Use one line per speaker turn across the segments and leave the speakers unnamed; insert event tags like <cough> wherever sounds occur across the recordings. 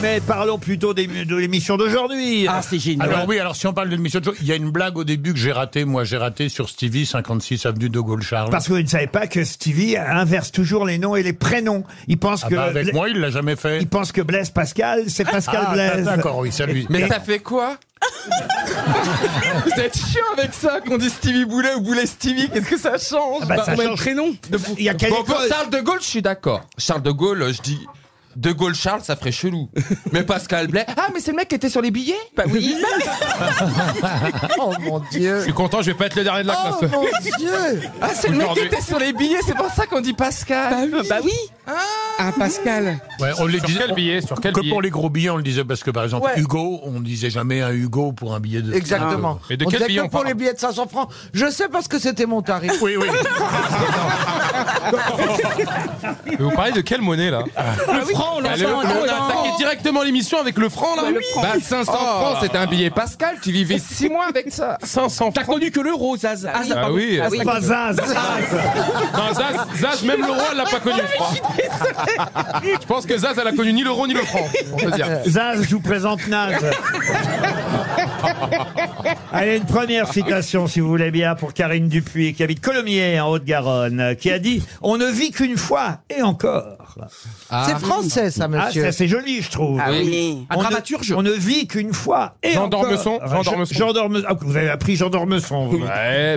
Mais parlons plutôt des- de l'émission d'aujourd'hui.
Ah, c'est génial.
Alors oui, alors si on parle de l'émission de jour, il y a une blague au début que j'ai ratée, moi j'ai raté sur Stevie 56 avenue de Gaulle Charles.
Parce que vous ne savez pas que Stevie inverse toujours les noms et les prénoms. Il pense
Ah
que
bah,
<laughs>
avec moi, il l'a jamais fait.
il pense que Blaise Pascal, c'est Pascal
Ah,
Blaise.
d'accord, oui, ça lui.
Mais ça fait quoi Vous êtes chiant avec ça qu'on dit Stevie Boulet ou Boulet Stevie, qu'est-ce que ça change
Bah, ça change.
prénom
Il y a quelle
Bon, pour
école
Charles de Gaulle, je suis d'accord. Charles de Gaulle, euh, je dis. De Gaulle Charles, ça ferait chelou. Mais Pascal Blais. Ah, mais c'est le mec qui était sur les billets Bah oui.
Oh mon dieu
Je suis content, je vais pas être le dernier de la
Oh
classe.
mon dieu
<laughs> Ah, c'est le mec qui
Aujourd'hui.
était sur les billets, c'est pour ça qu'on dit Pascal. Bah oui.
Ah Pascal
Ouais, on les
Sur
disait-
quel
on-
billet Sur quel
que
billet
pour les gros billets, on le disait parce que par exemple
Ouais.
Hugo, on disait jamais un Hugo pour un billet de.
euh.
Exactement.
Mais Ah, de
on
quel
disait
billet
que
on
pour
parle
les billets de 500 francs. Je sais parce que c'était mon tarif.
<laughs>
Oui,
<laughs>
oui.
Mais vous parlez de quelle monnaie là
Le franc, on
Allez,
l'entend, on
Bah, On a
l'entend.
attaqué directement l'émission avec le franc là
Bah 500 francs, c'était un billet Pascal, tu vivais 6 mois avec ça.
500
T'as
francs.
connu que l'euro, Zaza Ah,
Ah oui.
C'est Pas Zaz.
Non, Zaz, Zaz, même le roi, elle l'a pas connu, je crois. Je pense que Zaz, elle a connu ni l'euro ni le franc, on peut dire.
<laughs> Zaz, je vous présente Naz. Allez, une
Ah
première citation, si vous voulez bien, pour Karine Dupuis, qui habite Colomiers, en Haute-Garonne, qui a dit « On ne vit qu'une fois, et encore
C'est français, ça, ».
Ah,
monsieur. Ah
ça c'est joli, je trouve.
oui.
On ne, on ne vit qu'une fois, et
Jean
encore.
d'Ormesson, Jean
Je-
d'Ormesson.
Jean d'Ormesson. Ah, vous avez appris Jean d'Ormesson, vous.
Ouais,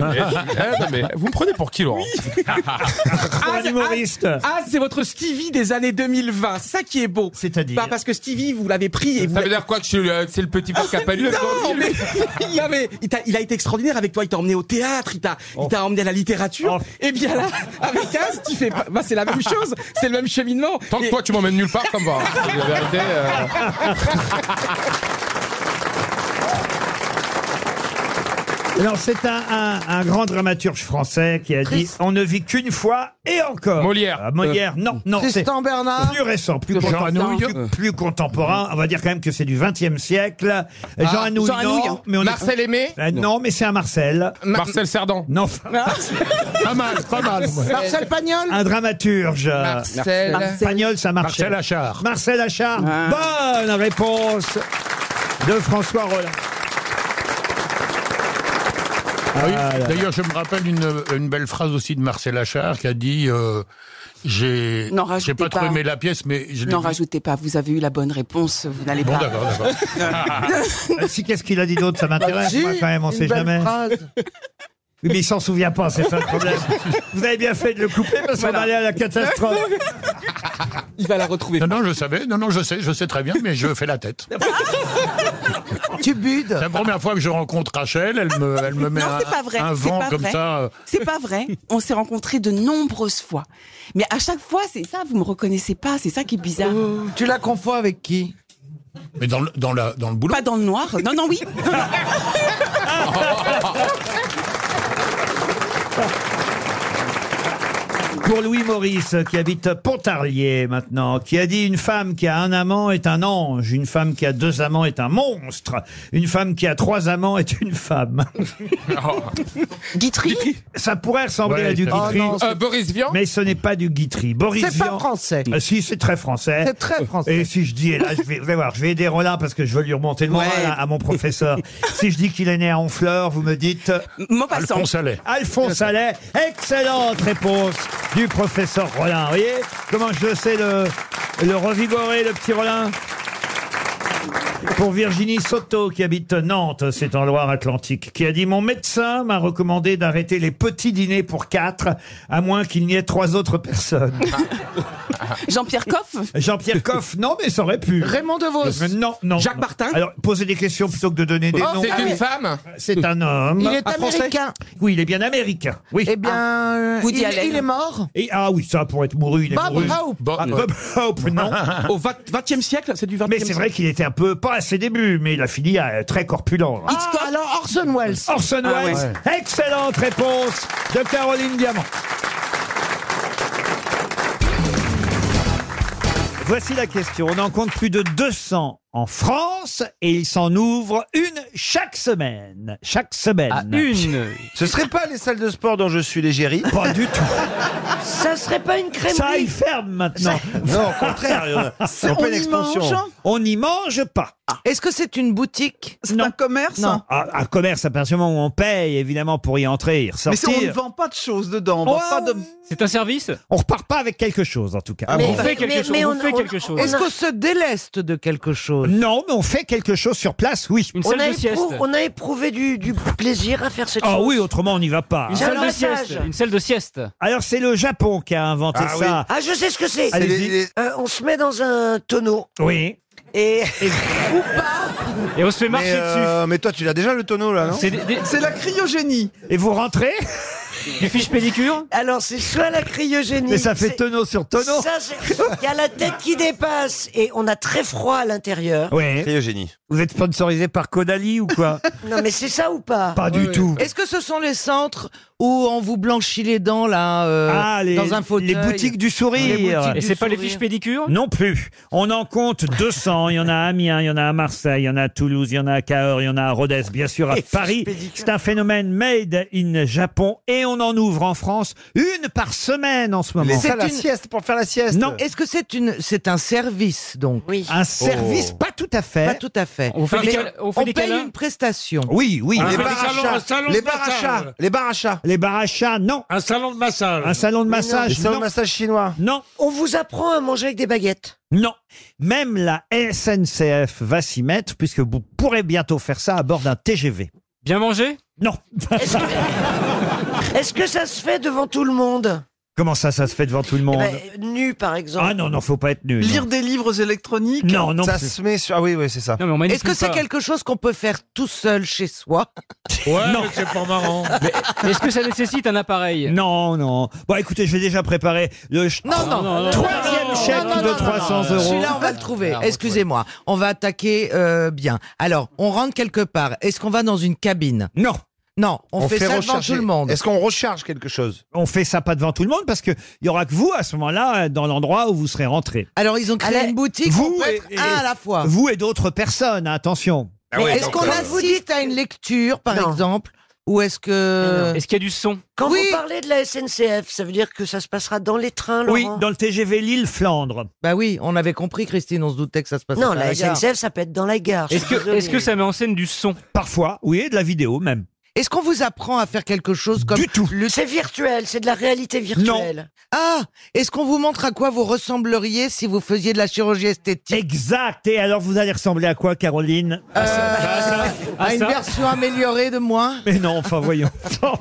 mais, <laughs> eh, non, mais vous me prenez pour qui, Laurent
Pour un
c'est-
humoriste.
Ah, c'est votre Stevie des années 2020, c'est ça qui est beau.
C'est-à-dire
Bah, parce que Stevie, vous l'avez pris et vous Ah,
Ça veut dire quoi que je suis
euh,
le- c'est le petit porc à palu
Non, mais <laughs> il, y avait- il t'a- il a été extraordinaire avec toi. Il t'a emmené au théâtre, il t'a il t'a emmené à la littérature.
Oh.
Et bien là, avec Az, tu fais. pas- Bah, c'est la même chose, c'est le même cheminement.
Tant que
Et-
toi, tu m'emmènes nulle part, ça me va.
<laughs>
La vérité, euh,
Non, c'est un, un- un grand dramaturge français qui a dit
Triste.
On ne vit qu'une fois et encore.
Molière.
Ah, Molière, non, non. C'est
Tristan Bernard.
plus récent, plus,
Jean
contemporain,
Anouilh.
plus, plus contemporain. On va dire quand même que c'est du XXe siècle. Jean Anouilh,
Jean
non,
Anouilh.
mais on est-
Marcel Aimé
Ah, non, mais c'est un Marcel.
Marcel Cerdan.
Non, enfin, <laughs>
pas mal, pas mal. ouais.
Marcel Pagnol
un dramaturge.
Marcel.
Espagnol, ça marchait.
Marcel Achard.
Marcel Achard. Bonne réponse de François Rollin.
Ah oui. D'ailleurs, je me rappelle une, une belle phrase aussi de Marcel Achard qui a dit euh, J'ai
N'en
j'ai
rajoutez
pas trop
pas.
aimé la pièce, mais je l'ai
N'en
vu.
rajoutez pas, vous avez eu la bonne réponse, vous n'allez
Bon,
pas.
d'accord, d'accord.
<laughs> Euh, Si, qu'est-ce qu'il a dit d'autre Ça m'intéresse, moi, quand même, on
Une
sait
belle
jamais.
phrase.
Oui, mais il s'en souvient pas, c'est ça
<laughs>
le problème. Vous avez bien fait de le couper parce qu'on allait à la catastrophe.
Il va la retrouver.
Non, non, je savais, non, non, je sais, je sais très bien, mais je fais la
<laughs>
tête.
Tu budes.
La première fois que je rencontre Rachel, elle me,
<laughs>
elle me met
Non,
un,
c'est pas vrai,
un
c'est
vent
pas
comme
vrai.
ça. euh,
C'est pas vrai, on s'est rencontrés de nombreuses fois. Mais à chaque fois, c'est ça, vous me reconnaissez pas, c'est ça qui est bizarre.
Euh, Tu la confonds avec qui
Mais dans le, dans la, dans le boulot.
Pas dans le noir, non,
<laughs>
non, oui.
Pour Louis Maurice, qui habite Pontarlier maintenant, qui a dit une femme qui a un amant est un ange, une femme qui a deux amants est un monstre, une femme qui a trois amants est une femme.
Guitry
Ça pourrait ressembler
Ouais,
à du
ça-
guitry,
Oh non,
Euh, Boris Vian
mais ce n'est pas du guitry. Boris
C'est pas
Vian-
français.
Ah, si, c'est très français.
C'est très français.
Et si je dis, et là, je vais, vous allez voir, je vais aider Roland parce que je veux lui remonter le moral
Ouais.
à, à
<laughs>
mon professeur. si je dis qu'il est né à Honfleur, vous me dites
Maupassant.
Alphonse Allais.
Alphonse Allais. Excellente réponse du professeur Rollin. Vous voyez comment je le sais le, le revigorer, le petit Rollin pour Virginie Soto, qui habite Nantes, c'est en Loire-Atlantique, qui a dit Mon médecin m'a recommandé d'arrêter les petits dîners pour quatre, à moins qu'il n'y ait trois autres personnes.
<laughs> Jean-Pierre Coff
Jean-Pierre Coff, non, mais ça aurait pu.
Raymond DeVos.
Non, non.
Jacques
non.
Martin
Alors, posez des questions plutôt que de donner des
Oh,
noms. Ah
C'est une femme
C'est un homme.
Il est
Un Français
américain.
Oui, il est bien américain. Oui. Ah.
Eh bien, euh,
Woody
il,
Allen.
il est mort.
Et, ah oui, ça, pour être mouru, il est
Bob
mouru.
Hope.
Bon,
Ah, Bob Hope, non.
<laughs> Au 20 20e siècle, c'est du 20e
Mais
siècle.
c'est vrai qu'il était un peu, pas à ses débuts, mais il a fini à, très corpulent.
Ah, alors Orson Welles.
Orson
Ah
Welles, excellente réponse de Caroline Diamant. Voici la question. On en compte plus de 200 en France et il s'en ouvre une chaque semaine. Chaque semaine.
une
Ah, Ce serait pas les salles de sport dont je suis l'égérie
Pas du tout.
Ça serait pas une crème
Ça, il
<laughs>
ferme maintenant.
Non, au contraire, il y en a-
C'est-
en pleine
on y
expansion.
mange hein Ah.
On n'y mange pas.
Est-ce que c'est une boutique
C'est
Non.
un commerce hein
Non. Un, un commerce, à partir du moment où on paye, évidemment, pour y entrer et y
Mais c'est- on ne
ressortir.
vend pas de choses dedans. On vend
Oh, <laughs>
pas de...
C'est un service
On repart pas avec quelque chose, en tout cas.
Mais-
On fait quelque chose. on, fait quelque chose.
Est-ce qu'on se déleste de quelque chose
Non, mais on fait quelque chose sur place, oui.
Une
on,
salle
a
de sieste.
éprou- on a éprouvé du, du plaisir à faire cette
Ah
chose.
oui, autrement, on n'y va pas.
Une
J'ai un
salle de
massage.
sieste. Une salle de sieste.
Alors, c'est le Japon qui a inventé
Ah oui.
ça.
Ah, je sais ce que c'est.
C'est
Allez-y.
les- les-
Euh, on se met dans un tonneau
Oui.
et <laughs>
Et on se fait
Mais,
marcher dessus.
euh, mais toi, tu l'as déjà le tonneau là, Ah non
C'est des- des-
c'est la cryogénie.
Et vous
<laughs>
rentrez,
du fiche pédicure
Alors c'est soit la cryogénie.
mais ça fait
c'est-
tonneau sur tonneau.
Ça, c'est- Il y a la tête qui dépasse et on a très froid à l'intérieur.
Oui.
Cryogénie.
Vous êtes sponsorisé par Kodali ou quoi
Non mais c'est ça ou pas
Pas du tout.
Est-ce que ce sont les centres où on vous blanchit les dents là euh,
ah, les,
dans un fauteuil
les boutiques du sourire.
Les boutiques
Et
Du
c'est pas les
sourire.
fiches pédicures
Non plus. On en compte 200. Il y en a à Amiens, il y en a à Marseille, il y en a à Toulouse, il y en a à Cahors, il y en a à Rodez, bien sûr à Paris. C'est un phénomène made in Japon et on en ouvre en France une par semaine en ce moment.
Les salles à
une-
sieste pour faire la sieste.
Non.
Est-ce que c'est une c'est un service donc
Oui.
Un service pas tout à fait.
Pas tout à fait.
On fait des
Mais
câlins- on fait
on
des
paye
câlins
une prestation.
Oui, oui.
Les
Ah, Un salon- un
barachas.
salon
Les
de massage.
barachas. Les barachas.
Les barachas, non.
Un salon de massage.
Un salon de
Les
massage,
salons de
non.
massage chinois.
Non,
On vous apprend à manger avec des baguettes.
non. Même la SNCF va s'y mettre puisque vous pourrez bientôt faire ça à bord d'un TGV.
Bien manger
Non.
Est-ce que...
<laughs>
Est-ce que ça se fait devant tout le monde
Comment ça, ça se fait devant tout le
Eh
monde
ben, Nu par exemple.
Ah non, non, faut pas être nul. non.
Lire des livres électroniques.
Non, non.
Ça
plus.
se met sur. Ah oui, oui, c'est ça.
Non, mais on manipule
Est-ce que c'est
pas.
quelque chose qu'on peut faire tout seul chez
<laughs>
soi
Ouais,
Non.
mais c'est pas marrant.
Mais Est-ce que ça nécessite un appareil
Non, non. Bon, écoutez, j'ai déjà préparé le ch-
non, non, non.
troisième
non,
chèque
non, non,
de
non,
300 euros.
Celui-là, on va le trouver.
Ah, ouais.
Excusez-moi. On va attaquer euh, bien. Alors, on rentre quelque part. Est-ce qu'on va dans une cabine
Non,
Non, on, fait, ça devant
recharger.
tout le monde.
Est-ce qu'on recharge quelque chose
on fait ça pas devant tout le monde parce que il y aura que vous à ce moment-là euh, dans l'endroit où vous serez rentré.
Alors, ils ont créé
Allez,
une boutique.
vous
on peut
et-
être
et-
un à la fois.
Vous et d'autres personnes, hein, attention.
Ah
Mais est-ce
euh,
qu'on
euh,
assiste à une lecture, par
Non.
exemple Ou est-ce que...
Est-ce qu'il y a du son
Quand
Oui.
vous parlez de la SNCF, ça veut dire que ça se passera dans les trains,
Oui,
Laurent
dans le TGV Lille-Flandre.
Bah oui, on avait compris, Christine, on se doutait que ça se passait
Non,
pas à
la
la gare.
SNCF, ça peut être dans la gare. je
Est-ce
suis
que,
désolée.
est-ce que ça met en scène du son
Parfois, oui, et de la vidéo même.
Est-ce qu'on vous apprend à faire quelque chose comme...
Du tout.
C'est virtuel, c'est de la réalité virtuelle.
Ah Est-ce qu'on vous montre à quoi vous ressembleriez si vous faisiez de la chirurgie esthétique
Exact. Et alors, vous allez ressembler à quoi, Caroline
Euh, À une
ça
version améliorée de moi
Mais non, enfin voyons. Hein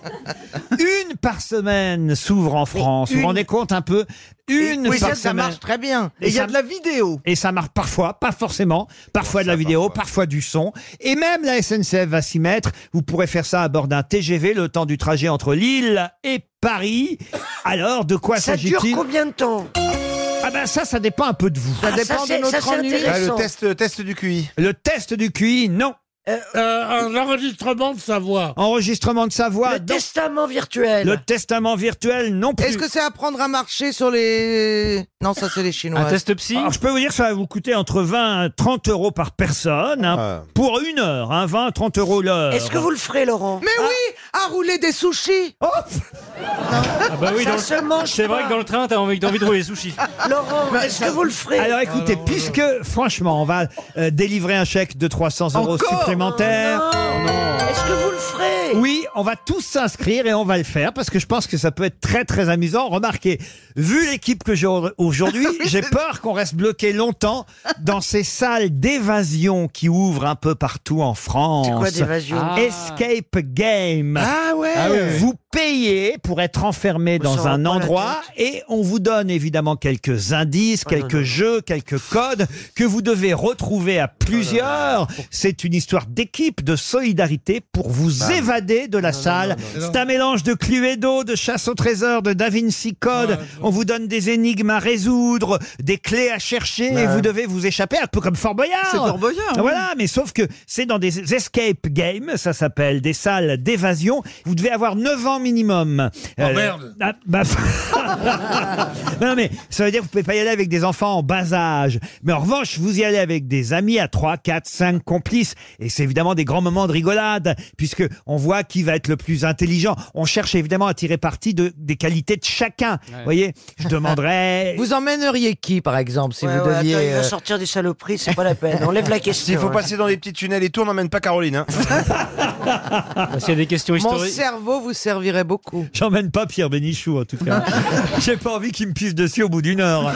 une par semaine s'ouvre en France. Vous vous rendez compte un peu Une
Oui,
par
ça, ça
semaine.
marche très bien.
Et ça-
la vidéo.
Et ça marche parfois, pas forcément, parfois de la vidéo, parfois. du son. Et même la SNCF va s'y mettre. Vous pourrez faire ça à bord d'un TGV le temps du trajet entre Lille et Paris. Alors, de quoi
Ça dure
s'agit-il
combien de temps
Ah ben ça, ça dépend un peu de vous.
Ça
Ah,
dépend
c'est-
de
ça,
notre
c'est
ennui.
Ah, Le
intéressant.
test, le test du QI.
Le test du QI, non.
Euh, un enregistrement de sa voix.
Enregistrement de sa voix,
Le
non.
testament virtuel.
Le testament virtuel, non plus.
Est-ce que c'est apprendre à marcher sur les... Non, ça c'est les
Un
Chinois.
test psy
Ah,
Alors, je peux vous dire que ça va vous coûter entre 20 et 30 euros par personne, hein,
Ah.
pour une heure, hein, 20, 30 euros l'heure.
Est-ce que vous le ferez, Laurent Ah.
Mais oui À rouler des sushis
Oh
Ah bah oui,
Ça
dans le-
se mange
c'est vrai
pas.
que dans le train, t'as envie, t'as envie de rouler les sushis.
Laurent,
Bah,
est-ce que vous le ferez
Bah, Alors écoutez, puisque franchement, on va euh, délivrer un chèque de 300 euros supplémentaires.
Non. Est-ce que vous le ferez
Oui, on va tous s'inscrire et on va le faire parce que je pense que ça peut être très très amusant. Remarquez, vu l'équipe que j'ai au-
<laughs>
aujourd'hui, j'ai peur qu'on reste bloqué longtemps dans ces salles d'évasion qui ouvrent un peu partout en France.
C'est quoi d'évasion
Ah.
Escape Game.
Ah ouais
Vous payez pour être enfermé dans
s'en
un
rend pas la
endroit et on vous donne évidemment quelques indices, quelques jeux, quelques codes que vous
Oh
devez retrouver à plusieurs. C'est une histoire d'équipe, de solidarité pour vous évader de la salle. C'est un mélange de Cluedo, de Chasse au trésor, de Da Vinci Code. On vous donne des énigmes à résoudre, des clés à chercher et
Ouais.
vous devez vous échapper, un peu comme Fort Boyard.
C'est Fort Boyard, oui.
Voilà, mais sauf que c'est dans des escape games, ça s'appelle, des salles d'évasion. Vous devez avoir 9 ans minimum.
Oh, merde.
ah, bah, <laughs> non mais ça veut dire que vous pouvez pas y aller avec des enfants en bas âge. Mais en revanche, vous y allez avec des amis à 3, 4, 5 complices. Et c'est évidemment des grands moments de rigolade, puisque on voit qui va être le plus intelligent. On cherche évidemment à tirer parti de, des qualités de chacun. Vous voyez, je demanderais...
<laughs> Vous emmèneriez qui, par exemple, si
Ouais,
vous
ouais,
deviez...
attends, il va
euh,
sortir des saloperies, c'est pas la peine. On lève
<laughs>
la question.
S'il faut
hein.
passer dans des petits tunnels et tout, on n'emmène pas Caroline.
<laughs>
Hein.
Ah, S'il y a des questions
Mon
historiques.
cerveau vous servirait beaucoup.
J'emmène pas Pierre Bénichou, en tout
<laughs>
cas. J'ai pas envie qu'il me pisse dessus au bout d'une heure.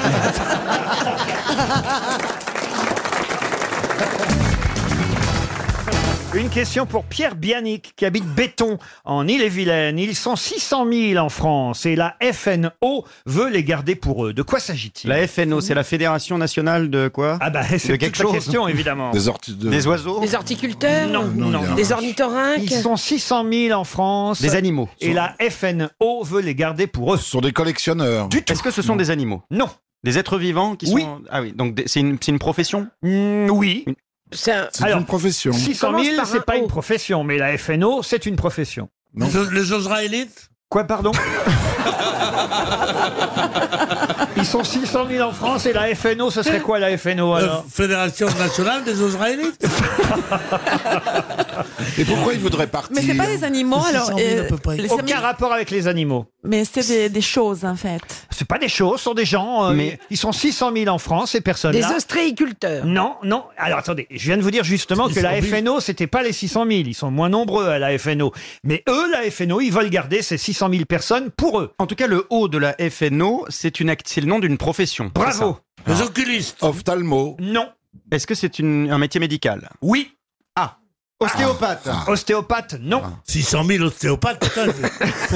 Une question pour Pierre Bianic, qui habite Béton, en Ille-et-Vilaine. Ils sont 600 000 en France et la FNO veut les garder pour eux. De quoi s'agit-il
La FNO, c'est la Fédération nationale de quoi
Ah bah c'est
de quelque
toute
chose.
la question, évidemment.
Des orti- de- Euh, Des oiseaux
Des horticulteurs
Non, non, non.
Des ornithorynques
Ils sont 600 000 en France.
Des animaux.
Et la FNO veut les garder pour eux. Ce
sont des collectionneurs. Est-ce que ce sont des animaux
Non.
Des êtres vivants qui
Oui.
sont. Ah oui, donc des- c'est une, c'est une profession
Oui.
C'est un-
Alors,
profession.
600 000, c'est pas une profession, mais la FNO, c'est une profession. Les, Israélites Quoi, <laughs> pardon Ils sont 600 000 en France et la FNO, ce serait quoi la FNO
Euh,
alors
Fédération nationale des Israélites. Et pourquoi ils voudraient partir
Mais c'est pas des animaux, alors. euh, les
Aucun
amis-
rapport avec les animaux.
Mais c'est des, des choses, en fait.
C'est pas des choses, ce sont des gens. euh,
Mais-
Ils sont 600 000 en France, ces personnes-là.
ostréiculteurs.
Non, non. Alors attendez, je viens de vous dire justement que la
600 000.
FNO, c'était pas les 600 000. Ils sont moins nombreux à la FNO. Mais eux, la FNO, ils veulent garder ces 600 000 personnes pour eux.
En tout cas, le
<coughs>
haut de la FNO, c'est une act- c'est le nom d'une profession.
Bravo.
Les oculistes. Ophtalmo.
Non.
Est-ce que c'est une- un métier médical
Oui. Ah.
Ah. Ostéopathe. Ah.
Ostéopathe, non.
600 000 ostéopathes, putain.
<laughs>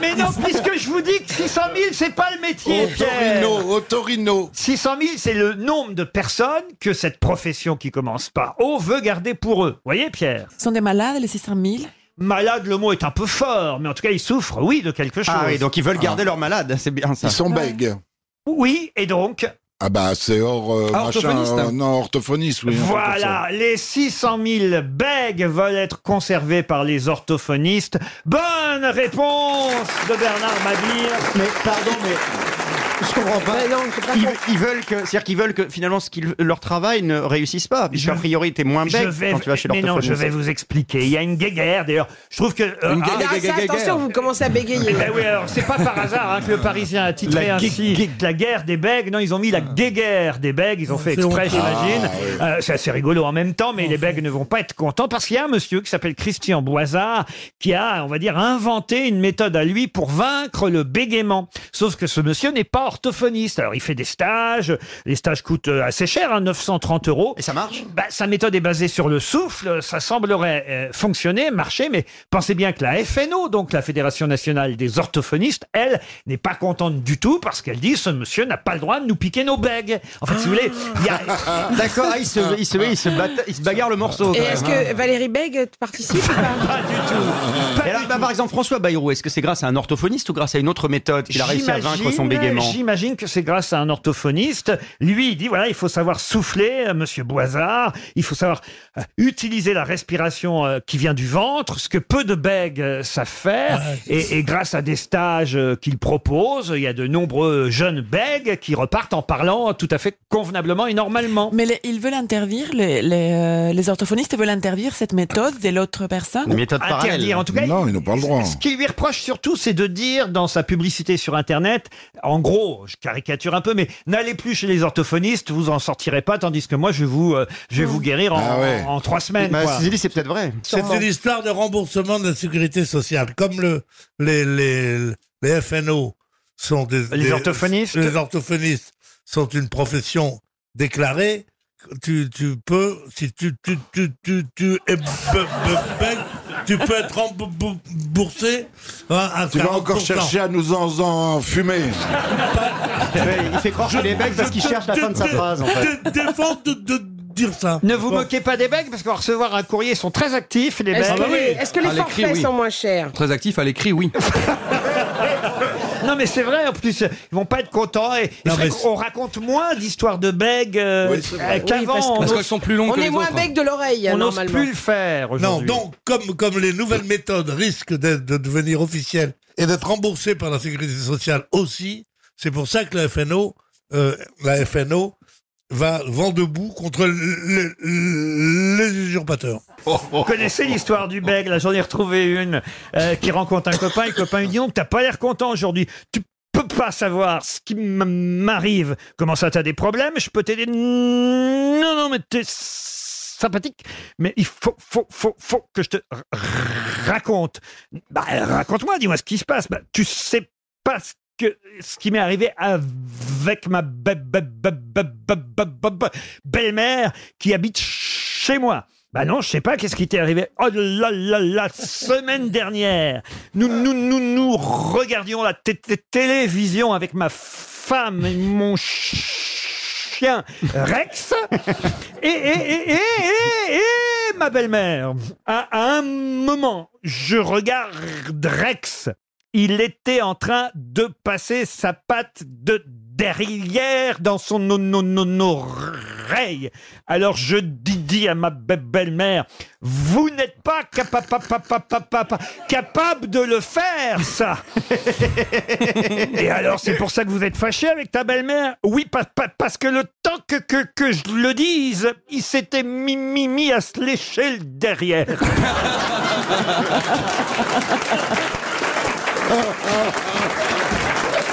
Mais non, puisque je vous dis que 600 000, c'est pas le
Oh,
métier, Pierre.
Au Torino.
600 000, c'est le nombre de personnes que cette profession qui commence par O veut garder pour eux. Voyez, Pierre
Ils sont des malades, les 600 000
Malade, le mot est un peu fort, mais en tout cas, ils souffrent, oui, de quelque chose. Ah.
Ah oui, donc ils veulent garder leurs malades, c'est bien ça.
<laughs>
Ah,
Ils sont bègues.
Oui, et donc
Ah bah c'est hors euh,
Ah,
machin,
orthophoniste.
euh, non orthophoniste oui. un truc comme
Voilà, les 600 000 bègues veulent être conservés par les orthophonistes. Bonne réponse de Bernard Mabir. Mais pardon, mais je comprends pas.
Ils, ils veulent que, c'est-à-dire qu'ils veulent que finalement ce qu'ils- leur travail ne réussisse pas. Puisqu'à priori, t'es moins
Je
bête
vais,
quand tu vas chez
mais non,
l'orthophoniste.
je vais vous expliquer. Il y a une guéguerre, d'ailleurs. Je trouve que. euh,
Une
ah,
guéguerre,
Ah, ça, attention, vous commencez à bégayer.
Eh ben oui, alors c'est pas par hasard hein, que le Parisien a titré
La
ainsi la guerre des bègues. Non, ils ont mis la guéguerre des bègues. Ils ont fait
C'est
exprès,
honteux.
j'imagine.
Ah, oui.
Euh, c'est assez rigolo en même temps, mais les bègues ne vont pas être contents parce qu'il y a un monsieur qui s'appelle Christian Boisard qui a, on va dire, inventé une méthode à lui pour vaincre le bégaiement. Sauf que ce monsieur n'est pas orthophoniste. Alors il fait des stages. Les stages coûtent euh, assez cher, hein, 930 euros. Et
ça marche
bah, Sa méthode est basée sur le souffle. Ça semblerait euh, fonctionner, marcher, mais pensez bien que la FNO, donc la Fédération nationale des orthophonistes, elle n'est pas contente du tout parce qu'elle dit ce monsieur n'a pas le droit de nous piquer nos bègues. En fait, si
Ah.
vous voulez, il y a.
<laughs> D'accord, ah, ils se, ils se, ils se battent- ils se bagarrent le morceau.
Et
quand
est-ce
même, hein.
que Valérie Bègue participe ou
<laughs>
pas
Et alors, bah, par exemple, François Bayrou, est-ce que c'est grâce à un orthophoniste ou grâce à une autre méthode qu'il a réussi à vaincre son
J'imagine-
bégaiement
J'imagine que c'est grâce à un orthophoniste. Lui, il dit voilà, il faut savoir souffler, euh, monsieur Boisard. Il faut savoir euh, utiliser la respiration euh, qui vient du ventre, ce que peu de bègues euh, savent faire.
Ah,
et, et grâce à des stages euh, qu'il propose, il y a de nombreux jeunes bègues qui repartent en parlant tout à fait convenablement et normalement.
Mais les- ils veulent interdire, les, les, euh, les orthophonistes veulent interdire cette méthode de l'autre personne
Interdire, En tout cas, non, ils n'ont pas le droit. Ce qu'il lui reproche surtout, c'est de dire dans sa publicité sur Internet, en gros, je caricature un peu, mais n'allez plus chez les orthophonistes, vous en sortirez pas, tandis que moi, je vais vous, euh, je vais vous guérir en,
Ah ouais.
en- en trois semaines.
Bah,
quoi.
c'est-
c'est peut-être vrai.
C'est une histoire de remboursement de la sécurité sociale. Comme le, les, les, les FNO sont des.
Les
des-
orthophonistes.
Les orthophonistes sont une profession déclarée. Tu, tu peux, si tu, tu, tu, tu, tu, es be- be- bec, tu peux être remboursé hein, à
Tu vas encore
40%.
chercher
à nous en, fumer.
Eh ben, Il fait croire que les bègues parce qu'ils cherchent la fin de sa phrase. En fait.
Défendre de, de, dire ça.
Ne vous moquez pas des becs, parce qu'on va recevoir un courrier, ils sont très actifs, les becs.
Est-ce que, les, est-ce que les
Ah, l'écrit,
forfaits
oui.
sont moins chers
Très actifs à l'écrit, oui. non, mais c'est vrai, en plus, ils vont pas être contents. Et, et c'est vrai qu'on raconte moins d'histoires de bègues euh,
Oui, c'est vrai.
qu'avant. on
Parce
ose-
qu'elles sont plus longues On que les est moins autres, hein.
bec de l'oreille,
On n'ose
normalement.
plus le faire
Non,
aujourd'hui.
donc, comme, comme les nouvelles méthodes risquent d'être- de devenir officielles et d'être remboursées par la Sécurité sociale aussi, c'est pour ça que la FNO, euh, la FNO va vent debout contre le- le- les usurpateurs.
Vous connaissez l'histoire du bègue, là j'en ai retrouvé une euh, qui rencontre un copain et le copain lui dit donc t'as pas l'air content aujourd'hui. Tu peux pas savoir ce qui m- m'arrive. Comment ça t'as des problèmes Je peux t'aider Non non mais t'es sympathique, mais il faut faut faut faut que je te r- raconte. Bah raconte-moi, dis-moi ce qui se passe. Bah, tu sais pas ce que ce qui m'est arrivé avec ma be- be- be- be- be- be- be- be- belle-mère qui habite chez moi. Bah non, je sais pas qu'est-ce qui t'est arrivé. Oh là là la semaine dernière, nous nous nous nous regardions la té- té- télévision avec ma femme et mon ch- chien euh, Rex et, et, et, et, et, et ma belle-mère. À, à un moment, je regarde Rex. Il était en train de passer sa patte de derrière dans son no- no- no- no- oreille. Alors je dis, dis à ma be- belle-mère, vous n'êtes pas capa- pa- pa- pa- pa- pa- pa- capable de le faire, ça. Et alors c'est pour ça que vous êtes fâché avec ta belle-mère Oui, pa- pa- parce que le temps que, que, que je le dise, il s'était mis, mis, mis à se lécher le derrière.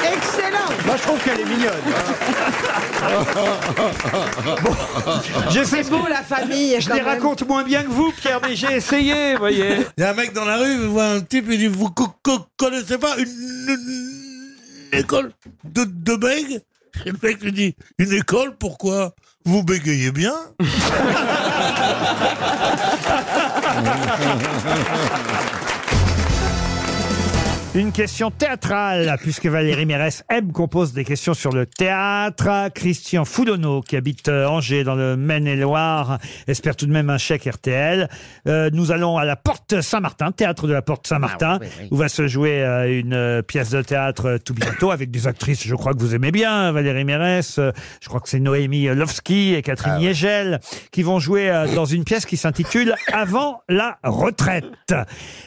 Excellent
Moi, je trouve qu'elle est mignonne. hein. <laughs>
Je
C'est beau, la famille,
Je
quand
les
même.
raconte moins bien que vous, Pierre, mais j'ai essayé, vous voyez.
Il y a un mec dans la rue, il voit un type, il dit Vous co- co- connaissez pas une, une école de, de bègue Et le mec lui dit Une école, pourquoi Vous bégayez bien
Une question théâtrale, puisque Valérie Mérès aime qu'on pose des questions sur le théâtre. Christian Foulonneau, qui habite euh, Angers, dans le Maine-et-Loire, espère tout de même un chèque RTL. Euh, nous allons à la Porte Saint-Martin, théâtre de la Porte
Ah
Saint-Martin,
oui, oui, oui.
où va se jouer euh, une euh, pièce de théâtre euh, tout bientôt, avec des actrices, je crois que vous aimez bien, Valérie Mérès. Euh, je crois que c'est Noémie Lovski et
Ah
Catherine Yegel, qui vont jouer euh, dans une pièce qui s'intitule Avant la retraite.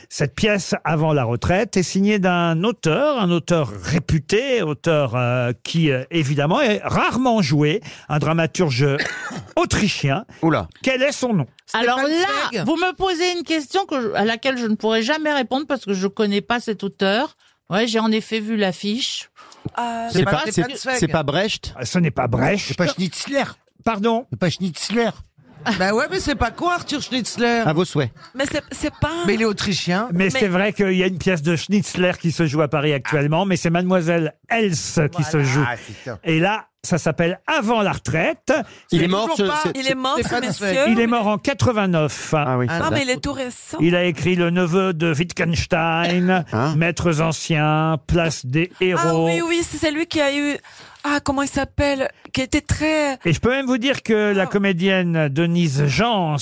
Cette pièce Avant la retraite est signée d'un auteur, un auteur réputé, auteur euh, qui euh, évidemment est rarement joué, un dramaturge <coughs> autrichien. Oula. Quel est son nom
Alors là, vous me posez une question que je- à laquelle je ne pourrai jamais répondre parce que je ne connais pas cet auteur. Ouais, j'ai en effet vu l'affiche.
Ah,
C'est pas- c'est- c'est pas
Brecht Ce n'est pas Brecht. C'est pas Schnitzler. Pardon
Pas Schnitzler.
Bah ouais, mais c'est pas con Arthur Schnitzler.
À vos souhaits.
Mais c'est pas. Mais il est autrichien.
Mais, c'est vrai qu'il y a une pièce de Schnitzler qui se joue à Paris actuellement, mais c'est Mademoiselle Else qui se joue.
Ah, putain.
Et là, ça s'appelle Avant la retraite.
Il est mort, ce- c'est-
Il est mort, c'est ce pas monsieur, fait.
Il est mort en 89. Ah oui.
Ah, mais il est tout récent.
Il a écrit Le Neveu de Wittgenstein,
Hein
Maîtres anciens, Place des héros.
Ah oui, oui, c'est celui qui a eu. Ah, comment il s'appelle Qui était très. Ah.
Et je peux même vous dire que la comédienne Denise Jans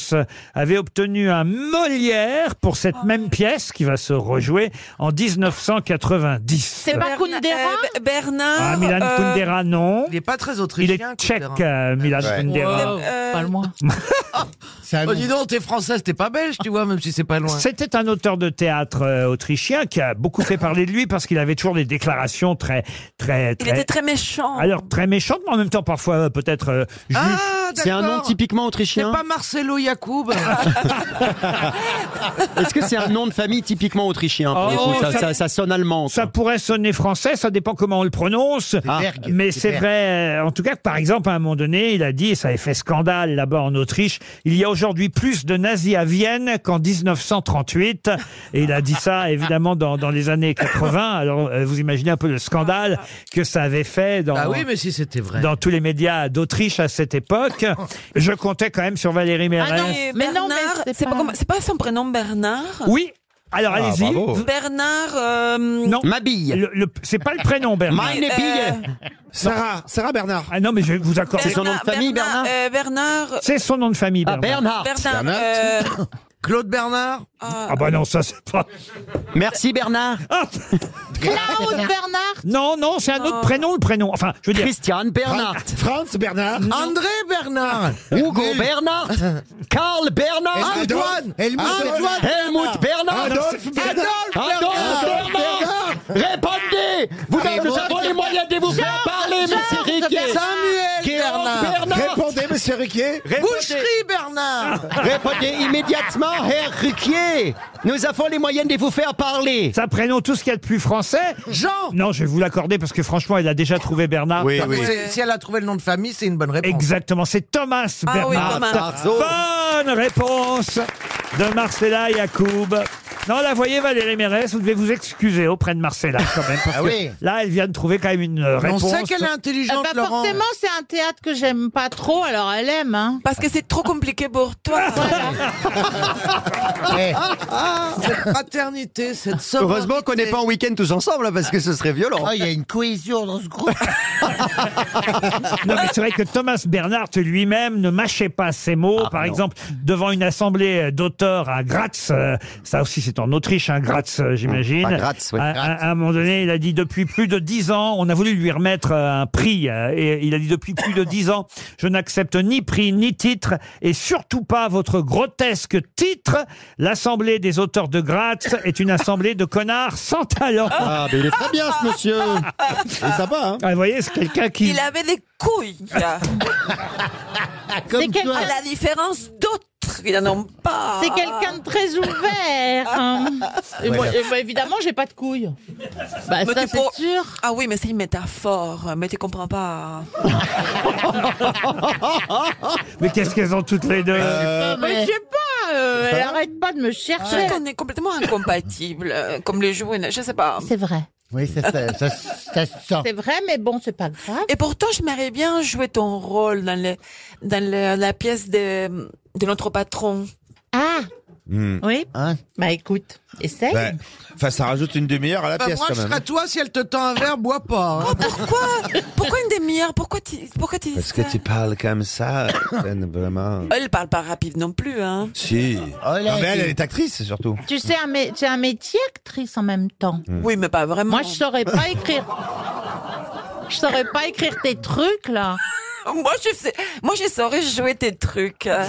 avait obtenu un Molière pour cette
Ah
même pièce qui va se rejouer en 1990.
C'est pas Kundera Bernard.
Ah, Milan
euh,
Kundera, non. Il
n'est pas très
autrichien. Il est tchèque, euh, Milan Kundera.
Euh,
Pas <laughs> loin. Oh, dis donc, t'es française, t'es pas belge, tu vois, même si c'est pas loin.
C'était un auteur de théâtre euh, autrichien qui a beaucoup fait parler de lui parce qu'il avait toujours des déclarations très, très,
Il
très-
était très
Ah,
méchant. Ah,
Alors très méchantes, mais en même temps parfois euh, peut-être euh, juste.
C'est pas Marcelo Yacoub. Ah,
<laughs> Est-ce que c'est un nom de famille typiquement autrichien pour le
Oh,
coup ça,
ça-
ça- ça sonne allemand. Ah.
Ça pourrait sonner français, ça dépend comment on le prononce.
Berg,
mais
c'est
c'est
Berg.
vrai, euh, en tout cas, que, par exemple, à un moment donné, il a dit, et ça a fait scandale là-bas en Autriche, il y a aujourd'hui plus de nazis à Vienne qu'en 1938. Et il a dit ça, évidemment, dans, dans les années 80. Alors, euh, vous imaginez un peu le scandale que ça avait fait dans,
Ah oui, mais si c'était vrai.
dans tous les médias d'Autriche à cette époque. Je
Ah
Ah comptais quand même sur Valérie Mérès.
mais non, mais c'est pas... comme- c'est pas son prénom Bernard
Oui, Alors,
Ah,
allez-y.
Bernard. euh,
Non. Mabille. c'est pas le prénom, Bernard.
Mabille. Euh,
Sarah. Sarah Bernard. Ah non, mais je vais vous accorder.
Bernard. euh, Bernard.
C'est son nom de famille,
Ah,
Bernard.
Bernard. euh,
Claude Bernard Ah bah non, ça c'est pas... Merci Bernard
Claude Bernard.
Non, non, c'est un autre
Ah.
prénom, le prénom. Enfin, je veux dire...
Christiane Bernard.
Franz Bernard
André Bernard. Hugo Bernard. Karl Bernard.
Esmodor.
Antoine.
Helmut
Antoine.
Bernard.
Helmut Bernard.
Adolphe Bernard.
Adolphe Bernard. Répondez. Vous
Ah, mais
nous
bon.
avons les moyens de vous faire
Georges,
parler, monsieur
Georges
Riquet.
Bernard. Samuel
Guéant
Bernard. Répondez,
monsieur Riquet.
Boucherie Bernard.
Répondez immédiatement, Herr Riquier. Nous avons les moyens de vous faire parler.
Ça prénom, tout ce qu'il y a de plus français. Jean Non, je vais vous l'accorder parce que franchement, il a déjà trouvé Bernard.
C'est- Si elle a trouvé le nom de famille, c'est une bonne réponse.
Exactement, c'est Thomas
Ah oui,
Bernard.
Thomas. Marceau.
Bonne réponse de Marcella Yacoub. Non, là, voyez, Valérie Mérès, vous devez vous excuser auprès de Marcella quand même. Parce
Ah
que
oui.
là, elle vient de trouver quand même une euh, réponse.
Eh ben, Forcément, c'est un théâtre que j'aime pas trop, alors elle aime. hein. Parce que c'est trop compliqué pour toi.
Eh.
<laughs> Cette paternité, cette sobriété.
Heureusement qu'on n'est pas en week-end tous ensemble, là, parce que ce serait violent.
Ah, il y a une cohésion dans ce groupe.
Non, mais c'est vrai que Thomas Bernhardt lui-même ne mâchait pas ses mots. Par exemple, devant une assemblée d'auteurs à Graz, euh, ça aussi c'est en Autriche, hein, Graz, euh, j'imagine. Euh,
Pas Graz, oui.
À, à- à un moment donné, il a dit depuis plus de dix ans, on a voulu lui remettre euh, un prix. euh, Et il a dit depuis plus de dix ans, je n'accepte ni prix ni titre, et surtout pas votre grotesque titre. L'assemblée des auteurs de Graz est une assemblée de connards sans talent.
Ah, mais il est très bien, ce monsieur.
Il est sympa. Hein. vous voyez, c'est quelqu'un qui.
Il avait des couilles. là.
C'est quelqu'un-
À la différence d'autres, ils n'en ont pas. Ah.
C'est quelqu'un de très ouvert. hein. Et moi-
Voilà.
et moi, évidemment, j'ai pas de couilles. Bah,
Mais
ça,
t'es
c'est
pour- Ah oui, mais c'est une métaphore, mais tu comprends
<laughs>
pas.
<laughs> Mais qu'est-ce qu'elles ont toutes les deux
Euh,
Mais je sais pas, euh, elle arrête pas de me
Je sais
chercher.
qu'on est complètement incompatibles, euh, comme les jouets, je sais pas.
C'est vrai.
Oui, ça, ça, ça, ça se sent.
C'est vrai, mais bon, c'est pas grave.
Et pourtant, je m'aimerais bien jouer ton rôle dans, le- dans le- la pièce de, de notre patron.
Ah
Oui.
bah écoute, essaye.
Ben,
Ouais. Hmm. Hein Ben, Enfin, ça rajoute une demi-heure à la
Bah,
pièce
moi,
quand
je
même. hein.
serais toi, si elle te tend un verre, bois pas. hein.
Oh,
pourquoi
<laughs>
Ah, Pourquoi une demi-heure Pourquoi tu pourquoi tu dis
Parce que
ça
tu parles comme ça, <coughs> Ben, vraiment.
Elle parle pas rapide non plus, hein.
Si.
là,
non, mais elle,
il-
elle Oh, est actrice surtout.
Tu sais, un mé- c'est un métier actrice en même temps.
Mm.
Oui, mais pas vraiment.
Moi, je saurais pas écrire. Je saurais pas écrire tes trucs, là.
<laughs> Moi, je sais. Moi, je saurais jouer tes trucs. hein.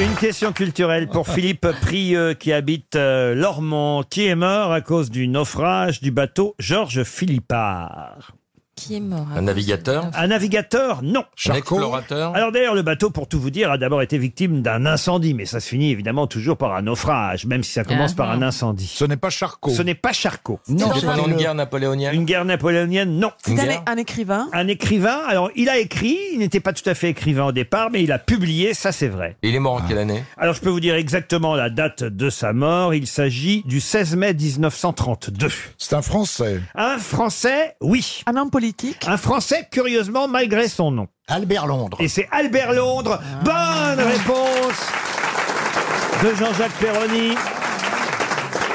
Une question culturelle <laughs> pour Philippe Prieux qui habite euh, Lormont, qui est mort à cause du naufrage du bateau Georges Philippard.
Qui est mort
Un navigateur
Un navigateur, non.
Un explorateur
Alors d'ailleurs, le bateau, pour tout vous dire, a d'abord été victime d'un incendie, mais ça se finit évidemment toujours par un naufrage, même si ça commence
Ah.
par un incendie. Ce n'est pas Charcot. Ce n'est pas Charcot.
Non,
C'est
pendant une
le-
guerre napoléonienne.
Une guerre napoléonienne, non.
C'est un, un écrivain.
Un écrivain, alors il a écrit, il n'était pas tout à fait écrivain au départ, mais il a publié, ça c'est vrai.
Et il est mort en quelle année
Alors je peux vous dire exactement la date de sa mort, il s'agit du 16 mai 1932. C'est un Français Un Français, oui. Un homme politique Un Français, curieusement, malgré son nom. Albert Londres. Et c'est Albert Londres. Bonne réponse de Jean-Jacques Perroni.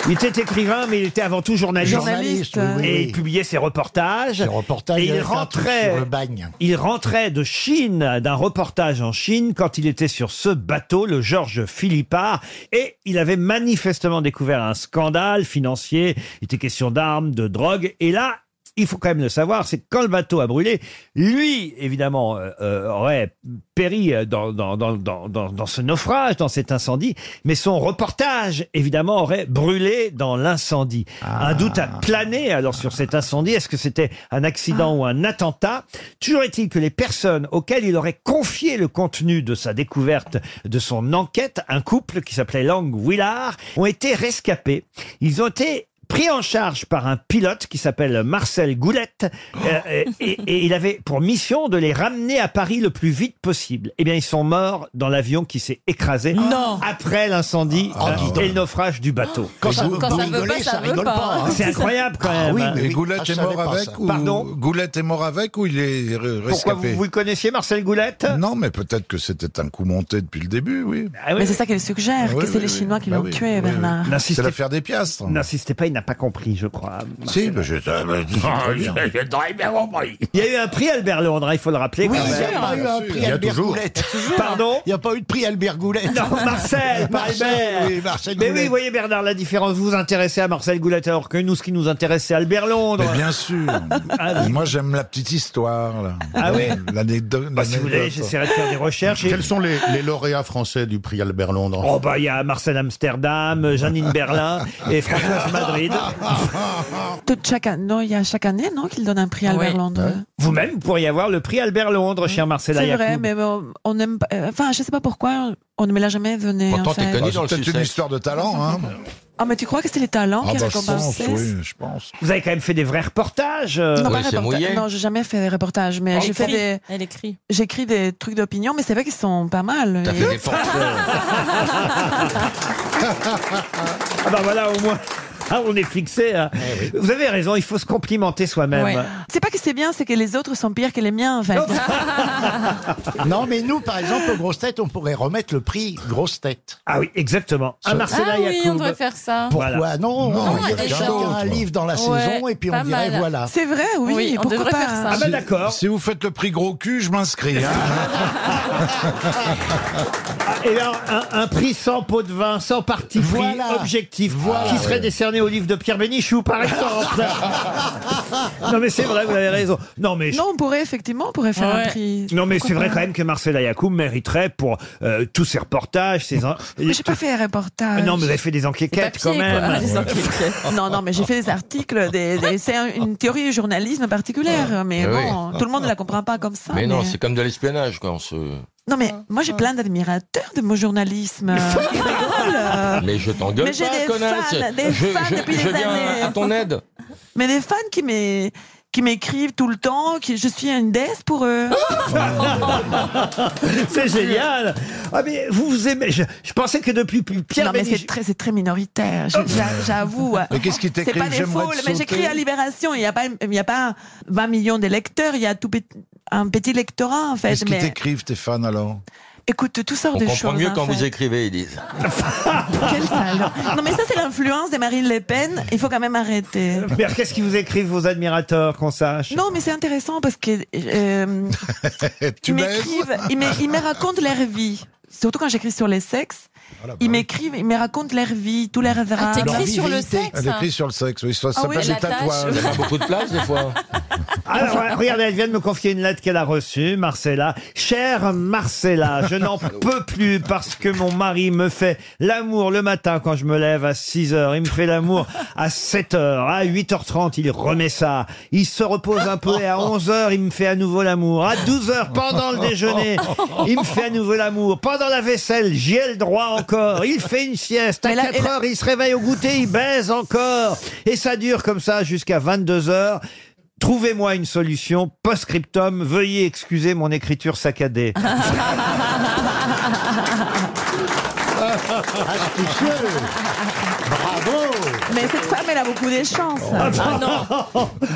Il était écrivain, mais il était avant tout journaliste.
Journaliste, oui, oui,
et
oui.
il publiait ses reportages.
Ses reportages,
Et
il
il
avait fait un truc
rentrait.
sur le bagne.
Il rentrait de Chine, d'un reportage en Chine, quand il était sur ce bateau, le Georges Philippard, et il avait manifestement découvert un scandale financier. Il était question d'armes, de drogue, et là, il faut quand même le savoir, c'est que quand le bateau a brûlé, lui, évidemment, euh, euh, aurait péri euh, dans, dans, dans, dans, dans, dans ce naufrage, dans cet incendie, mais son reportage, évidemment, aurait brûlé dans l'incendie.
Ah.
Un doute a plané alors sur cet incendie. Est-ce que c'était un accident ou un attentat Toujours est-il que les personnes auxquelles il aurait confié le contenu de sa découverte, de son enquête, un couple qui s'appelait Lang Willard, ont été rescapés. Ils ont été pris en charge par un pilote qui s'appelle Marcel Goulette. euh, et, et- et il avait pour mission de les ramener à Paris le plus vite possible. Eh bien, ils sont morts dans l'avion qui s'est écrasé après l'incendie euh, et le naufrage du bateau.
Quand ça veut Quand pas ça veut rigoler, pas, ça ça veut rigole pas, pas, hein. hein.
C'est incroyable quand
Ah
même.
oui,
hein.
mais oui. Ah, je savais pas ça.
Pardon
Goulette est mort avec ou il est re-
Pourquoi vous, vous le connaissiez, Marcel Goulette
Non, mais peut-être que c'était un coup monté depuis le début, oui.
Ah
Mais c'est ça qu'elle suggère,
Ah oui,
que c'est
oui,
les
oui.
Chinois qui
Bah
l'ont
oui,
tué,
oui, oui.
Bernard.
C'est l'affaire des piastres.
N'insistez pas, il n'a pas compris, je crois.
Si, mais Eh ben, je...
Il y a eu un prix Albert Leandra, il faut le rappeler.
Oui,
quand
il y a
même.
pas eu un prix Il y a Albert toujours. Goulette.
Pardon
Il n'y a pas eu de prix Albert Goulet.
Non,
<laughs>
Marcel, pas Albert.
Oui, Marcel
Mais oui,
Goulet.
vous voyez Bernard, la différence, vous vous intéressez à Marcel Goulet alors que nous, ce qui nous intéresse, c'est Albert Londres.
Mais bien sûr.
Ah oui.
Moi, j'aime la petite histoire. Là.
Ah oui
L'anecdote.
Bah, si vous
euh,
voulez,
l'anecdote.
j'essaierai de faire des recherches.
Quels sont les, les lauréats français du prix Albert Londres
Oh <laughs> bah il y a Marcel Amsterdam, Janine Berlin et Françoise Madrid.
Tout chaque an- non, il y a chaque année, non, qu'il donne un prix <laughs>
Ah
Albert Londres.
Vous-même, vous pourriez avoir le prix Albert Londres, cher Marcella
C'est vrai,
Yacoub.
mais bon, on aime pas- euh, Enfin, je sais pas pourquoi, on ne me l'a jamais donné. en fait.
Bah, C'est peut-être une histoire de Ah, talent, hein. bah,
Ah, mais tu crois que c'est les talents qui récompensés
je pense.
Vous avez quand même fait des vrais reportages. euh.
Non, pas reporta- non, j'ai jamais fait des reportages, mais j'ai fait des. Elle écrit. J'écris des trucs d'opinion, mais c'est vrai qu'ils sont pas mal.
T'as
Et-
fait des forfaits.
Ah bah voilà, au moins. Ah, on est fixé. hein. Vous avez raison, il faut se complimenter soi-même.
Ouais. <laughs> C'est pas que c'est bien, c'est que les autres sont pires que les miens, en fait.
<laughs>
Non, mais nous, par exemple, aux grosses têtes, on pourrait remettre le prix grosses têtes.
Ah oui, exactement. À Marcella
Ah oui, on
Yacoub.
devrait faire ça.
Pourquoi non,
Non, il y
On
a
mettrait
quelqu'un
chacun un
d'autre.
livre dans la
Ouais,
saison et puis
pas
on dirait
mal.
voilà.
C'est vrai, oui.
Oui, on
pourquoi
devrait
pas
faire ça.
Ah bah d'accord.
Si vous faites le prix gros cul, je m'inscris. hein.
hein.
Et alors, un, un prix sans pot de vin, sans parti pris,
Voilà.
objectif,
Voilà,
qui serait
ouais.
décerné au livre de Pierre Bénichou,
<laughs>
par exemple. non mais c'est vrai, vous avez raison. Non mais je-
Non, on pourrait effectivement, on pourrait faire un prix.
Non mais
Pourquoi
c'est vrai
pas
quand même que Marcella Yacoub mériterait pour euh, tous ses reportages, ses... en-
Mais j'ai pas fait un reportage.
Non mais vous avez fait des enquêtes quand même.
<laughs> non, non, mais j'ai fait des articles. Des, des- c'est un- une théorie du journalisme particulière, mais
Eh oui.
bon, tout le monde ne la comprend pas comme ça.
Mais non, c'est comme de l'espionnage, quoi. On se...
Non, mais moi j'ai plein d'admirateurs de mon
<laughs>
journalisme. Ils rigolent.
Mais je t'engueule
Mais j'ai
pas,
des
connasse.
fans, des
je,
fans
je-
depuis
je
des
viens
années.
à ton aide.
Mais des fans qui m'é- qui m'écrivent tout le temps, qui je suis une déesse pour eux.
<laughs> c'est génial. Ah mais vous vous aimez. Je, je pensais que depuis <laughs> Pierre
non mais
Bénichou-
c'est très, c'est très minoritaire, je- j'a- j'avoue.
<laughs> Mais qu'est-ce qui
C'est
t'écrivent
pas des
J'aimerais
foules,
te
mais j'écris
sauter.
à Libération, il n'y a, pas- il y a pas 20 millions de lecteurs, il y a tout petit- un petit lectorat en fait.
Qu'est-ce qu'ils
Mais
t'écrivent, tes fans, alors
écoute, tout sort
On
de
comprend
choses. hein,
mieux
en
quand
fait.
vous écrivez, ils disent.
Quel salaud. Non mais ça c'est l'influence de Marine Le Pen, il faut quand même arrêter.
Mais alors, qu'est-ce qu'ils vous écrivent vos admirateurs
<laughs>
qu'on sache
Non, mais c'est intéressant parce que euh, ils m'écrivent, ils me, ils me racontent leur vie. Surtout quand j'écris sur les sexes,
Ah,
ils m'écrivent, ils me racontent leur vie, tous leurs
Ah,
Ah,
drames.
Elle écrit sur le sexe, oui. Ça
hein. Ah oui,
s'appelle
la tâche.
des tatouages.
Elle a
beaucoup de place, des fois.
Alors, ouais, regardez, elle vient de me confier une lettre qu'elle a reçue, Marcella. Chère Marcella, je n'en peux plus parce que mon mari me fait l'amour le matin quand je me lève à 6 heures. Il me fait l'amour à 7 heures. À 8h30, il remet ça. Il se repose un peu et à 11 heures, il me fait à nouveau l'amour. À 12 heures, pendant le déjeuner, il me fait à nouveau l'amour. Pendant la vaisselle, j'y ai le droit encore. Il fait une sieste. À
Mais là-
4
et là-
heures, il se réveille au goûter, il baise encore. Et ça dure comme ça jusqu'à 22 heures. Trouvez-moi une solution. Post-scriptum, veuillez excuser mon
<laughs>
écriture saccadée.
Ah,
Astucieux Bravo
Mais cette femme, elle a beaucoup de chance.
Ah,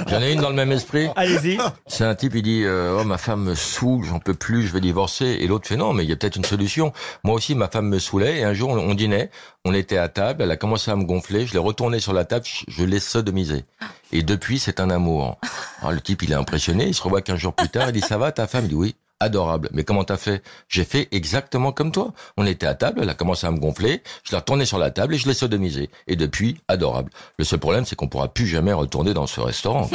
J'en ai une dans le même esprit.
Allez-y.
C'est un type, il dit euh, Oh, ma femme me saoule, j'en peux plus, je vais divorcer. Et l'autre fait Non, mais il y a peut-être une solution. Moi aussi, ma femme me saoulait. Et un jour, on, on dînait, on était à table, elle a commencé à me gonfler, je l'ai retournée sur la table, je- je l'ai sodomisée. Et depuis, c'est un amour. Alors, le type, il est impressionné, il se revoit qu'un jour plus tard, il dit Ça va, ta femme Il dit Oui. Adorable. Mais comment t'as fait J'ai fait exactement comme toi. On était à table, elle a commencé à me gonfler, je l'ai retournée sur la table et je l'ai sodomisée. Et depuis, adorable. Le seul problème, c'est qu'on pourra plus jamais retourner dans ce restaurant.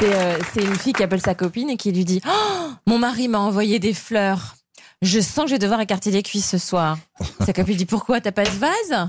C'est euh, c'est une fille qui appelle sa copine et qui lui dit Oh, Mon mari m'a envoyé des fleurs. Je sens que je vais devoir écarter les cuisses ce
<laughs>
soir. Sa copine dit Pourquoi T'as pas de vase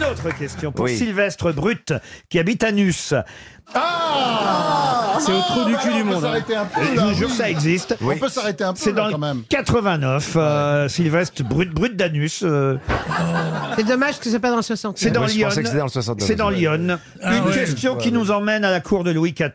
autre question <laughs> pour
Oui.
Sylvestre Brut, qui habite à Nus.
Ah
C'est au trou du cul du
On peut
monde. hein.
s'arrêter un peu,
Je
là,
vous jure,
oui.
ça existe.
On peut s'arrêter un peu,
C'est
là,
dans le
quand même.
89, euh, Sylvestre Brut, Brut d'Anus. euh,
C'est dommage que c'est pas dans le 60.
c'est dans
Oui, je
Lyon.
pensais que c'était dans le 69.
C'est dans Lyon.
Ah
Une
ouais.
question
Ouais,
qui
ouais.
nous emmène à la cour de Louis XIV.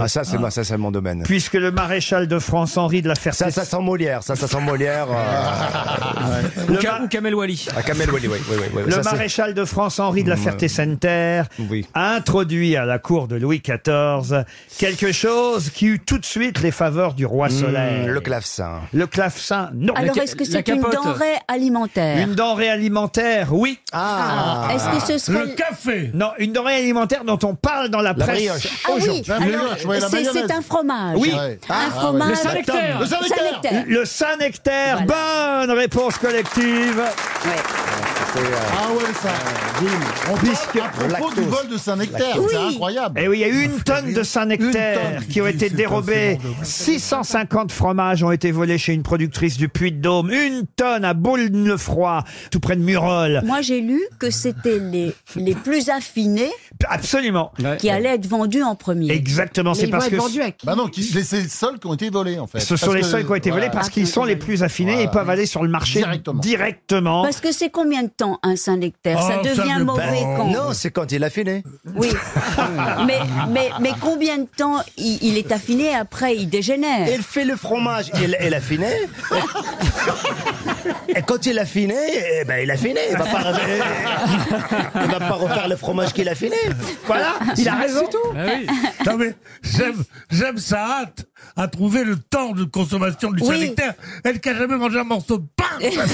Ah, ça, c'est moi, ça, c'est mon domaine.
Puisque le maréchal de France Henri de la Ferté.
Ça, ça sent Molière, ça, ça sent Molière.
<laughs>
euh,
Le Ca- ma-
Kamel Wally. Ah, Kamel Wally, oui, oui, oui. oui.
Le
Ça, c'est-
maréchal de France Henri de la
Mm,
Ferté-Sainte-Terre a introduit à la cour de Louis XIV quelque chose qui eut tout de suite les faveurs du roi
Mm,
Soleil.
le clavecin.
Le clavecin, non.
Alors, est-ce que c'est une denrée alimentaire
Une denrée alimentaire, oui.
Ah. Ah, est-ce que ce serait- Le
café Non, une denrée alimentaire dont on parle dans la,
La
presse
brioche.
Ah oui,
aujourd'hui.
alors, c'est c'est un fromage.
Ah
Oui.
un fromage.
Le Saint-Nectaire. Le Saint-Nectaire. Bonne réponse collective.
Ah ouais, ça.
On Puisque
à propos du bol de Saint-Nectaire,
Euh, Oui.
c'est incroyable.
Et oui, il y a eu une tonne de
Une
Saint-Nectaire
tonne.
qui ont été
C'est
dérobés.
pas, c'est bon,
650 fromages ont été volés chez une productrice du Puy-de-Dôme. Une tonne à Boulle-le-Froid, tout près de Murol.
Moi, j'ai lu que c'était les, les plus affinés
Absolument.
qui allaient être vendus en premier.
Exactement, c'est parce que
Bah non, qui- les- c'est les seuls qui ont été volés en fait.
ce sont
Parce
les
que-
seuls qui ont été
voilà.
volés
Ah,
parce qu'ils sont les plus affinés et peuvent aller sur le marché directement.
Parce que c'est combien de temps un Saint-Nectaire Ah,
Oh,
Ça devient mauvais quand
Non, c'est quand il a fini.
<laughs> Oui. mais, mais, mais combien de temps il, il est affiné et après il dégénère
Il fait le fromage, il, il a fini. Et quand il a fini, eh ben il a fini. Il va pas, il va pas refaire le fromage qu'il a fini. Voilà, il a raison.
Bah
Non, mais j'aime, j'aime sa hâte à trouver le temps de consommation du
Oui.
sanitaire. Elle qui a jamais mangé un morceau de
<laughs>
pain.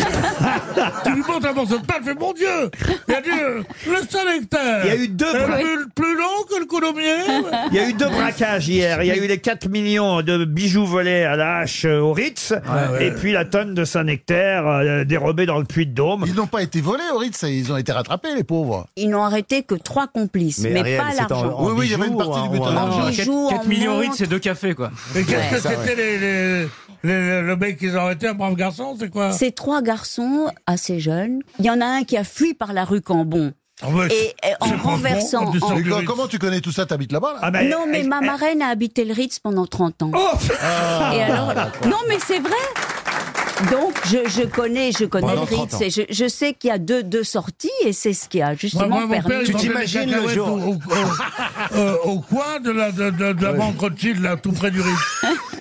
tu lui montres un morceau de pain, elle fait mon Dieu. Il y a du, le sanitaire.
Il y a eu deux
C'est
bras-
plus, plus long que le coulommier.
Il y a eu deux braquages hier. Il y a eu les 4 millions de bijoux volés à la hache euh, au Ritz.
ouais.
Et puis la tonne de Saint-Nectaire euh, dérobée dans le puits de Dôme.
Ils n'ont pas été volés, au Ritz, ils ont été rattrapés, les pauvres.
Ils n'ont arrêté que trois complices, mais, pas l'argent.
Oui, oui, il y avait une partie du butin.
en
d'argent.
bijoux, en
4 millions
montres.
rides, c'est deux cafés, quoi.
Mais qu'est-ce
Ouais.
que
Ça,
c'était
ouais.
les, les, les- le mec qu'ils ont été, un brave garçon, c'est
hein.
quoi
Ces trois garçons assez jeunes, il y en a un qui a fui par la rue Cambon.
ouais,
et et en renversant. en-
Mais co- Comment tu connais tout ça T'habites là-bas
Ah
là
ben,
non, mais ma marraine a habité le Ritz pendant 30 ans. Et alors, non, mais c'est vrai. Donc, je, je connais, je connais
Pendant
le
30 ans.
Ritz et je, je sais qu'il y a deux, deux sorties et c'est ce qui a justement
Moi, moi, mon père,
permis.
il vendait des cacahuètes au, au- au- euh, au coin de la, de, de- de la banque Rothschild, là, tout près du Ritz.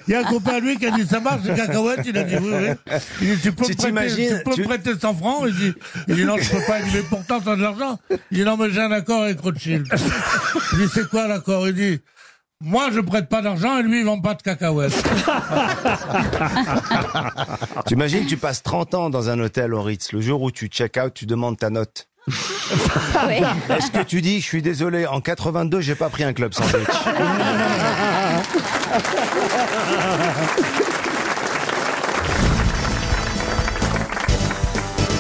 Il y a un copain à lui qui a dit ça marche, les cacahuètes. Il a dit oui, oui. Il dit, tu peux,
Tu
me prêter,
t'imagines,
tu peux me
tu-
prêter 100 francs il dit, il dit non, je peux pas. Il dit mais pourtant t'as de l'argent. Il dit non, mais j'ai un accord avec Rothschild. Il dit c'est quoi l'accord Il dit moi je prête pas d'argent et lui il vend pas
<laughs>
de cacahuètes.
Tu imagines, tu passes 30 ans dans un hôtel au Ritz. Le jour où tu check out, tu demandes ta note.
Ah
Est-ce que tu dis, je suis désolé, en 82, j'ai pas pris un club
<laughs>
sandwich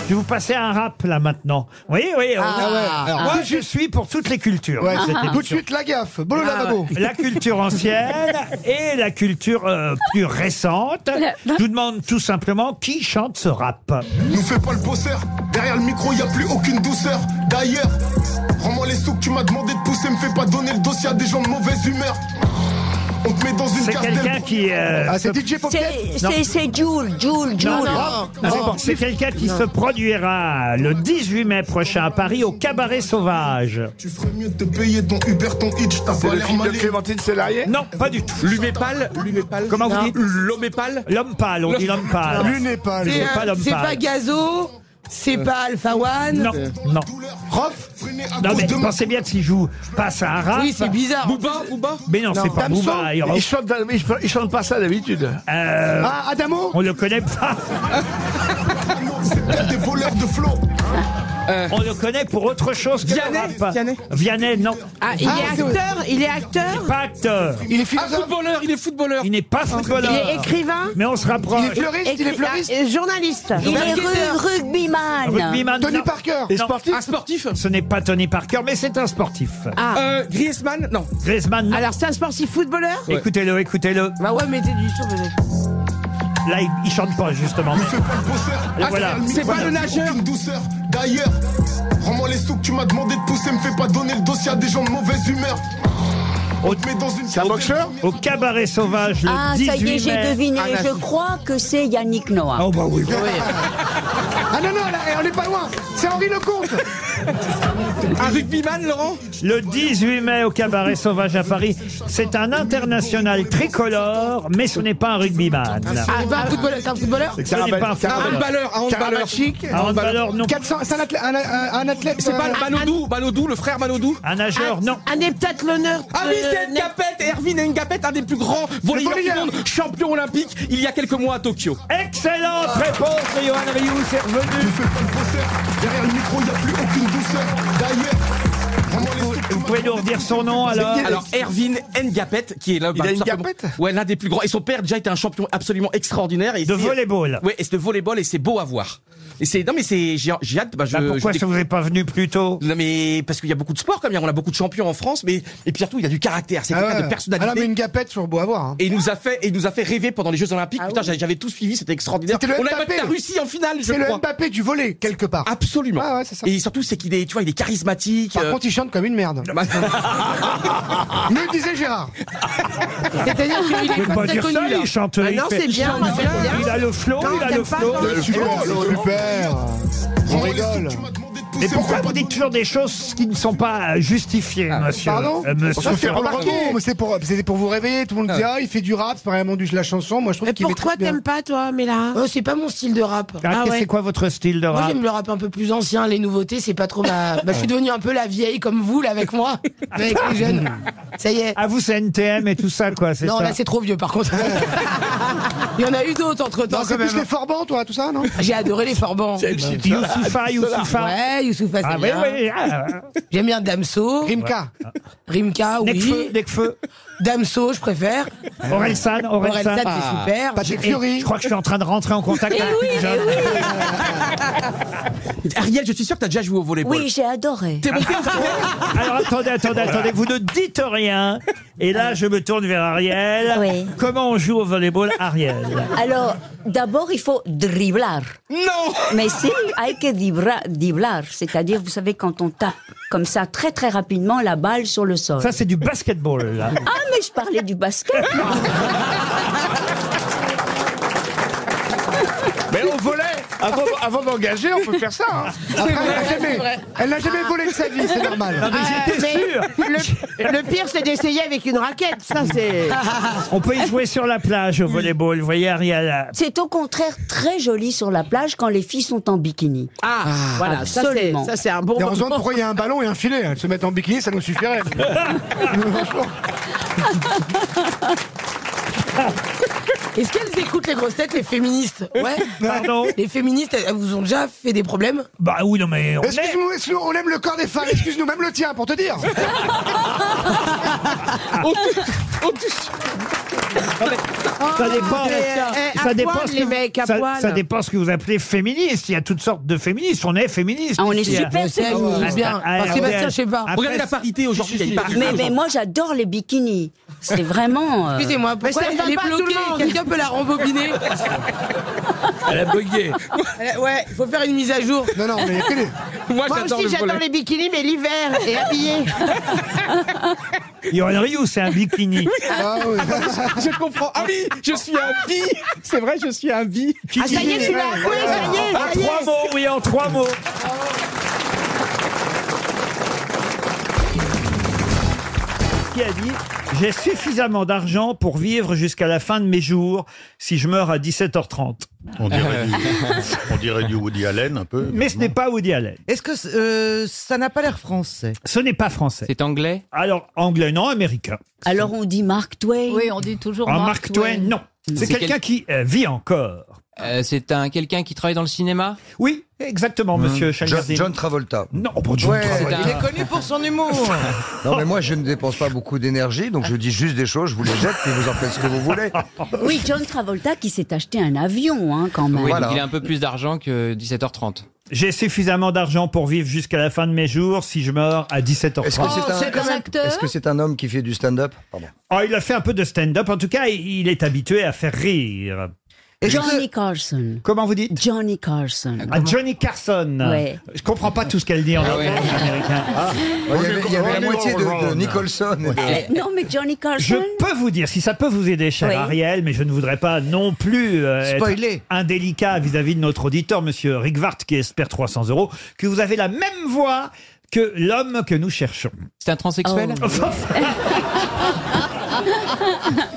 Je vais vous passer un rap là maintenant. Oui, oui. on-
Ah ouais, alors,
moi
tout de
je suis pour toutes les cultures.
Ouais, cette émission. Tout de
suite
la gaffe, bolo lavabo.
La culture ancienne et la culture euh, plus récente. Je vous demande tout simplement qui chante ce rap.
Nous fais pas le bosseur, derrière le micro y a plus aucune douceur. D'ailleurs, rends-moi les sous que tu m'as demandé de pousser, me fais pas donner le dossier à des gens de mauvaise humeur. On te met dans une
C'est
case
quelqu'un
d'ailes-
qui. euh, se-
C'est-
Non.
C'est c'est Jules, Jules, Jules.
Non, non, non, c'est- C'est quelqu'un qui se produira le 18 mai prochain à Paris au Cabaret Sauvage.
Tu ferais mieux de te payer ton Uber, ton Hitch, t'as pas l'air mal.
Clémentine Sélarié Non, pas du tout. L'Umépal Comment vous dites L'Homépal L'homme pâle, on Ah, dit l'homme pâle.
L'unépale.
C'est
C'est
pas
pas,
l'homme
c'est pas
pâle.
Gazo, c'est pas Alpha One.
Non, non.
Rof
Non mais pensez bien que s'il joue passe à un rap.
Oui, c'est bizarre.
Booba, Booba Mais non, c'est pas Booba. Il,
chante, il chante pas ça d'habitude.
Euh,
Ah, Adamo
On le connaît pas.
Des voleurs de flot.
Euh.
On le connaît pour autre chose que Vianney, le rap. Vianney non.
Ah, il est acteur, il est acteur.
Pas acteur.
Il est
footballeur, il est footballeur. Il n'est pas footballeur.
Il est écrivain.
Mais on se rapproche.
Écri- ah,
euh,
et journaliste.
Il est ru-
Ah,
rugbyman.
Rugbyman, non. Non.
Un sportif
Ce n'est pas Tony Parker, mais c'est un sportif. Euh,
Ah.
Griezmann Non.
Griezmann, non.
Alors, c'est un sportif footballeur
Écoutez-le, écoutez-le.
Bah ouais, mais t'es du tout.
Là, il, il chante pas, justement.
Ah,
Le Ah, voilà. Voilà.
nageur douceur. D'ailleurs, rends-moi les sous que tu m'as demandé de pousser, me fais pas donner le dossier à des gens de mauvaise humeur.
Au,
C'est un boxeur
Au cabaret sauvage le
Ah, ça y est,
18
j'ai
mai.
deviné. Je crois que c'est Yannick Noah. Oh,
bah oui.
Ah non, non, là, on n'est pas loin. C'est Henri Lecomte. Un rugbyman, Laurent
Le 18 mai au cabaret sauvage à Paris, c'est un international tricolore, mais ce n'est pas un rugbyman.
Ah, c'est pas un footballeur, c'est un
ah,
footballeur
C'est un handball- c'est un handballeur.
un handballeur.
Karabatic, un handballeur, non.
400, c'est un athlète, un, un- un athlète.
C'est pas le euh, Manodou,
Manodou, le frère Manodou.
Un nageur, non.
Un heptathloneur. Ah oui, c'est
euh,
Ngapet, Erwin Ngapet, un des plus grands volleyeurs du monde, champion olympique, il y a quelques mois à Tokyo. Ah.
Excellente réponse de Johan Rioux, c'est revenu.
Derrière le micro, il a plus aucune douceur. D'ailleurs,
Vous pouvez nous redire son nom alors
Alors, Erwin Ngapet, qui est l'un
Il a une
simplement- Ouais, l'un des plus grands. Et son père, déjà, était un champion absolument extraordinaire. Et
De
si-
volleyball.
Ouais, et c'est de volleyball, et c'est beau à voir. Et c'est, non, mais c'est, j'ai j'ai hâte, bah, je.
Bah, pourquoi
je-
ça vous est pas venu plus tôt
Non, mais parce qu'il y a beaucoup de sport, comme il y a- on a beaucoup de champions en France, mais, et puis surtout, il y a du caractère,
Ah
c'est quelqu'un de personnalité.
mais une gapette sur beau à voir.
Et il nous a fait, et il nous a fait rêver pendant les Jeux Olympiques. Putain, j'avais- j'avais tout suivi, c'était extraordinaire.
Ah C'était le
On a
Mbappé.
battu la Russie en finale, je
C'est le
crois.
Mbappé du volet, quelque part.
Absolument.
Ah ouais, c'est ça.
Et surtout, c'est qu'il est, tu vois, il est charismatique.
Par
euh, Bah,
contre, il chante comme une merde. <laughs>
<laughs>
Me disait Gérard.
C'est-à-dire qu'il est
Faut
pas,
pas
très
dire
connu,
ça,
là.
il chante,
Bah
Ah
il
non,
fait-
c'est bien, c'est bien.
Il a le flow,
Non,
il a
t'aimes
le
pas,
flow.
toi
Le flow,
super. On rigole.
Et pourquoi vous dites toujours des choses qui ne sont pas euh, justifiées, monsieur
Ah, Pardon
euh, monsieur
Ça, c'est pour le
Ferrand.
rebond, c'est pour, c'est pour vous réveiller. Tout le monde dit
Ah.
Ah, il fait du rap, c'est pas vraiment du la chanson. Moi, je trouve
Et
qu'il
pourquoi
maîtrise bien.
t'aimes <laughs> pas, toi, Mela oh, C'est pas mon style de rap.
Ah,
ouais.
C'est quoi votre style de
Moi,
rap
j'aime le rap un peu plus ancien, les nouveautés, c'est pas trop
<laughs>
ma. Bah, je suis devenue un peu la vieille comme vous, là, avec moi, avec les jeunes. Ça y est.
Ah, vous, c'est NTM et tout ça, quoi, c'est
Non,
ça
là, c'est trop vieux, par contre. <laughs> Il y en a eu d'autres entre temps,
Non, c'est
quand même.
plus les forbans, toi, tout ça, non
J'ai adoré les forbans.
C'est le
Bah,
shit. Youssoufa, Youssoufa.
Ouais, Youssoufa, c'est
Ah,
bien.
oui, oui,
J'aime bien Damso.
Rimka.
Rimka, oui.
Necfeu, Necfeu.
Damso, je préfère.
Orelsan, Orelsan.
Orelsan,
Ah.
c'est super.
Patrick Fiori. Je crois que je suis en train de rentrer en contact
Eh
Ah, avec
oui,
les jeunes.
<laughs> Ariel, je suis sûr que t'as déjà joué au volleyball.
Oui, j'ai adoré.
T'es mon père,
<laughs> Alors attendez, attendez, attendez, vous ne dites rien. Et là, je me tourne vers Ariel.
Oui.
Comment on joue au volleyball, Ariel
Alors, d'abord, il faut dribbler.
Non
Mais si, hay que dribla- dribbler, c'est-à-dire, vous savez, quand on tape comme ça très très rapidement la balle sur le sol.
Ça, c'est du basketball, là.
Ah, mais je parlais du basket. moi.
Mais on volait Avant, avant d'engager, on peut faire ça. hein. Après,
vrai,
elle
<laughs> c'est
n'a jamais,
vrai.
elle n'a jamais volé de sa vie,
<laughs>
c'est normal.
Euh, mais Le, le pire, c'est d'essayer avec une raquette. Ça, c'est.
On peut y jouer sur la plage au volleyball, vous voyez, Ariel.
C'est au contraire très joli sur la plage quand les filles sont en bikini.
Ah, voilà, ça, c'est-
Absolument.
ça, c'est un bon
Et heureusement,
moment.
pourquoi il y a un ballon et un filet Elles Se mettre en bikini, ça
<laughs>
nous suffirait.
<laughs> Est-ce qu'elles écoutent les grosses têtes, les féministes
<laughs>
Ouais.
Pardon
Les féministes, elles vous ont déjà fait des problèmes
Bah oui, non, mais on est...
Excuse-nous, excuse-nous, on aime le corps des femmes, excuse-nous, même le tien, pour te dire.
Ça dépend, ça dépend, ce que
les
vous-
mecs, Oh, euh, à
ça,
poil.
ça dépend ce que vous appelez féministe. Il y a toutes sortes de féministes. On est féministe.
Ah, on est
ici.
super
Ah,
féministes,
ah,
bien.
ah,
Parce que Sébastien,
ah,
je sais pas.
après-
Regardez la parité aujourd'hui. il y a une parité
Mais, mais
aujourd'hui.
moi, j'adore les bikinis. C'est vraiment. euh,
<laughs> Excusez-moi,
Mais
pourquoi
ça ne
elle est
va pas à tout le
bloquée
monde.
Quelqu'un peut la rembobiner
<laughs> Elle a bugué.
Elle- Ouais, il faut faire une mise à jour.
Non, non, mais il y a
<laughs>
que les-
<laughs> Moi,
Moi
j'adore
aussi,
le
j'adore
volet.
les bikinis, mais l'hiver, et habillée.
Yoann Ryu, c'est
<laughs>
un bikini.
Ah oui.
<laughs> Je comprends. Ah oui, je suis un bi. C'est vrai, je suis un bi.
Ah, ça y est, tu l'as Oui, ça y est, Oh.
En
ça y
trois
est
mots, oui, en trois mots. Qui a dit J'ai suffisamment d'argent pour vivre jusqu'à la fin de mes jours si je meurs à 17h30.
On dirait,
<laughs>
du, on dirait du Woody Allen un peu.
Mais ce n'est
Pas Woody Allen.
Est-ce que
Euh,
ça n'a pas l'air français
Ce n'est pas français.
C'est anglais
Alors, anglais, non, américain.
<laughs> Alors, on dit Mark Twain.
Oui, on dit toujours.
Alors, Ah, Mark Twain, Eh,
Mm.
non. C'est
C'est
quelqu'un
quel-
qui euh, vit encore.
Euh, c'est un quelqu'un qui travaille dans le cinéma
Oui, exactement, monsieur
Mm. Mmh. John,
Chalgardine.
John Travolta.
Non, bon, John
Ouais,
Travolta.
il est
connu pour son
<laughs>
humour.
con- Non, mais moi, je ne dépense pas beaucoup d'énergie, donc je dis juste des choses, je vous les jette, et vous en faites ce que vous
<laughs>
voulez.
<laughs> Oui, John Travolta qui s'est acheté un avion, hein, quand même.
Oui, donc il a un peu plus d'argent que 17h30.
J'ai suffisamment d'argent pour vivre jusqu'à la fin de mes jours si je meurs à 17h30.
Est-ce que
Oh,
c'est un,
c'est un acteur
Est-ce que c'est un homme qui fait
Oh,
du stand-up Pardon.
Ah, il a fait un peu de stand-up. En tout cas, il est habitué à faire rire.
Johnny Carson.
Comment vous dites
Johnny Carson.
Ah, Johnny Carson.
Ouais.
Je comprends pas tout ce qu'elle dit en anglais, les Américains.
Ah, Il y avait, il y avait la moitié de, de Nicholson. et de-
Eh, Non, mais Johnny
Je
Carson.
peux vous dire, si ça peut vous aider, cher
Oui.
Ariel, mais je ne voudrais pas non plus euh, être
Spoiler.
indélicat vis-à-vis de notre auditeur, monsieur Rigvart, qui espère 300 euros, que vous avez la même voix que l'homme que nous cherchons. Oh. C'est un transsexuel
Oh.
<laughs>
<laughs>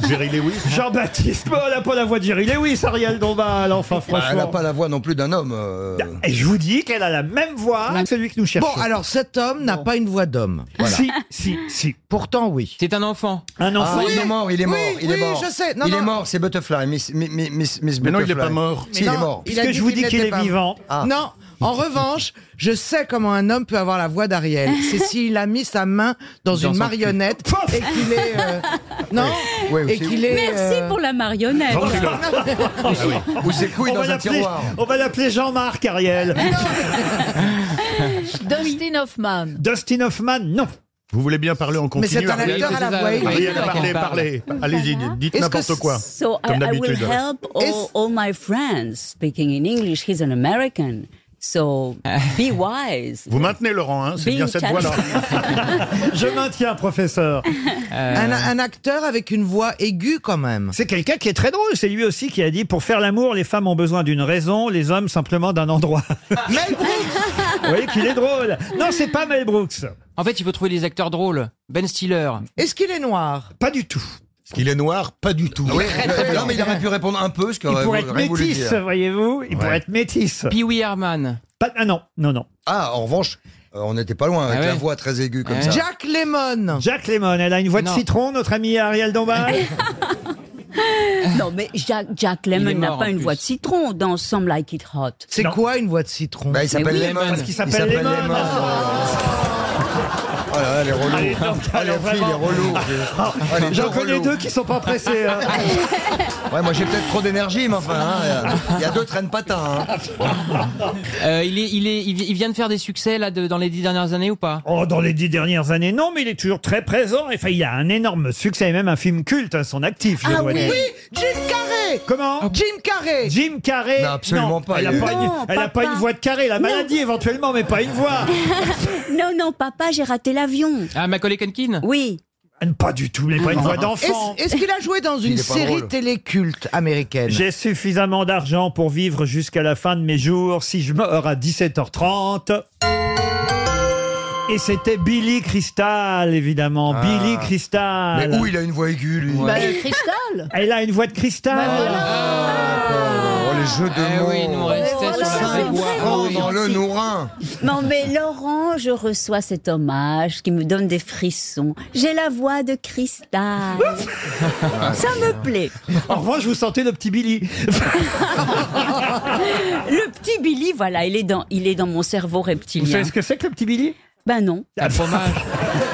Jerry Lewis Jean-Baptiste, bon, elle n'a pas la voix de Jerry Lewis, Ariel Dombal, enfin
Bah, elle n'a
franchement.
pas la voix non plus d'un homme. euh.
Et je vous dis qu'elle a la même voix que celui que nous cherchons.
Bon, alors cet homme n'a pas une voix d'homme. Voilà.
Si, si, si.
Pourtant, oui.
C'est un enfant.
Un
Ah, il est mort, il est mort, il est mort.
Oui, je sais. Non,
il
non.
est mort, c'est Butterfly, Miss, mi- mi- Miss, Miss Butterfly.
Mais non, il est pas mort.
Si,
Non,
il est mort.
il a dit n'était pas.
Ah.
Non. En revanche, je sais comment un homme peut avoir la voix d'Ariel. C'est s'il a mis sa main dans,
Dans
une
son
marionnette et qu'il est euh, non
<laughs> Oui, oui,
et
c'est-
qu'il est.
Merci
euh,
pour la marionnette.
Ou ses couilles
On va
dans un
l'appeler-
tiroir.
On va l'appeler Jean-Marc, Ariel.
Dustin Hoffman.
Dustin Hoffman, non.
Vous voulez bien parler en
Mais
continu
c'est un
Ariel
acteur à la voix aiguë.
Ariel, parlez,
Quelqu'un parle.
parlez. Allez-y,
Est-ce
dites
que
n'importe quoi.
So I,
comme
I will
d'habitude.
help all, all my friends speaking in English. He's an American.
<laughs>
So be wise.
Vous maintenez Laurent, hein, c'est
Being
bien cette
challenged.
voix-là.
<laughs> Je maintiens, <laughs> professeur.
Un, un acteur avec une voix aiguë quand même.
Euh. C'est quelqu'un qui est très drôle. C'est lui aussi qui a dit pour faire l'amour, les femmes ont besoin d'une raison, les hommes simplement d'un endroit. <laughs> Vous voyez qu'il est drôle. Non, c'est pas Mel Brooks.
En fait, il faut trouver des acteurs drôles. Ben Stiller.
Est-ce qu'il est noir
Pas du tout.
Qu'il est noir, pas du tout.
Oui, non, mais il aurait pu répondre un peu ce qu'il
Il
aurait
pourrait
voulu-
être
aurait voulu
métis,
dire.
voyez-vous. Il pourrait être métis.
Pee-wee Herman.
Pas- ah non, non, non.
Ah, en revanche, euh, on n'était pas loin avec
Ah ouais.
la voix très aiguë comme
Ouais.
ça.
Jack Lemmon.
Jack Lemmon, elle a une voix
Non.
de citron, notre ami Ariel Dombal.
non, mais Jack, Jack Lemmon
Il est
n'a
mort,
pas
en
une voix de citron dans Some Like It Hot.
C'est quoi une voix de citron
Bah, il s'appelle
oui,
Lemon.
parce qu'il s'appelle
Lemon.
Lemon.
Ah.
Oh là là, les relous.
Allez, donc,
Ah, les
alors,
filles, les <laughs>
vraiment.
relous. Ah, les
J'en
deux
connais
relous.
deux qui sont pas pressés.
euh,
<laughs>
hein.
<laughs> Ouais, moi j'ai peut-être trop d'énergie, mais enfin, hein, il y a deux traînes patins. Hein.
<laughs> Euh, il, est, il, est, il vi- il vient de faire des succès là, de- dans les dix dernières années ou pas
Oh, dans les dix dernières années, non, mais il est toujours très présent. Enfin, il a un énorme succès et même un film culte à son actif, je
Ah
dois
oui,
dire.
Jim Carrey.
Comment
Jim Carrey.
Jim Carrey.
Non, absolument pas,
Elle
il
n'a
est-
pas, une-
Non,
elle a pas
papa.
une voix de carré. La
Non.
maladie éventuellement, mais pas
<laughs>
une voix.
non, non, papa, j'ai raté l'avion.
Ah, Macaulay Culkin
Oui.
Elle- Ah, pas du tout, mais pas une voix d'enfant.
Est-ce est-ce qu'il a joué dans une
est pas
série
drôle.
téléculte américaine
J'ai suffisamment d'argent pour vivre jusqu'à la fin de mes jours si je meurs à 17h30. Et c'était Billy Crystal, évidemment.
Ah.
Billy Crystal.
Mais où il a une voix aiguë, lui
Bah,
<laughs>
Cristal.
Elle a une voix de cristal.
Oh, les jeux de mots.
Eh oui, nous on restait
Oh,
sur la
ça
vraie
nous
voix.
prend
Oui.
dans le nourrin.
Non, mais Laurent, je reçois cet hommage qui me donne des frissons. J'ai la voix de cristal.
Ah,
Ça me plaît.
En revanche, vous sentez le petit Billy.
Le petit Billy, voilà, il est dans, il est dans mon cerveau
Vous
reptilien.
savez ce que c'est que le petit Billy
Ben non.
Un fromage.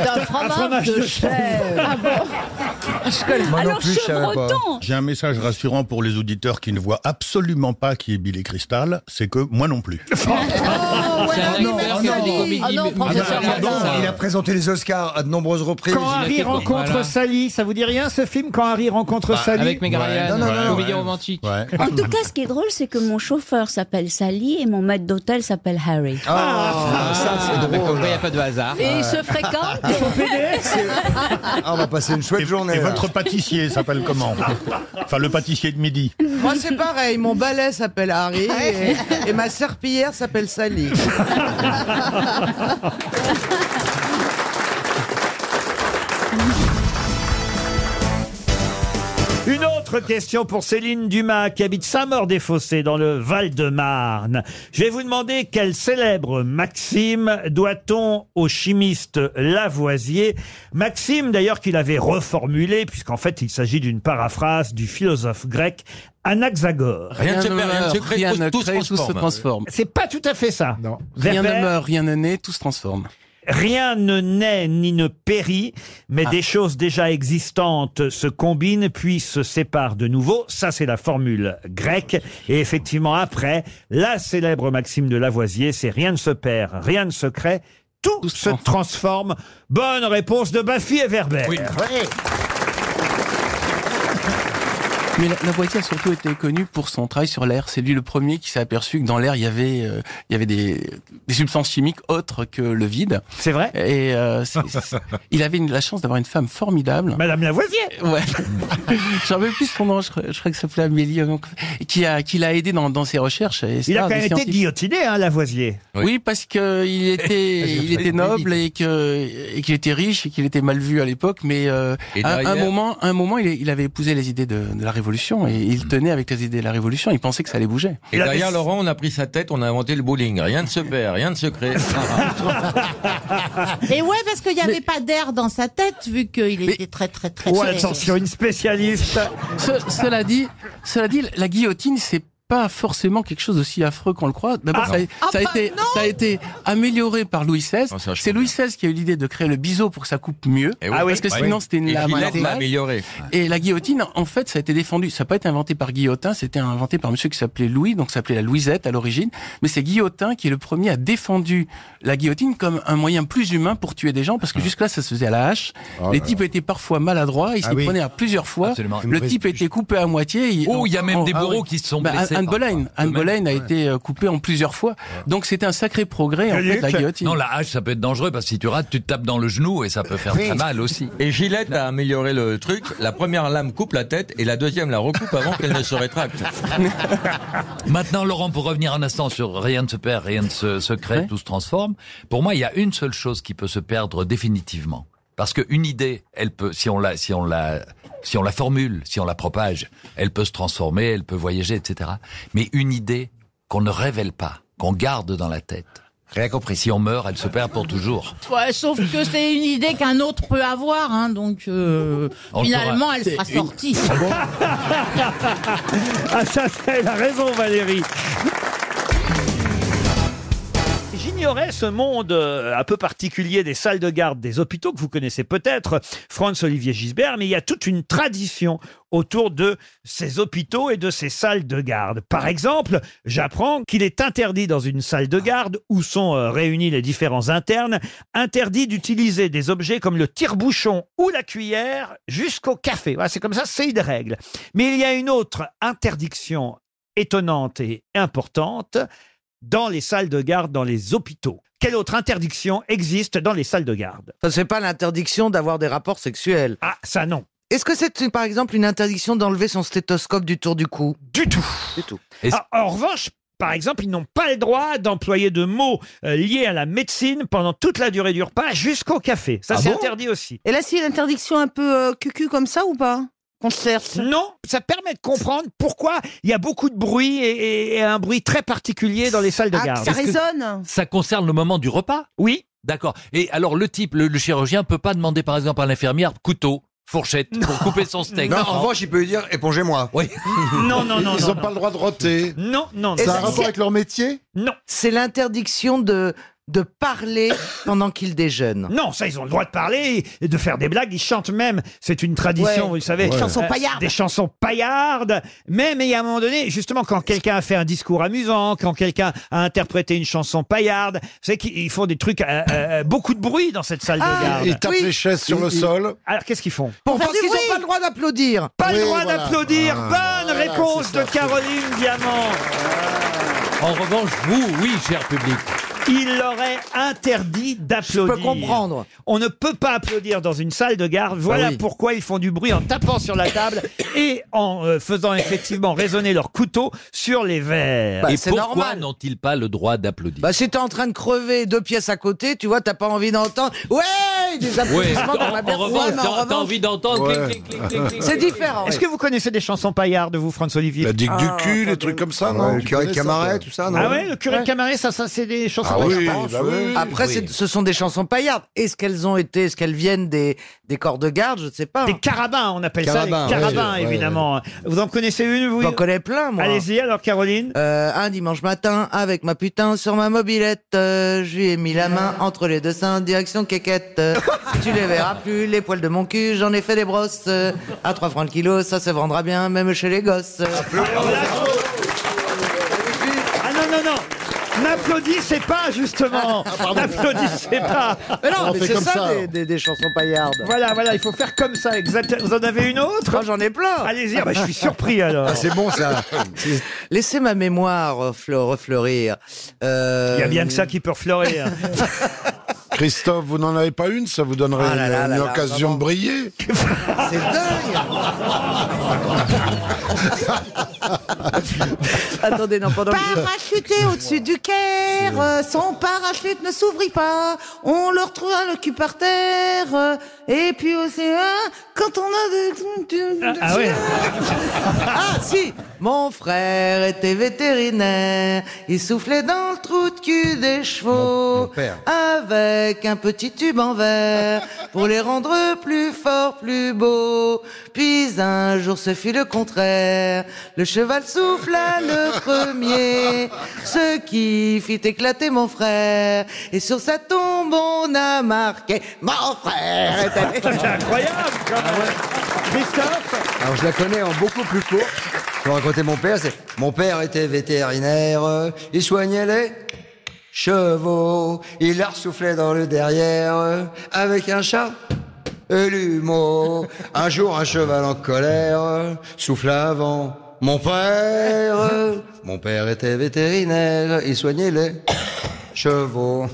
D'un fromage,
fromage
de
de
chèvre. Ah bon
Moi non
Alors,
plus, je savais pas.
chevroton
J'ai un message rassurant pour les auditeurs qui ne voient absolument pas qui est Billy Crystal, c'est que moi non plus.
Oh, ouais,
C'est un
non, mais
acteur
merci.
qui a fait des comédies.
Ah non,
Ah bah,
professeur
pardon,
Lazare.
ça.
Il a présenté les Oscars à de nombreuses reprises.
Quand Harry
Imaginatif,
rencontre
voilà.
Sally, ça vous dit rien ce film Quand Harry rencontre Sally
Bah, Avec Meg Ryan,
non, non, non,
Comédie
ouais.
romantique.
Ouais.
En tout cas, ce qui est drôle, c'est que mon chauffeur s'appelle Sally et mon maître d'hôtel s'appelle Harry.
Ah, ça c'est drôle.
Il n'y a pas de hasard.
Et il se fréquente
Ah, on va passer une chouette journée.
Et
là.
votre pâtissier s'appelle comment Enfin, le pâtissier de midi.
Moi, c'est pareil. Mon balai s'appelle Harry et, et ma serpillière s'appelle Sally.
Une autre question pour Céline Dumas qui habite Saint-Maur-des-Fossés dans le Val-de-Marne. Je vais vous demander quelle célèbre maxime doit-on au chimiste Lavoisier Maxime d'ailleurs qu'il avait reformulée puisqu'en fait il s'agit d'une paraphrase du philosophe grec Anaxagore.
Rien ne se
ne
perd, rien ne se
meurt,
crée,
rien
tout-
ne
tout se
crée, tout se
transforme.
transforme.
C'est pas tout à fait ça. Non.
Rien ne meurt, rien ne naît, tout se transforme.
Rien ne naît ni ne périt, mais des choses déjà existantes se combinent puis se séparent de nouveau. Ça, c'est la formule grecque. Et effectivement, après, la célèbre maxime de Lavoisier, c'est rien ne se perd, rien ne se crée, tout, se transforme. Bonne réponse de Baffy et Verber.
Oui.
Mais la, la Boétie a surtout été connue pour son travail sur l'air. C'est lui le premier qui s'est aperçu que dans l'air, il y avait, euh, il y avait des, des substances chimiques autres que le vide.
C'est vrai
Et euh, c'est-
<laughs>
c'est- il avait une- la chance d'avoir une femme formidable.
Madame Lavoisier
Ouais. <laughs> J'en veux plus son nom, je, crois- je crois que ça s'appelait Amélie, euh, donc, qui a- qui l'a aidé dans, dans ses recherches. et c'est
Il a
un
quand même
des
été
scientifiques.
guillotiné, hein, Lavoisier.
Oui, parce que il
<laughs>
était, il était noble et que et qu'il était riche et qu'il était mal vu à l'époque, mais euh,
Et
à
derrière
un moment, un moment, il, il avait épousé les idées de, de la Révolution et il tenait avec les idées de la Révolution. Il pensait que ça allait bouger.
<laughs> Et derrière Laurent, on a pris sa tête, on a inventé le bowling. Rien ne se perd, rien ne se <laughs> crée.
Et ouais, parce qu'il n'y avait pas d'air dans sa tête, vu qu'il était très, très, très...
Oh,
très-
attention,
une spécialiste.
cela dit, cela dit, la guillotine, c'est pas forcément quelque chose d'aussi affreux qu'on le croit. D'abord,
Ah
ça, a-
non.
ça a
Ah bah
été,
non.
ça a été amélioré par Louis XVI.
Ah, ça, je
c'est Louis XVI qui a eu l'idée de créer le biseau pour que ça coupe mieux.
Eh oui.
parce que
Ouais.
sinon, c'était une
Et
lame
Gillette l'a
normale.
amélioré.
Et la guillotine, en fait, ça a été défendu. Ça n'a pas été inventé par Guillotin, c'était inventé par un monsieur qui s'appelait Louis, donc ça s'appelait la Louisette à l'origine. Mais c'est Guillotin qui est le premier à défendu la guillotine comme un moyen plus humain pour tuer des gens,
Ah.
parce que jusque-là, ça se faisait à la hache.
Oh
Les
là
types étaient parfois maladroits, ils
Ah
s'y
oui.
prenaient à plusieurs fois.
Absolument.
Le
Mais-
type était coupé à moitié. et-
Oh, il y a même
en-
des
ah
bourreaux
ouais.
qui se sont
Bah,
blessés
Anne
parfois.
Boleyn, Anne Boleyn a été euh, coupée en plusieurs fois. Donc c'était un sacré progrès, en fait, la guillotine.
Non, la hache, ça peut être dangereux parce que si tu rates, tu te tapes dans le genou et ça peut faire
Oui.
très mal aussi.
Et Gillette a amélioré le truc. La première lame coupe la tête et la deuxième la recoupe avant qu'elle ne
<laughs>
se rétracte.
Maintenant, Laurent, pour revenir un instant sur rien ne se perd, rien ne se, se crée, tout se transforme. Pour moi, il y a une seule chose qui peut se perdre définitivement. Parce qu'une idée, elle peut, si on la, si on la, si on la formule, si on la propage, elle peut se transformer, elle peut voyager, etc. Mais une idée qu'on ne révèle pas, qu'on garde dans la tête. Rien compris. Si on meurt, elle se perd pour toujours.
Ouais, sauf que c'est une idée qu'un autre peut avoir, hein, donc euh,
On le
finalement,
saura.
elle
C'est
sera
une-
sortie.
<laughs> Ah, ça, elle a raison, Valérie. J'ignorais ce monde euh, un peu particulier des salles de garde des hôpitaux que vous connaissez peut-être, Franz-Olivier Gisbert, mais il y a toute une tradition autour de ces hôpitaux et de ces salles de garde. Par exemple, j'apprends qu'il est interdit dans une salle de garde où sont euh, réunis les différents internes, interdit d'utiliser des objets comme le tire-bouchon ou la cuillère jusqu'au café. Voilà, c'est comme ça, c'est une règle. Mais il y a une autre interdiction étonnante et importante dans les salles de garde, dans les hôpitaux. Quelle autre interdiction existe dans les salles de garde
Ça, c'est pas l'interdiction d'avoir des rapports sexuels.
Ah, ça non.
Est-ce que c'est par exemple une interdiction d'enlever son stéthoscope du tour du cou
Du tout.
Du tout.
Ah, En revanche, par exemple, ils n'ont pas le droit d'employer de mots euh, liés à la médecine pendant toute la durée du repas jusqu'au café. Ça,
Ah
c'est
bon
interdit aussi.
Et là, s'il y a une interdiction un peu euh, cucu comme ça ou pas Qu'on cherche
Non, ça permet de comprendre pourquoi il y a beaucoup de bruit hein, et, et- et un bruit très particulier dans les salles de
Ah,
garde.
ça
Est-ce que-
résonne
Ça concerne le moment du repas
Oui.
D'accord. Et alors, le type, le, le chirurgien, peut pas demander, par exemple, à l'infirmière, couteau, fourchette, pour couper son steak.
Non, en revanche, il peut lui dire épongez-moi. <laughs>
Oui.
Non, non, non.
Ils
non,
ont pas le droit de roter.
Non, non,
Ça a
non,
un rapport
non.
avec leur métier
Non.
C'est l'interdiction de, de parler pendant qu'il déjeune.
Non, ça, ils ont le droit de parler et de faire des blagues. Ils chantent même. C'est une tradition,
Ouais.
vous le savez.
Des chansons
Euh,
paillardes.
Des chansons paillardes. Même, et à un moment donné, justement, quand quelqu'un a fait un discours amusant, quand quelqu'un a interprété une chanson paillarde, c'est qu'ils font des trucs, euh, euh, beaucoup de bruit dans cette salle
Ah,
de garde.
ils tapent Oui. les chaises sur le sol.
Alors, qu'est-ce qu'ils font
Pour parce qu'ils n'ont pas le droit d'applaudir.
Pas le droit d'applaudir.
Ah,
Bonne réponse de Caroline Diamant.
En revanche, vous, oui, cher public.
Il leur est interdit d'applaudir.
Je peux comprendre.
On ne peut pas applaudir dans une salle de
Ah
garde. Voilà
oui.
pourquoi ils font du bruit en tapant sur
<coughs>
la table et en euh, faisant effectivement résonner leur couteau sur les verres.
et pourquoi n'ont-ils pas le droit d'applaudir
Bah, si t'es en train de crever deux pièces à côté, tu vois, t'as pas envie d'entendre. Ouais, des applaudissements dans la berceuse. Ouais, mais en
t'as- t'as
revanche-
envie d'entendre
Ouais.
clic, clic, clic, clic, clic.
C'est différent. Ah,
Est-ce que vous connaissez des chansons paillardes, vous, François-Olivier
La digue du cul, des trucs comme ça, non
ouais,
Le curé de Camaret, tout ça, non
Ah ouais, le curé de Camaret, ça, ça c'est des chansons
Ah oui,
paillardes.
bah oui.
Après,
Oui.
c'est- ce sont des chansons paillardes. Est-ce qu'elles ont été, est-ce qu'elles viennent des, des corps de garde Je ne sais pas.
Des carabins, on appelle
Carabins,
ça les carabins,
ouais, ouais,
évidemment. Vous en connaissez une, vous
J'en connais plein, moi.
Allez-y, alors, Caroline.
Euh, un dimanche matin, avec ma putain sur ma mobilette, euh, je lui ai mis la main entre les deux seins, direction quéquette.
<laughs>
Euh, tu les verras plus, les poils de mon cul, j'en ai fait des brosses. Euh, à 3 francs le kilo, ça se vendra bien, même chez les gosses. Euh,
Ah non, non, non N'applaudissez N'applaudissez pas, justement.
Ah,
Ah, N'applaudissez pas.
Ah, Mais non, mais c'est ça, des, des- des chansons paillardes.
Voilà, voilà, il faut faire comme ça, exactement. Vous en avez une autre
J'en ai plein.
Allez-y, ah bah, je suis surpris
Ah,
alors.
Laissez ma mémoire euh, fle- refleurir. Euh,
Il y a bien que ça qui peut refleurir.
<laughs> Christophe, vous n'en avez pas une Ça vous donnerait
Ah là là
une,
là
une
là,
occasion
pardon.
de briller
C'est dingue Attendez, non, pendant que je-
Parachuté au-dessus du Caire, euh, son parachute ne s'ouvrit pas. On le retrouve le cul par terre. euh, Et puis aussi, hein, quand on a des...
ah ouais <laughs> Ah si Mon frère était vétérinaire, il soufflait dans le trou de cul des chevaux
père.
avec un petit tube en verre pour les rendre plus forts, plus beaux. Puis un jour ce fut le contraire, le cheval souffla le premier, ce qui fit éclater mon frère. Et sur sa tombe on a marqué mon frère est allé.
<laughs> C'est incroyable quand même. <laughs> Christophe
Alors je la connais en beaucoup plus court. Je vais raconter mon père, c'est mon père était vétérinaire, euh, il soignait les chevaux, il leur soufflait dans le derrière euh, avec un chat. Et l'humour. Un jour, un cheval en colère euh, souffla avant. Mon père, euh, mon père était vétérinaire, il soignait les chevaux.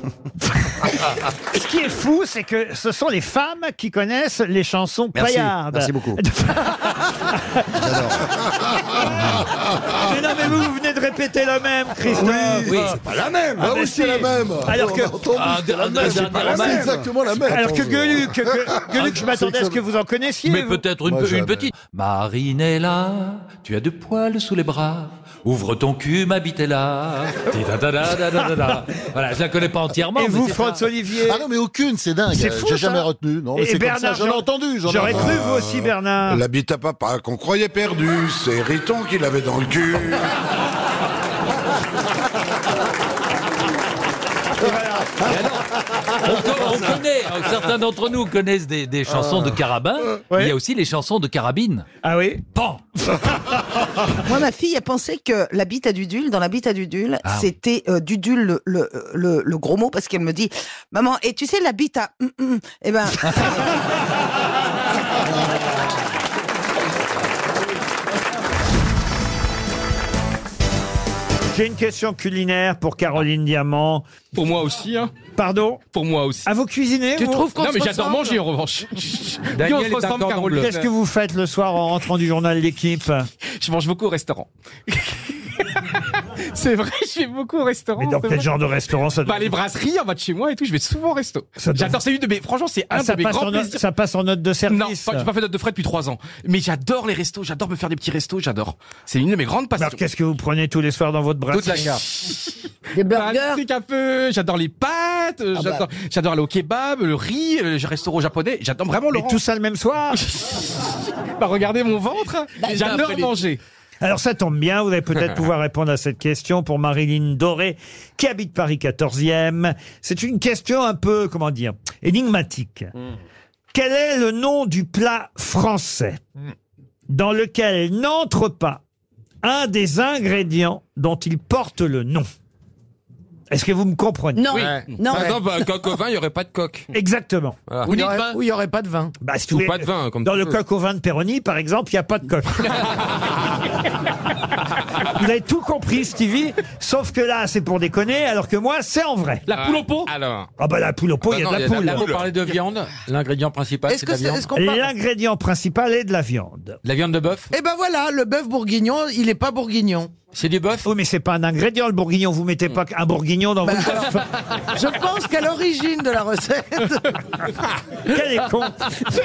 Ce qui est fou, c'est que ce sont les femmes qui connaissent les chansons
Merci,
paillardes.
merci
<laughs>
beaucoup.
Mais non, mais vous, vous venez de répéter la même, Christophe.
Oui, c'est pas la même. Ah oui,
ben
c'est
si.
la même.
Alors
On
que.
a entendu,
Ah,
c'est la
un-
même,
un-
c'est
un-
pas la même. Ah, exactement la même.
Alors que
Attends,
Gueluc, que- que- Gueluc, je
c'est
m'attendais à ce
exact-
que vous en connaissiez.
Ah, Mais
vous.
peut-être une, une petite. Marinella, tu as deux poils sous les bras. Ouvre ton cul, ma bite est là. Ti-da-da-da-da-da-da. voilà, je la connais pas entièrement. mais
Et vous,
c'est
Franz
ça.
Olivier Ah non, mais aucune, c'est dingue. C'est fou, euh, J'ai ça. jamais retenu. Non, mais Et c'est comme ça, Bernard, j'en ai j'aurais- entendu. j'en ai j'aurais entendu. cru, vous aussi,
Bernard.
L'habit à papa qu'on croyait perdu, c'est Riton qui l'avait dans le cul.
On, co- on connaît, euh, certains d'entre nous connaissent des, des chansons de carabin. mais Il y a aussi les chansons de carabine.
Ah oui
Pan
Moi, ma fille a pensé que la bite à Dudule, dans la bite à Dudule,
Ah.
c'était euh, Dudule le, le, le- le gros mot parce qu'elle me dit Maman, et tu sais, la bite à. hum, hum, eh ben.
J'ai une question culinaire pour Caroline Diamant.
Pour moi aussi. Hein.
Pardon
Pour moi aussi.
Ah, vous cuisinez
Tu
vous
trouves qu'on
Non,
se
mais
ressemble
j'adore manger, en
<laughs> revanche.
Daniel
Dis, on se
est
ressemble,
un cordon
Caroline.
bleu. Qu'est-ce que vous faites le soir en rentrant du journal L'équipe
Je mange beaucoup au restaurant. C'est vrai, je vais beaucoup au restaurant.
Mais dans
c'est
quel
vrai.
genre de restaurant ça doit-
Bah les brasseries en bas de chez moi et tout, je vais souvent au resto.
Ça doit-
J'adore, c'est une de mes franchement c'est
Ah,
un
ça
de mes
passe
grands
en note-
plaisirs.
ça passe en note de service.
Non, pas- j'ai pas fait note de frais depuis trois ans. Mais j'adore les restos, j'adore me faire des petits restos, j'adore. C'est une de mes grandes passions.
Alors, qu'est-ce que vous prenez tous les soirs dans votre bras
Toute la carte. Des burgers. un peu, j'adore les pâtes, euh,
Ah bah.
j'adore, j'adore aller au kebab, le riz, euh, le restaurant japonais, j'adore vraiment le.
Et tout ça le même soir
<laughs> Bah regardez mon ventre, Bah, j'adore manger.
Alors ça tombe bien, vous allez
<laughs>
peut-être pouvoir répondre à cette question pour Marilyn Doré, qui habite Paris 14e. C'est une question un peu, comment dire, énigmatique.
Hmm.
Quel est le nom du plat français
Mm.
dans lequel n'entre pas un des ingrédients dont il porte le nom Est-ce que vous me comprenez
Oui. Par exemple, un coq au vin, il n'y aurait pas de coq.
Exactement.
Voilà. Ou Ou ni de aurait- vin. ou il y aurait pas de vin.
Bah, si
Ou
vous voulez,
pas de vin, comme
dans
tu
le
veux.
coq au vin de Péroni, par exemple, il n'y a pas de
<laughs>
coq. vous avez tout compris, Stevie, sauf que là, c'est pour déconner, alors que moi, c'est en vrai.
La poule au pot
Alors. Ah bah la poule au pot, il y a de la poule.
Là, vous parlez de viande. L'ingrédient principal, c'est de la viande.
L'ingrédient principal est de la viande.
La viande de bœuf
Eh ben voilà, le bœuf bourguignon, il n'est pas bourguignon.
C'est du bœuf
Oui, Oh, mais c'est pas un ingrédient, le bourguignon. Vous mettez pas un bourguignon dans
Bah,
votre bœuf.
Je pense qu'à l'origine de la recette.
Quel est con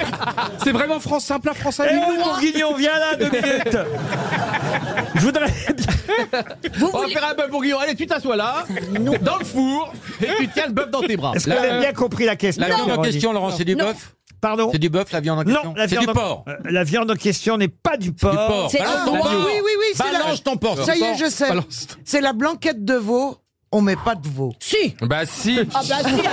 <laughs> C'est vraiment France simple, la France à
Eh oui, bourguignon, viens là, deux minutes Je voudrais...
Vous On va faire un bœuf bourguignon. Allez, tu t'assois là, dans le four, et tu tiens le bœuf dans tes bras.
Est-ce que vous avez bien compris la question
La viande en
Véronique
question, Laurent, c'est du Non. bœuf
Pardon
C'est du bœuf, la viande en question
Non, la
C'est
viande
du
en-
porc
euh, La viande en question n'est pas du porc.
porc. C'est-
Ah, oui, oui, oui, c'est la...
Balance ton porc,
Ça y
ton
est,
porc.
je sais.
Balance.
C'est la blanquette de veau on met pas de veau.
Si Bah si
Ah bah si, alors.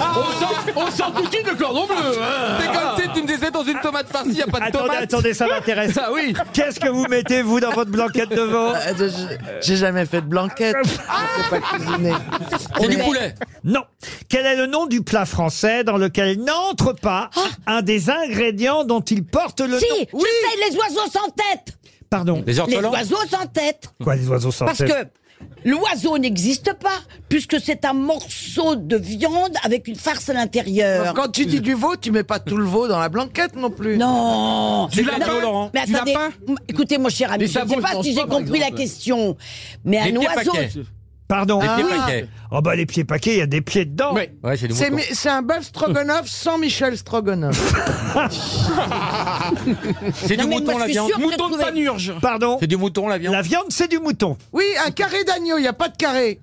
Ah,
On sent, on sent tout de suite le cordon bleu hein. C'est comme si tu me disais dans une tomate farcie, y a pas de
Attendez,
tomate
attendez, ça m'intéresse.
Ah oui
Qu'est-ce que vous mettez, vous, dans votre blanquette de veau
Euh, J'ai jamais fait de blanquette. Je sais pas cuisiner.
C'est
du poulet.
Non. Quel est le nom du plat français dans lequel n'entre pas un des ingrédients dont il porte le
Ah. si,
nom
je sais, les oiseaux sans tête.
Pardon.
les oiseaux sans tête.
Quoi, les oiseaux sans
Parce
tête
que l'oiseau n'existe pas, puisque c'est un morceau de viande avec une farce à l'intérieur.
Quand tu dis du veau, tu mets pas tout le veau dans la blanquette non plus.
Non.
Tu
l'as
pas,
Mais attendez, m- écoutez, mon cher ami,
Les
je ne
sabots,
sais
je
pas
pense
si
pas,
j'ai
par
compris la
exemple.
question, mais
Les
un
pieds
oiseau.
paquets. Pardon.
Les pieds
Ah.
paquets.
Oh bah les pieds paquets, il y a des pieds dedans.
c'est
C'est mi- c'est un bœuf stroganoff sans Michel Stroganoff.
<laughs> C'est du mouton la viande Mouton de panurge
Pardon
C'est du mouton la viande
La viande, c'est du mouton.
Oui, un carré d'agneau, il n'y a pas de carré.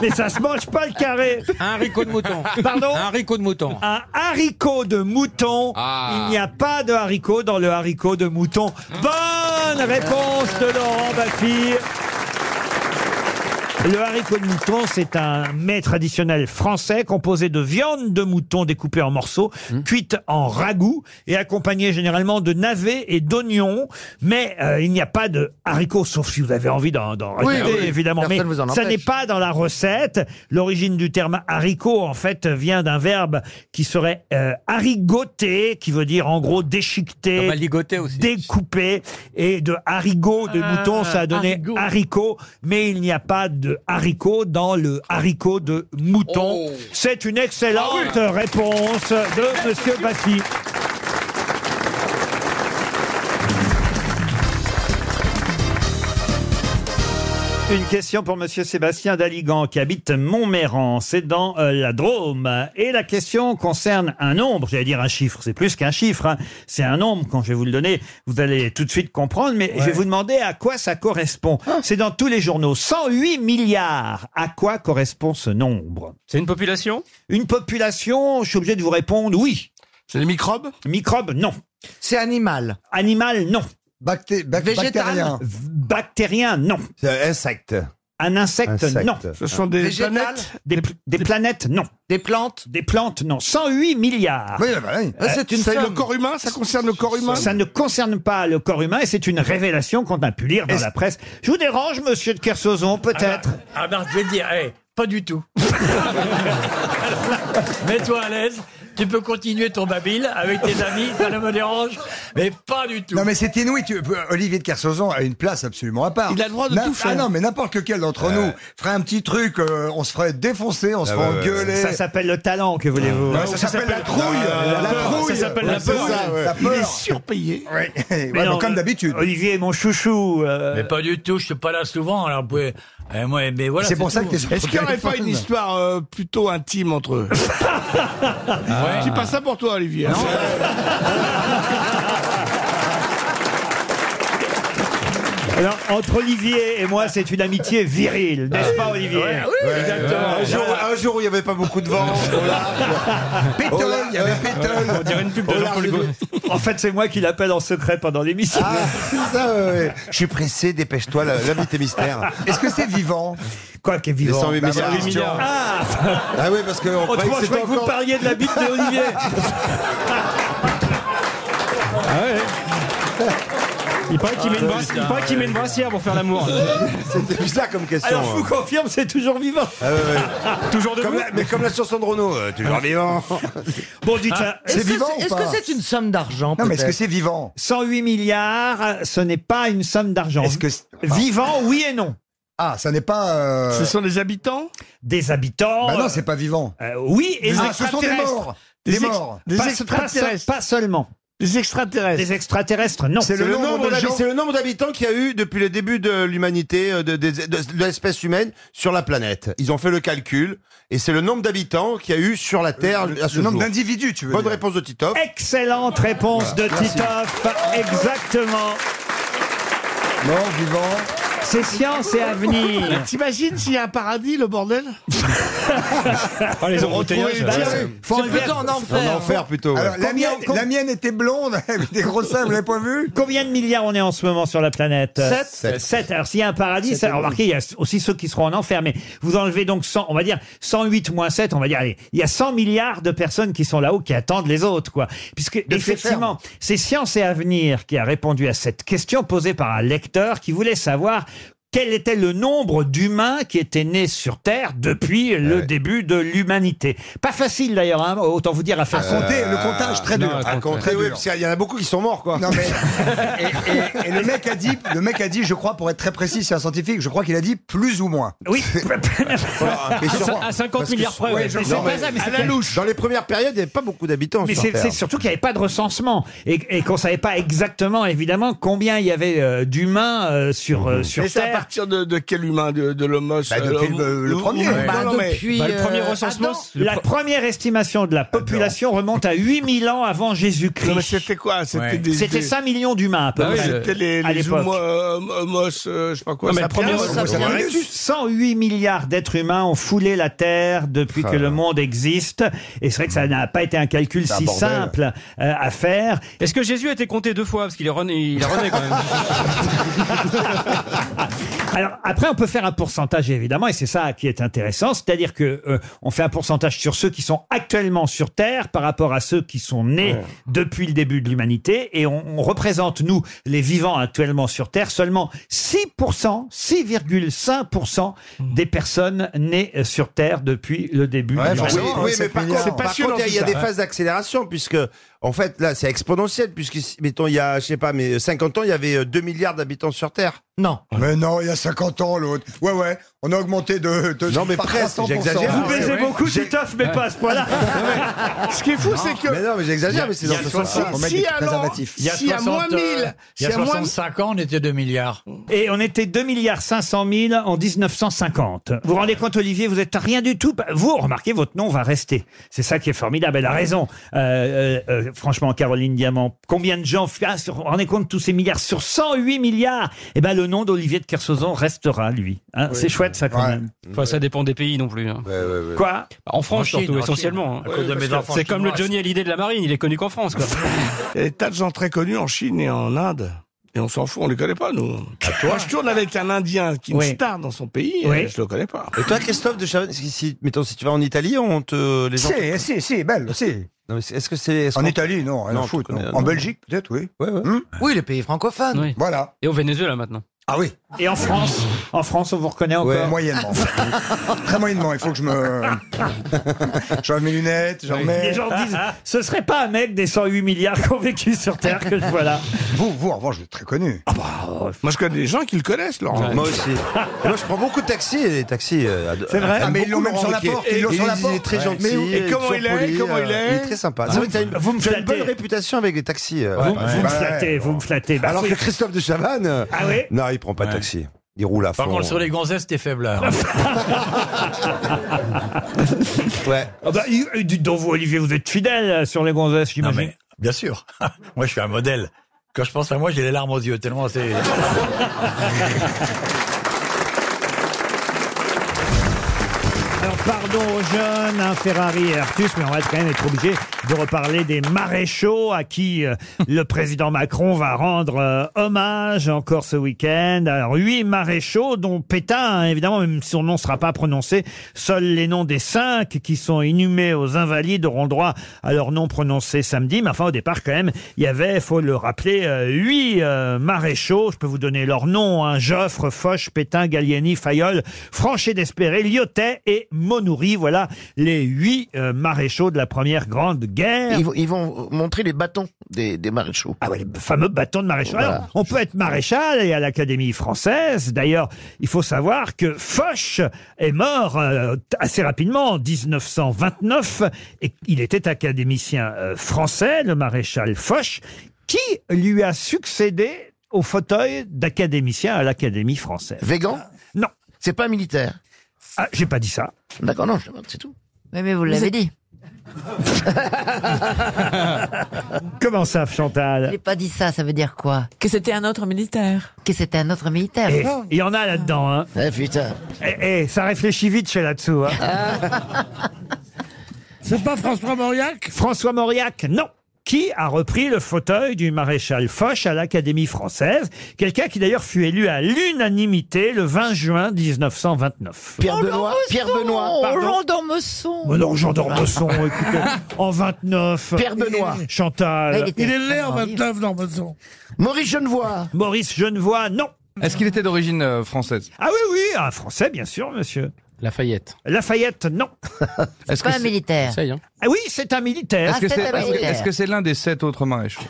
Mais ça se mange pas le carré.
Un haricot de mouton
Pardon
Un haricot de mouton Ah.
Un haricot de mouton. Il n'y a pas de haricot dans le haricot de mouton. Bonne réponse de Laurent Baffy. Le haricot de mouton, c'est un mets traditionnel français composé de viande de mouton découpée en morceaux, cuite en ragoût et accompagnée généralement de navets et d'oignons. Mais euh, il n'y a pas de haricots, sauf si vous avez envie d'en d'en
Oui,
rajouter,
oui,
évidemment. Mais
personne vous en
ça
empêche.
n'est pas dans la recette. L'origine du terme haricot, en fait, vient d'un verbe qui serait euh, harigoter, qui veut dire en gros déchiqueter, découper, et de harigot de
Ah,
mouton, ça a donné
harigot.
haricot, mais il n'y a pas de haricot dans le haricot de mouton. C'est une excellente
Ah
réponse de Monsieur Bassi. Une question pour Monsieur Sébastien Daligan qui habite Montméran, c'est dans euh, la Drôme. Et la question concerne un nombre, j'allais dire un chiffre, c'est plus qu'un chiffre, hein. c'est un nombre, quand je vais vous le donner, vous allez tout de suite comprendre, mais je vais vous demander à quoi ça correspond. C'est dans tous les journaux, 108 milliards, à quoi correspond ce nombre C'est une population Une population, je suis obligé de vous répondre oui. C'est des microbes Microbes, non.
C'est animal
Animal, non.
Végétal
Végétarien Bactérien, non.
Insecte.
Un insecte,
Insecte.
non.
Ce sont des Végétal
planètes des, pl- des planètes, non. Des plantes Des plantes, non. 108 milliards.
Oui, bah oui.
Euh,
C'est le corps humain, ça concerne le corps humain
Ça ne concerne pas le corps humain et c'est une révélation qu'on a pu lire dans la presse. Je vous dérange, monsieur de Kersozon, peut-être
Ah bah, je vais te dire, eh, pas du tout. Alors là, Mets-toi à l'aise. Tu peux continuer ton babil avec tes amis, ça ne me dérange, mais pas du tout.
Non mais c'est inouï, tu- euh, Olivier de Kersauzon a une place absolument à part.
Il a le droit de
Na-
tout faire.
Ah non, mais n'importe lequel d'entre
Ouais.
nous ferait un petit truc, euh, on se ferait défoncer,
Ah
on se ferait engueuler.
Ça s'appelle le talent, que voulez-vous
Ouais, ça, s'appelle la trouille,
Ah,
la
peur.
trouille.
Ça s'appelle la
Ouais, c'est
peur.
ça, ouais.
La
Il est
peur.
<laughs>
surpayé. Ouais. Ouais, bon,
Mais non,
comme d'habitude.
Olivier est mon chouchou. euh,
Mais pas du tout, je suis pas là souvent, alors vous pouvez- eh, moi, mais voilà.
C'est pour ça
tout.
que t'es sur Est-ce ton qu'il y aurait téléphone pas une histoire, euh,
plutôt intime entre
<laughs>
eux
Ah.
Ouais.
Tu passes ça pour toi, Olivier.
Alors, entre Olivier et moi, c'est une amitié virile,
Ah,
n'est-ce pas, Olivier
Ah. Ouais, Un, jour, un jour où il n'y avait pas beaucoup de <laughs> vent. au large. Pétole, il y avait pétole. Oh On dirait une pub de Jean-Paul
En fait, c'est moi qui l'appelle en secret pendant l'émission.
Ah.
<laughs>
Je suis pressé, dépêche-toi, la- l'invité mystère. Est-ce que c'est vivant
Quoi qui est vivant
Les 108
Bah,
milliards.
voilà. Ah
Ah oui, parce que on
Autrement,
croyait que
je
c'était
croyais que vous
encore-
parliez de la bite d'Olivier.
Il paraît qu'il met, une brasse- il paraît qu'il met une brassière pour faire l'amour.
<laughs> C'était bizarre comme question. hein.
Alors, je vous confirme, c'est toujours vivant.
toujours debout Mais comme la chanson de Renaud, euh,
<laughs>
toujours vivant.
Bon, dites
Ah,
ça.
c'est Est-ce que vivant
Est-ce que c'est une somme d'argent
Non, mais est-ce
peut-être
que c'est vivant
108 milliards, ce n'est pas une somme d'argent.
Est-ce que c'est-
Vivant, oui et non.
Ah, ça n'est pas. euh,
Ce sont des habitants Des habitants.
Bah non, c'est pas vivant.
euh, oui, et
Des
non.
Ah, ce sont des morts. Des
ex-
morts.
Pas-
Des
pas-
extraterrestres.
Pas, seulement. Des extraterrestres. Des extraterrestres, <laughs> non.
C'est le, nombre d'habi- c'est le nombre d'habitants qu'il y a eu depuis le début de l'humanité, euh, de, des- de- de l'espèce humaine sur la planète. Ils ont fait le calcul et c'est le nombre d'habitants qu'il y a eu sur la Terre à ce
le nombre
jour.
d'individus, tu veux
Bonne
dire.
réponse de Titoff.
Excellente réponse
Voilà,
de
merci.
Titoff. Exactement.
Mort, vivant.
C'est science et <laughs> avenir.
T'imagines s'il y a un paradis, le <laughs> bordel
Ah, les
embouteillages, ouais.
bah Faut
C'est
enlever-
plutôt en enfer.
En enfer, plutôt, ouais.
Alors, la,
Combien-
mienne, la mienne était blonde, <laughs> elle avait des grosses seins, vous l'avez pas vu
Combien de milliards on est en ce moment sur la planète
Sept.
Sept. Sept. Alors s'il y a un paradis,
Sept et
ça,
demi.
remarquez, il y a aussi ceux qui seront en enfer. Mais vous enlevez donc 100, on va dire 108 moins 7, on va dire, allez, il y a 100 milliards de personnes qui sont là-haut, qui attendent les autres, quoi. Puisque
De fait
effectivement, c'est Science et Avenir qui a répondu à cette question posée par un lecteur qui voulait savoir. Quel était le nombre d'humains qui étaient nés sur Terre
Ah
depuis le début de l'humanité Pas facile d'ailleurs, hein, autant vous dire à faire
À compter, le comptage, très dur.
À
Euh, À compter, oui,
<laughs>
parce qu'il y en a beaucoup qui sont morts, quoi. Non, <laughs> mais. Et, et- et le, mec a dit, le mec a dit, je crois, pour être très précis, c'est un scientifique, je crois qu'il a dit plus ou moins. <laughs>
Oui.
Et sûrement. Parce que- ouais, je- non, mais à la louche.
Dans les premières périodes, il n'y avait pas beaucoup d'habitants.
Mais
sur
c'est
Terre.
c'est surtout qu'il n'y avait pas de recensement et, et qu'on ne savait pas exactement, évidemment, combien il y avait euh, d'humains euh,
Mhm.
sur, euh, sur
Mais c'est à
Terre.
partir de, de quel humain De, de l'homos
Bah,
euh,
depuis
ou-
le- le
ou-
premier.
ou-
Bah,
non, non, mais-
depuis, Bah, le premier euh, recensement, Adam. c'est le La pre- première estimation de la population remonte à 8000 ans avant Jésus-Christ.
Mais c'était quoi C'était
Ouais.
des-
C'était
des-
5 millions d'humains à peu
Ah oui,
près.
C'était les,
à
les
l'époque.
homo- euh, homos, euh, je sais pas quoi.
Non, mais
ça
le premier
s'appelle-
homo sapiens. 108 milliards d'êtres humains ont foulé la Terre
Ah
depuis que le monde existe. Et c'est vrai que ça n'a pas été un calcul
C'est un
si
bordel.
simple euh, à faire.
Est-ce que Jésus a été compté deux fois Parce qu'il est rené, il est rené quand même.
Alors après, on peut faire un pourcentage évidemment, et c'est ça qui est intéressant, c'est-à-dire que euh, on fait un pourcentage sur ceux qui sont actuellement sur Terre par rapport à ceux qui sont nés depuis le début de l'humanité, et on, on représente nous les vivants actuellement sur Terre seulement 6%, 6,5% des personnes nées euh, sur Terre depuis le début.
Hmm. Ouais,
de
oui,
l'humanité.
oui, mais par contre, par contre, il y a, il y a des phases d'accélération, puisque, en fait, là, c'est exponentiel, puisque, si- mettons, il y a, je sais pas, mais 50 ans, il y avait euh, 2 milliards d'habitants sur Terre.
Non.
Mais non, il y a 50 ans, l'autre. Ouais, ouais, on a augmenté de. de
Non, mais
par
presque,
300%.
j'exagère.
Ah, ouais.
J'ai-
Titoff, mais pas à ce point-là.
Ce qui est fou,
Non,
c'est que.
mais non, mais j'exagère, mais c'est dans ce sens-là. On met des
Si
petits
alors,
préservatifs.
il y a si à moins
60, euh,
1000,
il y a
si à moins
65 ans, on était 2 milliards. Et on était 2 milliards 500 000 en 1950. Vous vous rendez compte, Olivier, vous êtes rien du tout. Vous, remarquez, votre nom va rester. C'est ça qui est formidable. Elle a raison. Euh, euh, euh, franchement, Caroline Diamant, combien de gens, ah, sur- vous vous rendez compte, tous ces milliards, sur 108 milliards, eh ben, le nom d'Olivier de Kersauzon restera, lui. Hein, C'est chouette, ça, quand même.
Enfin, ça dépend des pays non plus. hein.
Quoi
En France,
En Chine,
surtout,
en
essentiellement.
Chine. À cause de
Parce
mes
que
enfants
C'est comme le
chinois.
Johnny Hallyday de la marine, il est connu qu'en France. Quoi.
Il y a des tas de gens très connus en Chine et en Inde. Et on s'en fout, on les connaît pas, nous. Moi, je tourne avec un Indien qui est une
Oui.
star dans son pays,
Oui.
et je le connais pas.
Et toi, Christophe de Chavannes, si, si- mettons, si tu vas en Italie, on te. Les gens...
Si, si, si, belle, si.
Non, mais c'est- est-ce que c'est. est-ce
En
qu'on-
Italie, non, rien à
tu
foutre,
connais-
non. En Belgique, peut-être, oui. Hmm
Oui, les pays francophones.
Voilà.
Et au Venezuela maintenant.
Ah oui.
Et en France En France, on vous reconnaît encore
Ouais, moyennement. Très moyennement, il faut que je
<laughs>
me. J'enlève mes lunettes, j'en remets.
Les gens disent, ce serait pas un mec des 108 milliards qui ont vécu sur Terre que je vois là.
Vous, vous, en revanche, vous êtes très connu.
Moi, je connais des gens qui le connaissent, Laurent.
Moi aussi. Moi, je prends beaucoup de taxis et les taxis. euh, ad-
C'est vrai.
aiment
Ah, mais ils
beaucoup
l'ont même
Laurent
sur la
Ruquier.
porte, ils l'ont
Et
sur la
Il est
porte.
très
Ouais.
gentil.
Mais où- et
il est
comment
toujours
il est,
poli,
comment il
euh,
est
Il est très sympa. C'est
Vous-
vrai que t'as une,
vous me
t'as une
flattez.
bonne réputation avec les taxis. euh,
Vous,
ouais.
vous me
Ouais.
flattez, vous me flattez. Bah,
Alors
oui.
que Christophe de Chavannes. euh,
Ah oui
Non, il prend pas de
Ouais.
taxi. Il roule à fond.
Par contre, sur les gonzesses, t'es faiblard.
Ouais.
Ah bah, il- il- dites donc, vous, Olivier, vous êtes fidèle euh, sur les gonzesses,
Non,
j'imagine.
mais bien sûr. <laughs> moi, je suis un modèle. Quand je pense à moi, j'ai les larmes aux yeux, tellement c'est.
Alors, pardon aux jeunes, hein, Ferrari et Artus, mais on va quand même être obligé de reparler des maréchaux à qui euh, le président Macron va rendre euh, hommage encore ce week-end. Alors, huit maréchaux, dont Pétain, hein, évidemment, même si son nom ne sera pas prononcé, seuls les noms des cinq qui sont inhumés aux Invalides auront droit à leur nom prononcé samedi. Mais enfin, au départ, quand même, il y avait, faut le rappeler, euh, huit euh, maréchaux. Je peux vous donner leur nom, hein, Joffre, Foch, Pétain, Gallieni, Fayol, Franchet d'Espéré, Lyotet et Monoury. Voilà les huit euh, maréchaux de la première grande guerre.
Ils, vont- ils vont montrer les bâtons des, des maréchaux.
Ah ouais, les fameux bâtons de maréchal.
Voilà.
Alors, on peut être maréchal et à l'Académie française. D'ailleurs, il faut savoir que Foch est mort euh, t- assez rapidement en 1929 et il était académicien euh, français, le maréchal Foch, qui lui a succédé au fauteuil d'académicien à l'Académie française.
Végan
Non.
C'est pas militaire
Ah, j'ai pas dit ça.
D'accord, non, je demande, c'est tout.
Oui, mais vous l'avez dit.
<laughs> Comment ça, Chantal
J'ai pas dit ça, ça veut dire quoi
Que c'était un autre militaire.
Que c'était un autre militaire. Oh.
Eh, Il y en a là-dedans, hein.
Eh, putain.
Eh, eh, ça réfléchit vite chez là-dessous. hein.
Ah.
<laughs> C'est pas François Mauriac François Mauriac, non. Qui a repris le fauteuil du maréchal Foch à l'Académie française Quelqu'un qui d'ailleurs fut élu à l'unanimité le 20 juin 1929.
Pierre
Oh,
Benoît. Pierre Benoît.
Pardon
Dormesson.
Mais non, Jean
<laughs>
Dormesson, écoutez, en 29.
Pierre Benoît.
Chantal.
Dormesson. Maurice Genevois.
Maurice Genevois, non.
Est-ce qu'il était d'origine euh, française
Ah oui, oui, un Français, bien sûr, monsieur.
Lafayette.
Lafayette, non.
Est-ce que
pas un militaire. Ah,
Essaye, hein.
Ah oui, c'est un militaire.
Est-ce que c'est est-ce que- est-ce que c'est l'un des sept autres maréchaux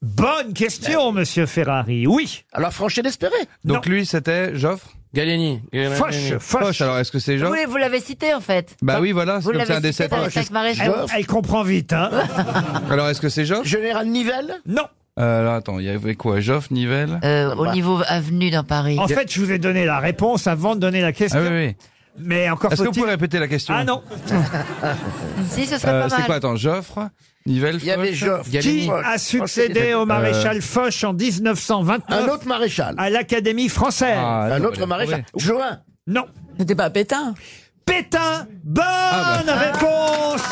Bonne question, monsieur Ferrari. Oui.
Alors Franchet d'Espéré. Donc lui, c'était Joffre Gallieni.
Foch, Foch.
Alors est-ce que c'est Joffre
Vous, vous l'avez cité en fait.
Bah oui, voilà, c'est
Vous
comme
l'avez
ça, un des
cité
sept
dans les
Foch.
cinq maréchaux.
Joffre.
Elle comprend vite,
<laughs>
hein
Alors est-ce que c'est Joffre
Général Nivelle
Non.
Euh, alors attends, il y avait quoi Joffre, Nivelle Bah.
Euh, au niveau avenue dans Paris.
En fait, je vous ai donné la réponse avant de donner la question.
Ah oui, oui.
Mais encore
Est-ce que vous
faut-il-
pouvez répéter la question
Ah non
<laughs> si, ce serait
Euh,
pas mal.
C'est quoi Attends, Joffre, Nivelle,
Il y avait Joffre.
Gallieni.
Oh,
Qui a succédé au maréchal Foch en 1929
Euh. Un autre maréchal.
À l'Académie française.
Ah, Un autre maréchal. Join.
Non.
C'était pas Pétain.
Pétain. Bonne
Ah, bah.
réponse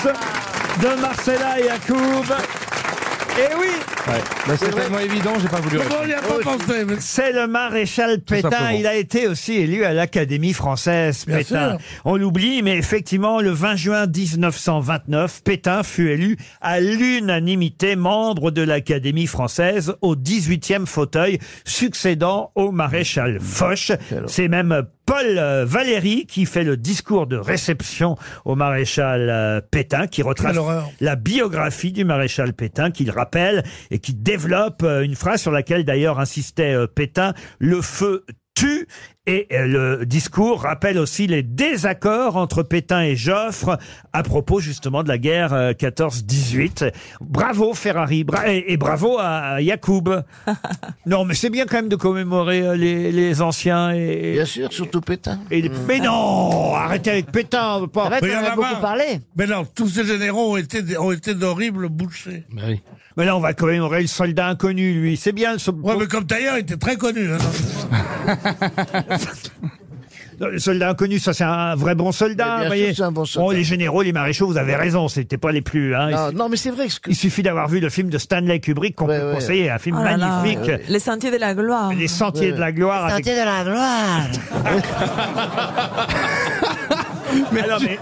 de Marcella Yacoub. Et oui
Ouais. Bah, c'est tellement évident, j'ai pas voulu répondre.
C'est le maréchal Pétain.
simplement.
Il a été aussi élu à l'Académie française,
Bien
Pétain.
sûr.
On l'oublie, mais effectivement, le 20 juin 1929, Pétain fut élu à l'unanimité membre de l'Académie française au 18e fauteuil, succédant au maréchal Foch. C'est même Paul euh, Valéry qui fait le discours de réception au maréchal euh, Pétain, qui retrace
Quelle horreur.
la biographie du maréchal Pétain qu'il rappelle et qui développe euh, une phrase sur laquelle d'ailleurs insistait euh, Pétain, le feu tue. Et euh, le discours rappelle aussi les désaccords entre Pétain et Joffre à propos justement de la guerre euh, 14-18. Bravo Ferrari bra- et, et bravo à, à Yacoub. non mais c'est bien quand même de commémorer euh, les, les anciens. Et, bien
sûr, surtout Pétain. Mm.
Mais non, arrêtez avec Pétain. on peut pas-
Mais il y en a marre. Mais non, tous ces généraux ont été, des- ont été d'horribles bouchers.
Mais là, on va commémorer le soldat inconnu, lui. C'est bien le, sol-
Ouais, mais comme Tailleur était très connu. hein.
Non, le soldat inconnu, ça c'est un vrai bon
Mais
soldat.
bien
vous
sûr,
voyez.
c'est un bon soldat.
Bon, les généraux, les maréchaux, vous avez raison, c'était pas les plus. hein. Il
Non,
su-
non, mais c'est vrai.
Il suffit d'avoir vu le film de Stanley Kubrick qu'on peut
ouais.
conseiller, un film
Oh là là,
magnifique.
ouais, ouais. Les sentiers de la gloire.
Les sentiers
Ouais, ouais.
de la gloire. avec-
Sentier de la gloire.
Mais alors, mais-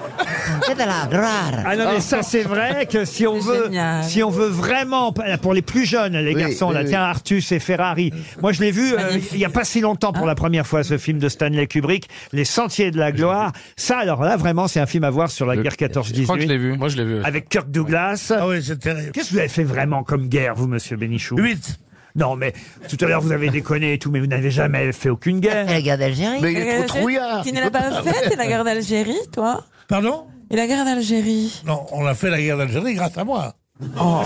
Sentier de la gloire.
Ah non mais ça c'est vrai que si on veut
génial.
si on veut vraiment pour les plus jeunes les
Oui,
garçons là
oui, oui.
tiens Artus et Ferrari moi je l'ai vu euh,
Magnifique. Ah.
il y a pas si longtemps pour la première fois ce film de Stanley Kubrick Les Sentiers de la gloire ça alors là vraiment c'est un film à voir sur la guerre 14-18
vu. Moi, je l'ai vu.
avec Kirk Douglas. Ah oui, c'est terrible. Qu'est-ce que vous avez fait vraiment comme guerre, vous, monsieur Bénichou Huit. Non, mais tout à l'heure, vous avez déconné et tout, mais vous n'avez jamais fait aucune guerre.
La guerre d'Algérie.
Euh,
trouillard. Tu
Il
ne l'as pas faite, la guerre
d'Algérie, toi Pardon Et la guerre d'Algérie Non, on a fait la guerre d'Algérie grâce à moi.
Oh.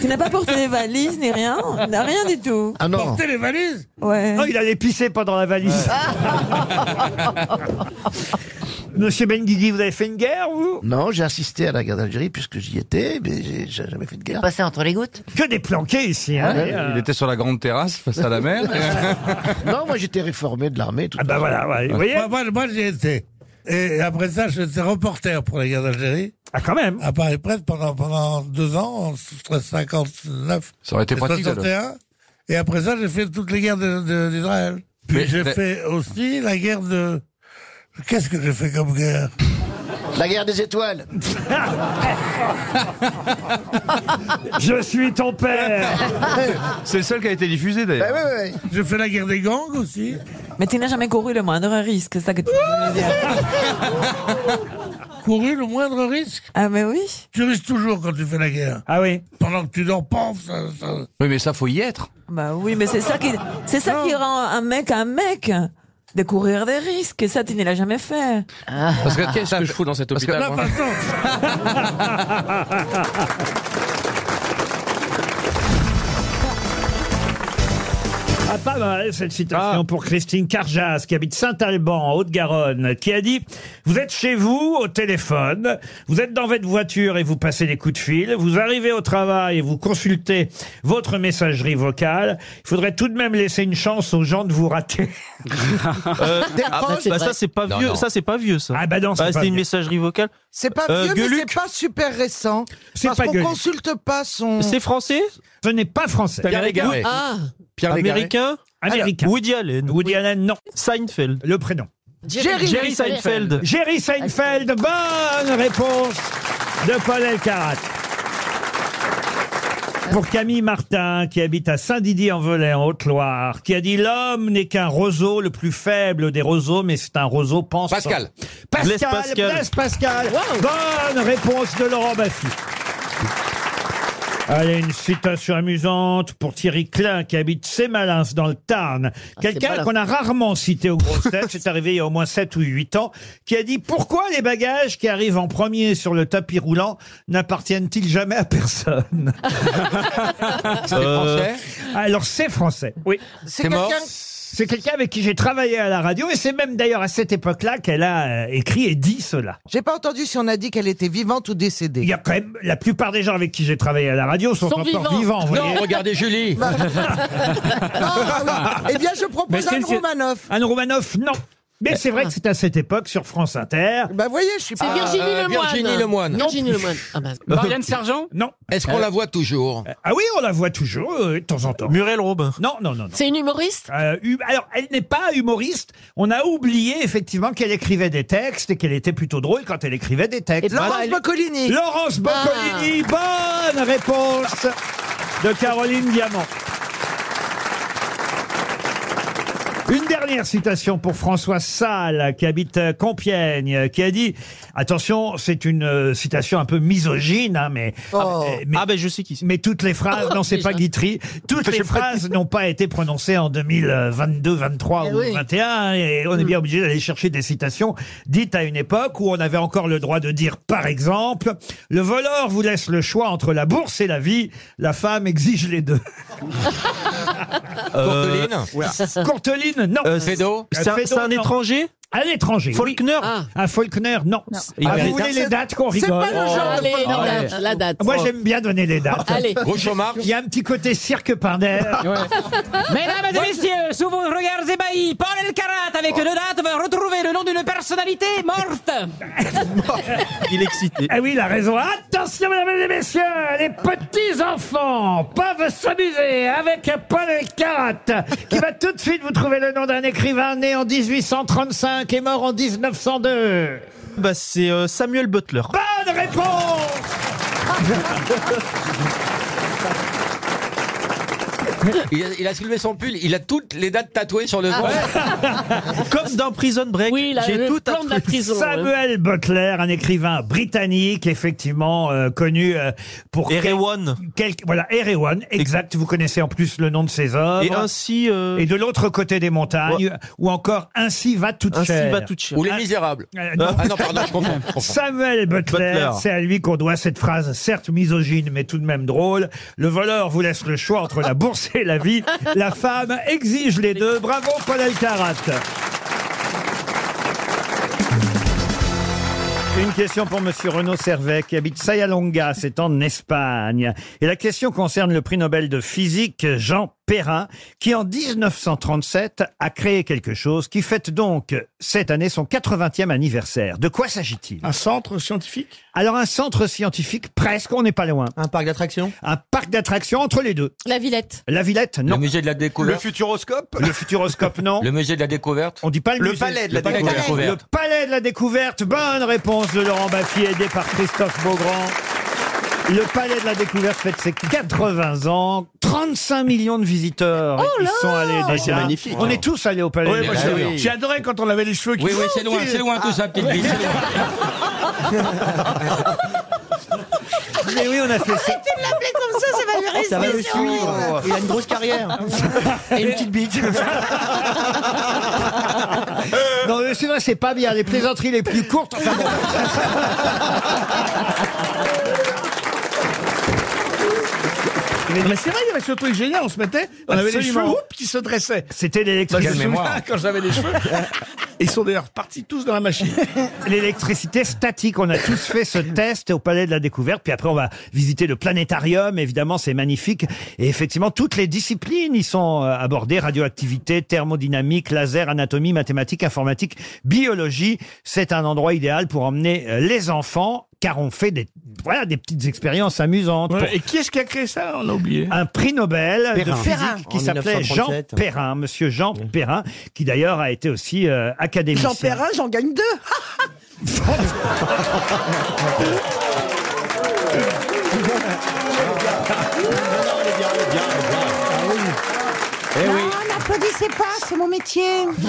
Tu n'as pas porté les valises ni rien n'a Rien du tout.
Ah non. Porter les valises
Ouais.
Non, Oh, il allait pisser pendant la valise. <laughs> Monsieur Benguigui, vous avez fait une guerre, vous
Non, j'ai assisté à la guerre d'Algérie puisque j'y étais, mais j'ai j'ai jamais fait de guerre.
passait entre les gouttes.
Que des planqués ici, hein
Ouais.
et, euh,
Il était sur la grande terrasse face à la mer.
<laughs> non, moi j'étais réformé de l'armée.
Ah bah voilà, ouais, vous voyez
Moi, moi, moi, j'y étais. Et après ça, j'étais reporter pour la guerre d'Algérie.
Ah, quand même
À Paris Presse pendant, pendant deux ans, entre 59
Ça aurait été
et
pratique, alors.
61. Et après ça, j'ai fait toutes les guerres de- de- d'Israël.
Mais-
Puis j'ai
mais-
fait aussi la guerre de... Qu'est-ce que j'ai fait comme guerre
La guerre des étoiles.
<laughs> Je suis ton père
<laughs>
C'est le seul qui a été diffusé d'ailleurs.
Bah J'ai fait la guerre des gangs aussi.
Mais tu n'as jamais couru le moindre risque, c'est ça que tu veux dire.
Couru le moindre risque.
Ah mais oui.
Tu risques toujours quand tu fais la guerre.
Ah oui
Pendant que tu dors, paf, ça- ça...
Oui, mais ça, faut y être.
Bah oui, mais c'est ça qui, c'est ça qui rend un mec un mec. De courir des risques, et ça, tu ne l'as jamais fait.
Parce que qu'est-ce que je fous dans cet hôpital
Non, pas tant.
Ah, pas mal, cette citation pour Christine Carjas, qui habite Saint-Alban, en Haute-Garonne, qui a dit « Vous êtes chez vous, au téléphone, vous êtes dans votre voiture et vous passez des coups de fil, vous arrivez au travail et vous consultez votre messagerie vocale, il faudrait tout de même laisser une chance aux gens de vous rater.
Euh,
Des
ah, bah,
proches.
bah, ça c'est pas
Non,
vieux,
non.
ça c'est pas vieux ça. Ah
bah non, c'est pas
une
vieux.
messagerie vocale. Euh,
C'est
pas
vieux, mais
Gueuluc,
c'est
pas
super récent.
C'est pas Gueuluc.
pas son.
C'est français
Ce n'est pas français.
Pierre Légaré.
Ah.
Pierre Légaré. Américain
Américain.
Woody Allen.
Woody Allen, non.
Seinfeld.
Le prénom.
Jerry, Jerry Seinfeld.
Jerry Seinfeld, bonne réponse de Paul Elkarat. Pour Camille Martin, qui habite à Saint-Didier-en-Velay, en Haute-Loire, qui a dit L'homme n'est qu'un roseau, le plus faible des roseaux, mais c'est un roseau pensant.
Pascal.
Pascal,
Blaise Pascal.
Blaise Pascal. Bonne réponse de Laurent Baffy. Allez, une citation amusante pour Thierry Klein qui habite Sémalins dans le Tarn. Quelqu'un
Sémalins.
qu'on a rarement cité au grosses têtes, c'est arrivé il y a au moins 7 ou 8 ans, qui a dit Pourquoi les bagages qui arrivent en premier sur le tapis roulant n'appartiennent-ils jamais à personne
<laughs> C'est français
Alors c'est français, oui.
C'est mort
quelqu'un- C'est quelqu'un avec qui j'ai travaillé à la radio et c'est même d'ailleurs à cette époque-là qu'elle a euh, écrit et dit cela.
J'ai pas entendu si on a dit qu'elle était vivante ou décédée.
Il y a quand même la plupart des gens avec qui j'ai travaillé à la radio sont,
Sont
encore
vivants.
vivants. vous
Non,
voyez.
regardez
<laughs>
Julie. Ah, oui. Bah, Eh bien, je
Mais
propose
c'est-
Anne
c'est-
Romanoff. ah.
Anne Romanoff, non. Mais c'est vrai que c'est à cette époque sur France Inter.
Bah, voyez, je suis
C'est
pas.
Virginie
Ah, euh,
Lemoine.
Virginie Lemoine.
Non plus. <laughs>
Marianne
Sergent
Non.
Est-ce qu'on la
voit toujours Ah oui, on la voit toujours, euh, de temps en temps.
Muriel Robin
Non, non, non. non.
C'est une humoriste
Euh, hu- alors, elle n'est pas humoriste. On a oublié effectivement qu'elle écrivait des textes et qu'elle était plutôt drôle quand elle écrivait des textes.
Et Laurence Boccolini.
Laurence Boccolini, bonne réponse de Caroline Diamant. Une dernière citation pour François Salle, qui habite euh, Compiègne, euh, qui a dit Attention, c'est une euh, citation un peu misogyne, hein, mais, euh, mais. Ah
ben je sais qui
Mais toutes les phrases, non, c'est
Déjà.
pas Guitry, toutes les phrases n'ont pas été prononcées en 2022, 23 ou 21, et on est bien obligé d'aller chercher des citations dites à une époque où on avait encore le droit de dire, par exemple, Le voleur vous laisse le choix entre la bourse et la vie, la femme exige les deux.
Courteline
Courteline, non.
Euh, Fédo C'est un- c'est un étranger
À l'étranger.
Faulkner
Ah. Un Faulkner, non.
Il
Ah,
a-
vous voulez les dates qu'on
C'est pas
rigole Oh,
le genre de Allez,
Faulkner. la date, la date.
Moi,
Oh.
j'aime bien donner les dates.
Allez. Gros
chômage. Il y a un petit côté cirque par d'air.
<laughs>
Mesdames et messieurs, sous vos regards ébahis, Paul Elkarat avec deux dates va retrouver le nom d'une personnalité
<laughs>
morte.
Il est excité. Ah oui, il a raison. Attention, mesdames et messieurs, les petits-enfants peuvent s'amuser avec Paul Elkarat, qui va tout de suite vous trouver le nom d'un écrivain né en 1835 et mort en 1902.
Bah c'est euh, Samuel Butler.
Bonne réponse
il, a, soulevé son pull, il a toutes les dates tatouées sur le
Ah.
<laughs>
ventre. Comme dans Prison Break, j'ai tout tatoué.
hein.
Samuel Butler, un écrivain britannique, effectivement euh, connu euh, pour
Erewhon.
quel- voilà, Erewhon, exact. Vous connaissez en plus le nom de ses œuvres.
Et ainsi, euh,
Et de l'autre côté des montagnes,
Ouais.
ou encore Ainsi va toute
Ainsi
chair.
va toute chair. Ou Les
Ah,
Misérables.
euh, non.
Ah non, pardon, je comprends, je comprends.
Samuel Butler,
Butler.
c'est à lui qu'on doit cette phrase, certes misogyne, mais tout de même drôle. Le voleur vous laisse le choix entre la bourse et la vie. La femme exige les deux. Bravo, Paul Alcarat. Une question pour Monsieur Renaud Servet, qui habite Sayalonga, c'est en Espagne. Et la question concerne le prix Nobel de physique Jean Perrin, qui en 1937 a créé quelque chose qui fête donc cette année son 80e anniversaire. De quoi s'agit-il Un centre scientifique Alors un centre scientifique, presque, on n'est pas loin. Un parc d'attractions Un parc d'attractions entre les deux.
La Villette.
La Villette, non.
Le musée de la découverte.
Le futuroscope Le futuroscope, non.
Le musée de la découverte.
On dit pas le,
Le
musée.
palais de la
Le palais
découverte.
Le palais de la découverte. Bonne réponse de Laurent Baffy, aidé par Christophe Beaugrand. Le palais de la découverte fête ses 80 ans. 35 millions de visiteurs qui sont allés déjà.
Oh Ah, C'est magnifique.
On est tous allés au palais.
Oui,
de la
moi, j'ai-
Découverte.
j'ai
adoré quand on avait les cheveux
Oui, oui, c'est loin, c'est loin tout ça, petite bite.
<laughs> Mais oui, on a fait ça.
Arrêtez de l'appeler comme ça, ça va lui rester. sur le nerf.
Il a une
<laughs>
grosse carrière. Et une petite bite. non, mais c'est vrai, c'est pas bien. Les plaisanteries les plus courtes. <laughs> enfin bon.
Mais c'est vrai, il y avait ce truc génial, on se mettait, on avait les cheveux
Absolument.
oups, qui se dressaient.
C'était
Bah, je me
l'électricité.
souviens, <laughs> quand j'avais les
<laughs>
cheveux. Ils sont d'ailleurs partis tous dans la machine.
L'électricité statique, on a tous fait ce test au Palais de la Découverte, puis après on va visiter le planétarium, évidemment c'est magnifique, et effectivement toutes les disciplines y sont euh, abordées, radioactivité, thermodynamique, laser, anatomie, mathématiques, informatique, biologie, c'est un endroit idéal pour emmener euh, les enfants, car on fait des, voilà, des petites expériences amusantes.
Ouais,
pour-
Et qui est-ce qui a créé ça On a oublié.
un prix Nobel
Perrin.
de physique
Perrin.
qui
En
s'appelait Jean
1937.
Perrin, monsieur Jean Perrin, qui d'ailleurs a été aussi euh, académicien.
Jean Perrin, j'en gagne deux. <laughs>
Eh
Non, n'applaudissez pas, c'est mon métier.
Ah.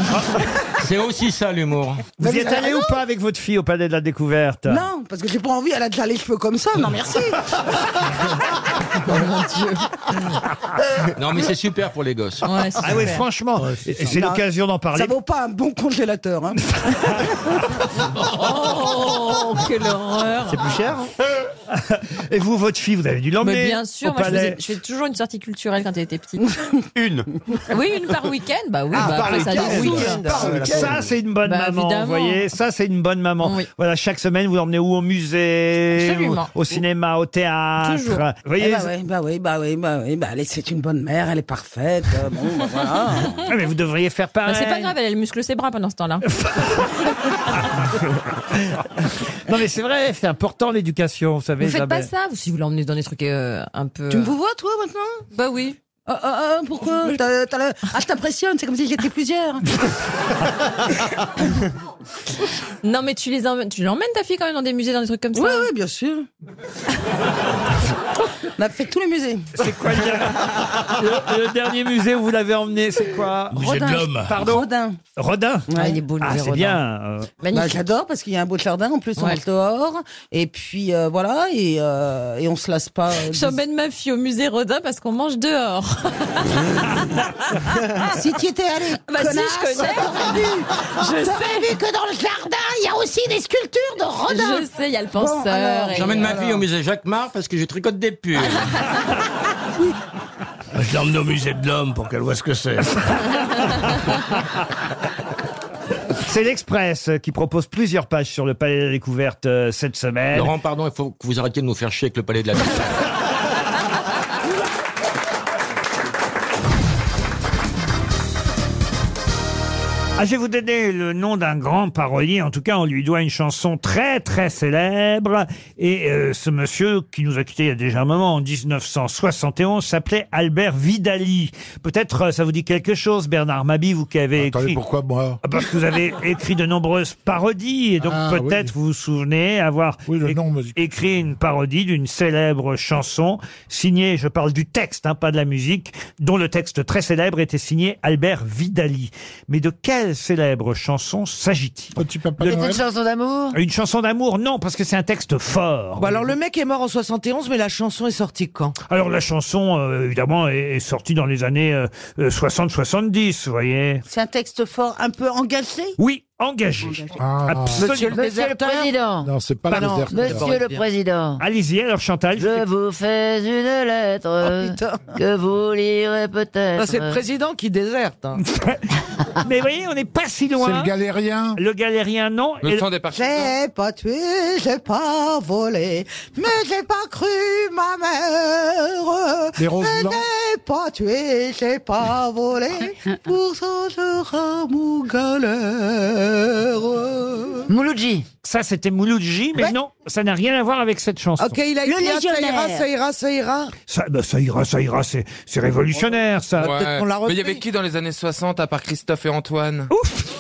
C'est aussi ça l'humour. Vous y êtes allé ou pas avec votre fille au Palais de la Découverte
Non, parce que j'ai pas envie, elle a déjà les cheveux comme ça. Non, merci.
Non, mais c'est super pour les gosses.
ah oui, franchement, et- et c'est
Non,
l'occasion d'en parler.
Ça vaut pas un bon congélateur.
<laughs>
Hein.
Oh, quelle horreur C'est plus cher. hein Et vous, votre fille, vous avez dû l'emmener
Mais bien sûr,
au
moi, je, faisais,
palais.
je faisais toujours une sortie culturelle quand elle était petite.
Une.
<laughs> oui, une par week-end. Bah oui,
Ah,
bah,
par
après, ça
week-end.
dégoûte.
Une par week-end. Ça, c'est une bonne
Bah,
maman,
évidemment.
vous voyez. Ça, c'est une bonne maman. Voilà, chaque semaine, vous l'emmenez où Au musée
Absolument.
Au, au cinéma, Ah, au théâtre
Toujours.
Vous voyez
Eh bah, oui, bah oui, bah oui, bah oui, bah allez, c'est une bonne mère, elle est parfaite. euh, bon, bah, voilà.
Ah, Mais vous devriez faire
Bah,
pareil.
c'est pas grave, elle, elle muscle ses bras pendant ce
<laughs>
temps-là.
Non, mais c'est vrai, c'est important l'éducation, vous savez.
Vous faites pas
Isabelle.
ça, vous, si vous l'emmenez dans des trucs euh, un peu.
Tu me vous vois, toi, maintenant Ah,
Bah oui.
pourquoi T'as- t'as le- Ah, je t'impressionne, c'est comme si j'étais plusieurs.
<laughs> Non, mais tu les emmènes, tu l'emmènes ta fille quand même dans des musées, dans des trucs comme ça. Oui, oui,
bien sûr. On a fait Bah, tous les musées.
C'est quoi le, le- le dernier musée où vous l'avez emmené C'est quoi
Rodin.
Pardon
Rodin.
Rodin
Ouais, il est beau, le
Ah,
musée
c'est
Rodin.
bien. euh,
Bah, J'adore parce qu'il y a un beau jardin, en plus on
Ouais.
reste dehors. Et puis euh, voilà, et, euh, et on se lasse pas. euh,
J'emmène ma fille au musée Rodin parce qu'on mange dehors.
<laughs> si tu étais allé,
Bah si,
connasse,
je connais.
t'aurais vu.
Je
T'aurais
sais.
vu que dans le jardin, il y a aussi des sculptures de Rodin.
Je sais, il y a le penseur.
Bon, alors,
et-
J'emmène ma fille au musée Jacquemart Ah, parce que je tricote des
<laughs>
pulls.
Je l'emmène au musée de l'homme pour qu'elle voit ce que c'est.
C'est l'Express euh, qui propose plusieurs pages sur le Palais de la Découverte euh, cette semaine.
Laurent, pardon, il faut que vous arrêtiez de nous faire chier avec le palais de la ville.
<laughs> Ah, je vais vous donner le nom d'un grand parolier. En tout cas, on lui doit une chanson très très célèbre. Et euh, ce monsieur qui nous a quittés il y a déjà un moment, en 1971, s'appelait Albert Vidali. Peut-être euh, ça vous dit quelque chose, Bernard Mabi, vous qui avez
Attendez,
écrit...
pourquoi moi
Ah, Parce que vous avez écrit de nombreuses parodies et donc
Ah,
peut-être vous vous souvenez avoir é- écrit une parodie d'une célèbre chanson signée, je parle du texte, hein, pas de la musique, dont le texte très célèbre était signé Albert Vidali. Mais de quelle célèbre chanson s'agit-il Le-
C'était une chanson d'amour
Une chanson d'amour Non, parce que c'est un texte fort.
Bon, Bah alors le mec est mort en 71, mais la chanson est sortie quand
Alors la chanson, euh, évidemment, est, est sortie dans les années 60-70, vous voyez.
C'est un texte fort, un peu engagé.
Oui, engagé. Absolument.
Monsieur le
Monsieur
déserteur
Ah.
Président.
Non, c'est pas
Pardon,
le désert.
monsieur le
Président. Allez-y, alors Chantal.
Je vous fais une lettre que vous lirez peut-être. Oh, Non, c'est le président hein.
qui déserte. <laughs> Mais vous voyez, on n'est pas si loin.
C'est le
galérien. Le galérien, non. Et-
J'ai pas tué, j'ai pas volé, mais j'ai pas cru ma mère.
Des roses
Je
blanches.
n'ai pas tué, j'ai pas volé, pour ça je rends mon galère.
Mouloudji. Ça, c'était Mouloudji, mais
Ouais.
non, ça n'a rien à voir avec cette chanson.
Ok, il a Le écrit un légionnaire. Ça ira, ça
ah, ira, ça ira.
Ça, bah, ça ira, ça ira, c'est c'est révolutionnaire,
Ah,
ça.
Ouais. Mais il y avait qui dans les années 60 à part Christophe et Antoine
Ouf
<laughs>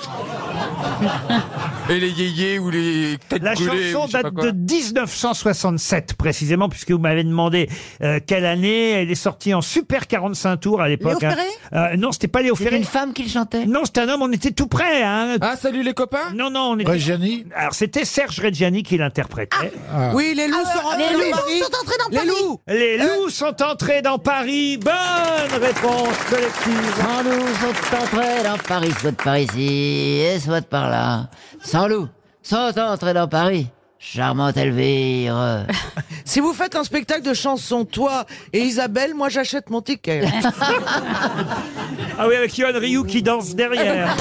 Et les yéyés ou les têtes
La
brûlées ou
chanson
je sais pas
date
quoi.
de 1967 précisément, puisque vous m'avez demandé euh, quelle année elle est sortie en super 45 tours à l'époque.
Léo
hein.
Ferré
Euh, Non, c'était pas Léo Ferré. C'était une femme qui le chantait. Non, c'était un homme. On était tout près. Hein. Ah, salut les copains. Non, non, on était. Reggiani. Alors c'était Serge Reggiani qui l'interprétait.
Oui, les loups sont rentrés dans
les loups
Paris.
sont entrés dans
les
Paris.
loups. Euh,
Les loups sont entrés dans Paris. Bonne réponse collective.
Sans loup, sont entrés dans Paris, soit par ici et soit par là. Sans loup, sont entrés dans Paris.
Charmante
<laughs>
Elvire.
Si vous faites un spectacle de chansons, toi et Isabelle, moi j'achète mon
<laughs>
ticket.
Ah oui, avec Yohan Ryu qui danse
<laughs>
derrière.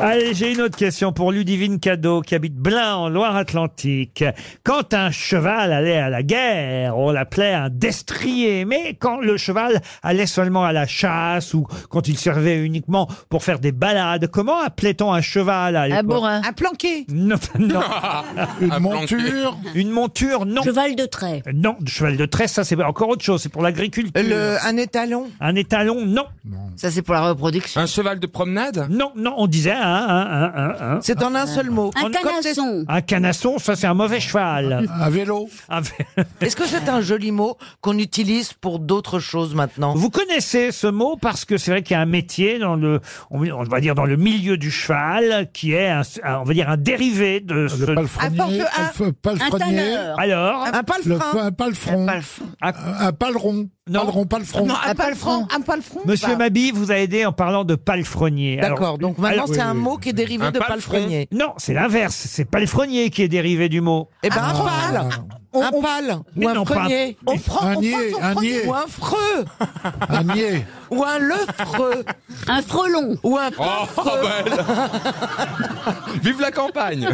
Allez, j'ai une autre question pour Ludivine Cadeau qui habite Blain en Loire-Atlantique. Quand un cheval allait à la guerre, on l'appelait un destrier. Mais quand le cheval allait seulement à la chasse ou quand il servait uniquement pour faire des balades, comment appelait-on un cheval à l'époque
bourrin. Un planqué.
Non, <laughs>
<laughs>
non.
Une Un monture planqué.
Une monture, non. Cheval de trait. Non, cheval de trait, ça c'est encore autre chose, c'est pour l'agriculture.
Le- un étalon.
Un étalon, non.
Ça c'est pour la reproduction.
Un cheval de promenade
Non, non, on disait un, un, un, un, un.
C'est en un seul mot. Un
Comme t'es-
canasson.
Un canasson, ça c'est un mauvais cheval.
Un
vélo. <laughs>
Est-ce que c'est un joli mot qu'on utilise pour d'autres choses maintenant
Vous connaissez ce mot parce que c'est vrai qu'il y a un métier dans le, on on va dire dans le milieu du cheval qui est, un- un- on va dire un dérivé de ce.
palefrenier, Un porte- un- palfe- palefrenier. un tanneur.
Alors.
Un palefrin. Le- un palefron. Un palefron.
Un paleron. Paleron, palefron.
Non, un palefron. Un palefron.
Monsieur
bah,
Mabi vous a aidé en parlant de palefrenier.
D'accord,
Alors-
donc maintenant
alors-
c'est un mot qui est dérivé de palefrenier.
Non, c'est l'inverse. C'est palefrenier qui est dérivé du mot.
Eh ben un pâle. Un pâle.
Mais
Ou un
non, pas un-
prenier.
mais-
On prend-
Un
on prend
niais,
son
un
prenier.
niais.
Ou un freux.
Un niais.
Ou un lefreux. un frelon. Ou un
Oh,
<laughs>
belle. Vive la campagne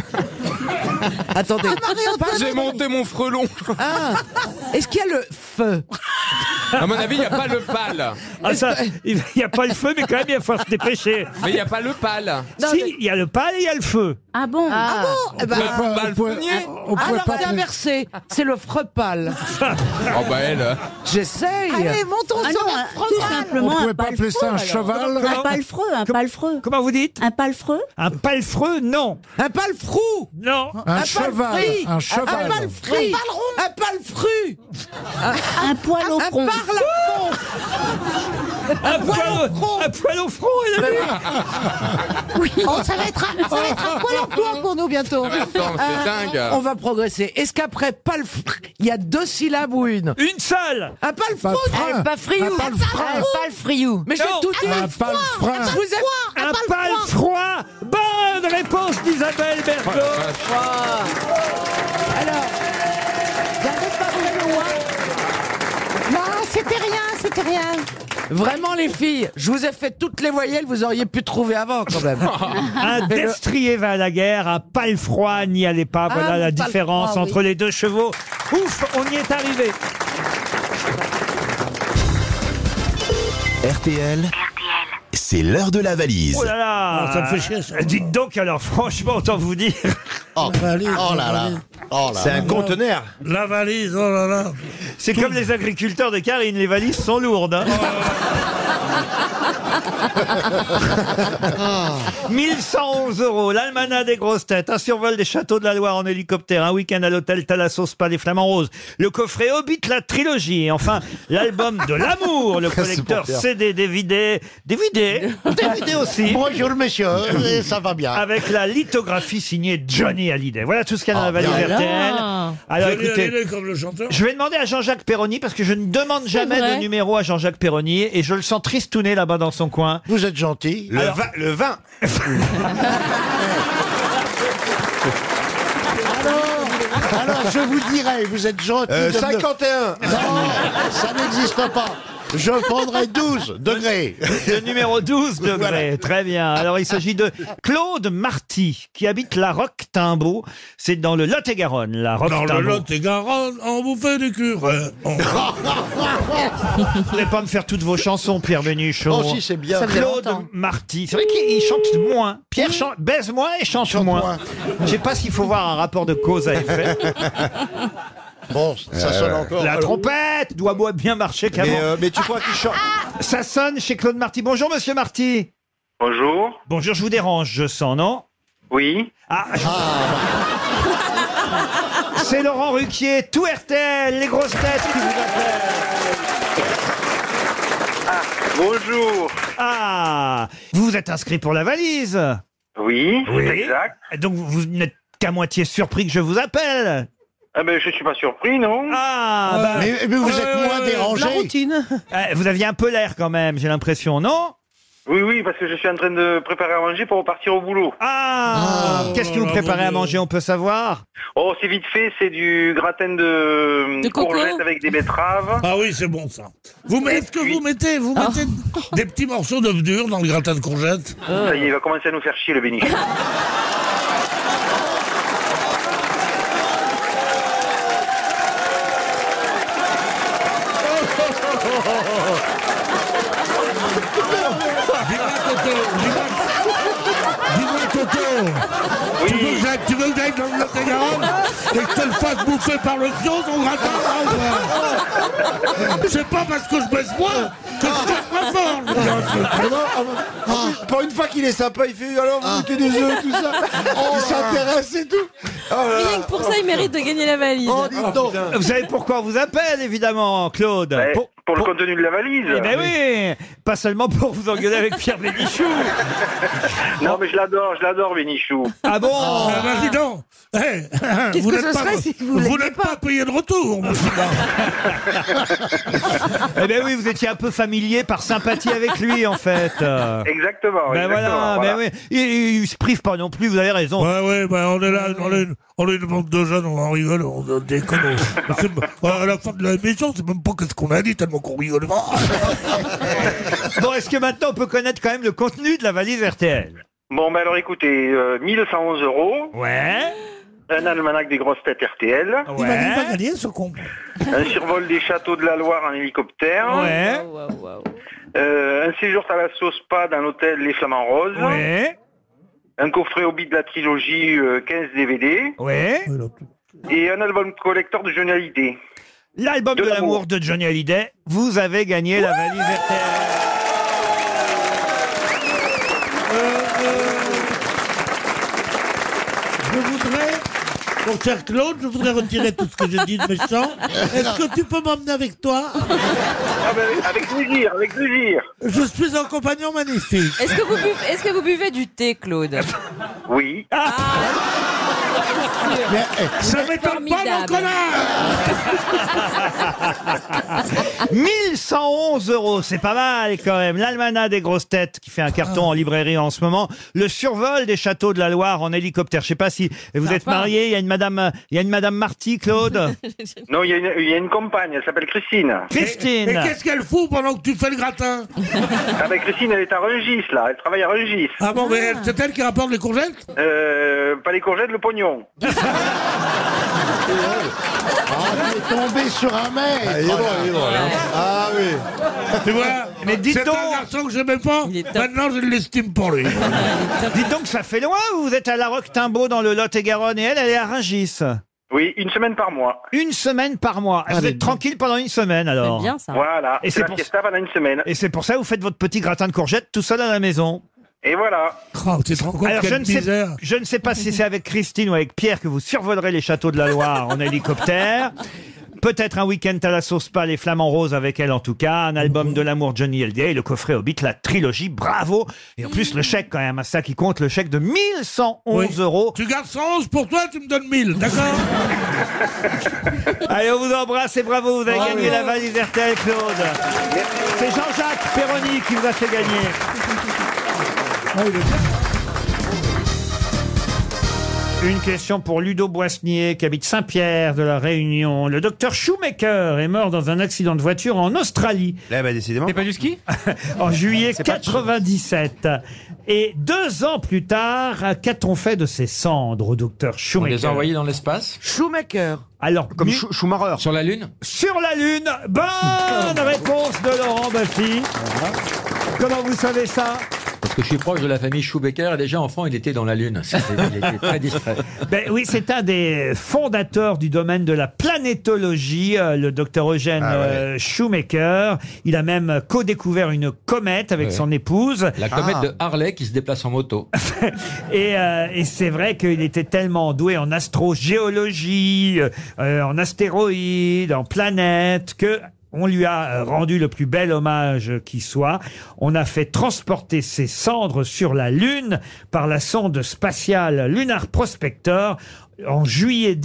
Attendez.
J'ai monté mon frelon
Ah, Est-ce qu'il y a le feu
<laughs> À mon avis, il n'y a pas le pal.
Ah, ça, il n'y a pas le feu, mais quand même, il va falloir
<laughs>
se dépêcher.
Mais il n'y a pas le pal.
si, il y a le pal et il y a le feu.
Ah bon Ah, bon eh ben, Ah,
pouvait pas- on pouvait- on pouvait
Alors
pas-
c'est inversé. C'est le frepal.
Oh, bah elle.
J'essaye.
Allez, montons
Ah
sur
non,
un
un-
frepal.
tout simplement On pouvait un pas appeler ça un palefreux, alors. cheval
Un palefreux, un palefreux.
Comment vous dites
Un palefreux
Un palefreux, non.
Un palefrou
Non.
Un cheval,
palefrit.
un cheval.
Un palefrit. Un palefru.
Un poil au front.
Un parlafron.
Un poil au front Un poil au front, elle a
vu Oui, oh, ça va être un, ça va être un poil au front pour nous bientôt.
Ah,
Euh,
attends, c'est dingue.
On va progresser. Est-ce qu'après palefru, il y a deux syllabes ou une
Une seule
Un palefrou
Un palefrin. Un palefrin.
Un palefriou Mais j'ai
Non.
tout dit
Un palefrin.
Je vous ai-
Un pal froid Bonne réponse d'Isabelle Berthaud
Non, c'était rien, c'était rien.
Vraiment les filles, je vous ai fait toutes les voyelles, vous auriez pu trouver avant quand même.
<laughs> Un
Mais le-
destrier va à la guerre, un pal froid n'y allait pas.
Ah,
Voilà la
pal froid,
différence
oui.
entre les deux chevaux. Ouf, on y est arrivé.
RTL, c'est l'heure de la valise.
Oh là là
Oh, ça me fait chier, ça.
Dites donc alors, franchement, autant vous dire.
Oh,
oh là là.
Oh là C'est un là. conteneur.
La valise, oh là là. C'est comme les agriculteurs de Karine, les valises sont lourdes. hein.
Oh,
Ah. 1111 euros, l'almanach des grosses têtes, un survol des châteaux de la Loire en hélicoptère, un week-end à l'hôtel Thalassos Spa des Flamands Roses, le coffret Hobbit, la trilogie, et enfin l'album de l'amour, le
C'est
collecteur
pour faire.
CD, DVD, DVD, DVD aussi.
Bonjour, monsieur, et ça
va bien. Avec la lithographie signée Johnny Hallyday. Voilà tout ce qu'il y a dans la valise
Ah, bien.
RTL.
Ah.
Alors
Johnny
écoutez,
Hallyday comme le chanteur.
je vais demander à Jean-Jacques Perroni parce que je ne demande jamais
vrai.
de numéro à Jean-Jacques Perroni et je le sens tristouné là-bas dans son coin. Vous êtes gentil.
Le, vin- le vin.
Alors, alors, je vous dirai, vous êtes gentil.
Euh,
de me-
51.
Non, ça n'existe pas. Je prendrai 12 degrés.
Le numéro 12 degré. Très bien. Alors, il s'agit de Claude Marty, qui habite la Roque-Timbo. C'est dans le Lot-et-Garonne, la
Dans
Roque-Timbo.
le Lot-et-Garonne, on vous fait du cure. <laughs>
Vous voulez pas me faire toutes vos chansons, Pierre Bénichon.
Oh, si, c'est bien. Ça faisait
Claude
longtemps.
Marty. C'est vrai qu'il il chante moins. Pierre chan- baise moins et chante, moins. Je sais pas s'il faut voir un rapport de cause à effet. Euh,
Bon, ça sonne encore.
La
Alors-
trompette doit moi bien marcher qu'avant.
Mais, euh, mais tu
crois qu'il chante Ça sonne chez Claude Marty. Bonjour, monsieur Marty.
Bonjour.
Bonjour, je vous dérange, je sens, non
Oui.
Ah, C'est Laurent Ruquier, tout RTL, les grosses têtes qui vous appellent.
Bonjour.
Ah, vous vous êtes inscrit pour la valise
Oui,
Oui.
exact.
Donc vous- vous n'êtes qu'à moitié surpris que je vous appelle.
Ah ben, je suis pas surpris, non
Ah, bah-
euh,
Mais- mais vous êtes moins dérangé.
Eh, Vous aviez un peu l'air quand même, j'ai l'impression, non
Oui, oui, parce que je suis en train de préparer à manger pour repartir au boulot.
Ah, Qu'est-ce que vous préparez à manger, on peut savoir
Oh, c'est vite fait, c'est du gratin de,
De coco
courgettes avec des betteraves.
Ah oui, c'est bon ça. Vous mettez ce que vous mettez, vous mettez des petits morceaux d'œufs durs dans le gratin de courgettes.
Ça y est, il va commencer à nous faire chier,
<laughs>
le béni.
Dis-moi, Toto, dis-moi, dis-moi, Toto, tu veux que j'aille- tu veux que j'aille dans le Lot-et-Garonne et que je te le fasse bouffer par le fion, ton gratin là, ou quoi C'est pas parce que je baisse moi que je baisse moins fort je vous dis un truc.
Pour une fois qu'il est sympa, il fait alors vous goûtez des œufs, tout ça. il s'intéresse et tout. Oh
Rien que pour ça, il mérite de gagner la valise.
Vous savez pourquoi on vous appelle, évidemment, Claude Pour-
Ben, Pour le contenu de la valise.
Eh ben oui Pas seulement pour vous engueuler avec Pierre Bénichou
Non, mais je l'adore, je l'adore, Bénichou.
Ah bon
Ah, bah, dis donc. Eh, vous
que
n'êtes
ce
pas,
serait si vous l'aidiez
n'êtes pas payé de retour,
<laughs>
mon petit gars.
Eh ben oui, vous étiez un peu familier par sympathie avec lui, en fait. Euh,
Exactement.
Ben voilà,
exactement,
ben oui. Il, il- il se prive pas non plus, vous avez raison.
Ouais, ouais, ben on est là, on est, on est une bande de jeunes, on en rigole, on, on déconne.
<laughs>
on- c'est- à la fin de la mission, c'est même pas qu'est-ce qu'on a dit, tellement qu'on rigole.
Bon, est-ce que maintenant on peut connaître quand même le contenu de la valise RTL
Bon, ben alors écoutez, euh, 1111 euros.
Ouais. Ah
Un almanach des grosses têtes RTL.
Il va, il va gagner ce con.
Un survol des châteaux de la Loire en hélicoptère.
Ouais.
Euh, un séjour à la sauce pas d'un hôtel Les Flamants Roses.
Ouais.
Un coffret Hobbit de la trilogie euh, 15 DVD.
Ouais.
Et un album collector de Johnny Hallyday.
L'album de l'amour de Johnny Hallyday, vous avez gagné la valise RTL.
Je voudrais, mon cher Claude, je voudrais retirer tout ce que j'ai dit de méchant. Est-ce que tu peux m'emmener avec toi
Ah
bah
ben, avec plaisir, avec plaisir.
Je suis un compagnon magnifique.
Est-ce que, vous buvez- est-ce que vous buvez du thé, Claude Ah,
Oui.
Ça m'étonne pas, mon
connard 1111 euros, c'est pas mal quand même. L'almanach des grosses têtes qui fait un carton en librairie en ce moment. Le survol des châteaux de la Loire en hélicoptère. Je sais pas si vous êtes
Sympa.
marié. Il y a une madame, il y a une madame Marty,
<laughs>
Claude.
Non, il y, a une- il y a une compagne, elle s'appelle Christine.
Christine.
Et qu'est-ce qu'elle fout pendant que tu fais le gratin
Ah ben Christine, elle est à Rungis, là. Elle travaille à Rungis.
Ah bon, mais elle- c'est elle qui rapporte les courgettes
Euh, pas les courgettes, le pognon.
il est Ah, tombé sur un mec.
Ah, il est bon, il est bon, hein.
Ah oui.
Tu vois
Mais dites
C'est un garçon que j'aimais pas. Maintenant, je l'estime pour lui.
Dites donc, ça fait loin. Vous êtes à La Roque-Timbaud dans le Lot-et-Garonne et elle, elle est à Rungis.
Oui, une semaine par mois.
Une semaine par mois.
Ah,
vous êtes tranquille pendant une semaine alors.
Voilà.
Et
c'est
c'est
la
pour,
fiesta pendant une semaine.
et c'est pour ça que vous faites votre petit gratin de courgettes tout seul à la maison.
Et voilà.
Oh,
Alors, je
quelle
ne, sais,
misère.
je ne sais pas si c'est avec Christine ou avec Pierre que vous survolerez les châteaux de la Loire en hélicoptère. Peut-être un week-end à la sauce pas les flamants roses avec elle en tout cas, un album de l'amour Johnny Hallyday, le coffret Hobbit, la trilogie, bravo Et en plus le chèque quand même, à ça qui compte, le chèque de 1111 euros.
Tu gardes 111 pour toi, tu me donnes 1000, d'accord
<laughs> Allez, on vous embrasse et bravo, vous avez
Bravo.
gagné la valise RTL Claude. C'est Jean-Jacques Perroni qui vous a fait gagner.
Eh
Une question pour Ludo Boissnier qui habite Saint-Pierre de la Réunion. Le docteur Shoemaker est mort dans un accident de voiture en Australie.
Là, bah, décidément.
C'est pas du ski <laughs> En juillet 97. Et deux ans plus tard, qu'a-t-on fait de ces cendres, docteur
On
Shoemaker
les a envoyés dans l'espace
Schumacher. Alors, comme Schumacher.
Sur la Lune
Sur la Lune. Bonne réponse de Laurent Baffy. Comment vous savez ça
Parce que je suis proche de la famille Schubecker et déjà enfant, il était dans la Lune. C'était- Il était très distrait.
Ben oui, c'est un des fondateurs du domaine de la planétologie, euh, le docteur Eugène
Ah ouais.
euh, Shoemaker. Il a même co-découvert une comète avec
Ouais.
son épouse. Ah.
La comète de Harley qui se déplace en moto.
Et, euh, et c'est vrai qu'il était tellement doué en astrogéologie, euh, en astéroïdes, en planètes, que on lui a euh, rendu le plus bel hommage qui soit. On a fait transporter ses cendres sur la Lune par la sonde spatiale Lunar Prospector. en juillet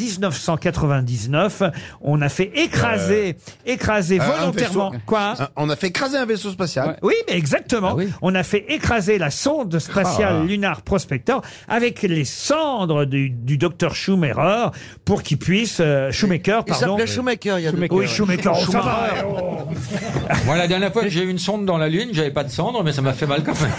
1999, on a fait écraser, écraser
Euh, un
volontairement.
vaisseau.
quoi
On a fait écraser un vaisseau spatial.
Oui, mais exactement. On a fait écraser la sonde spatiale
Ah.
Lunar Prospector avec les cendres du, du docteur Schumacher pour qu'il puisse euh, Schumacher,
Il
pardon.
s'appelait Schumacher, il y a deux-
Oui, Schumacher. oh, ça va.
Schumacher.
Moi, la dernière fois que j'ai eu une sonde dans la Lune, j'avais pas de cendre, mais ça m'a fait mal quand même.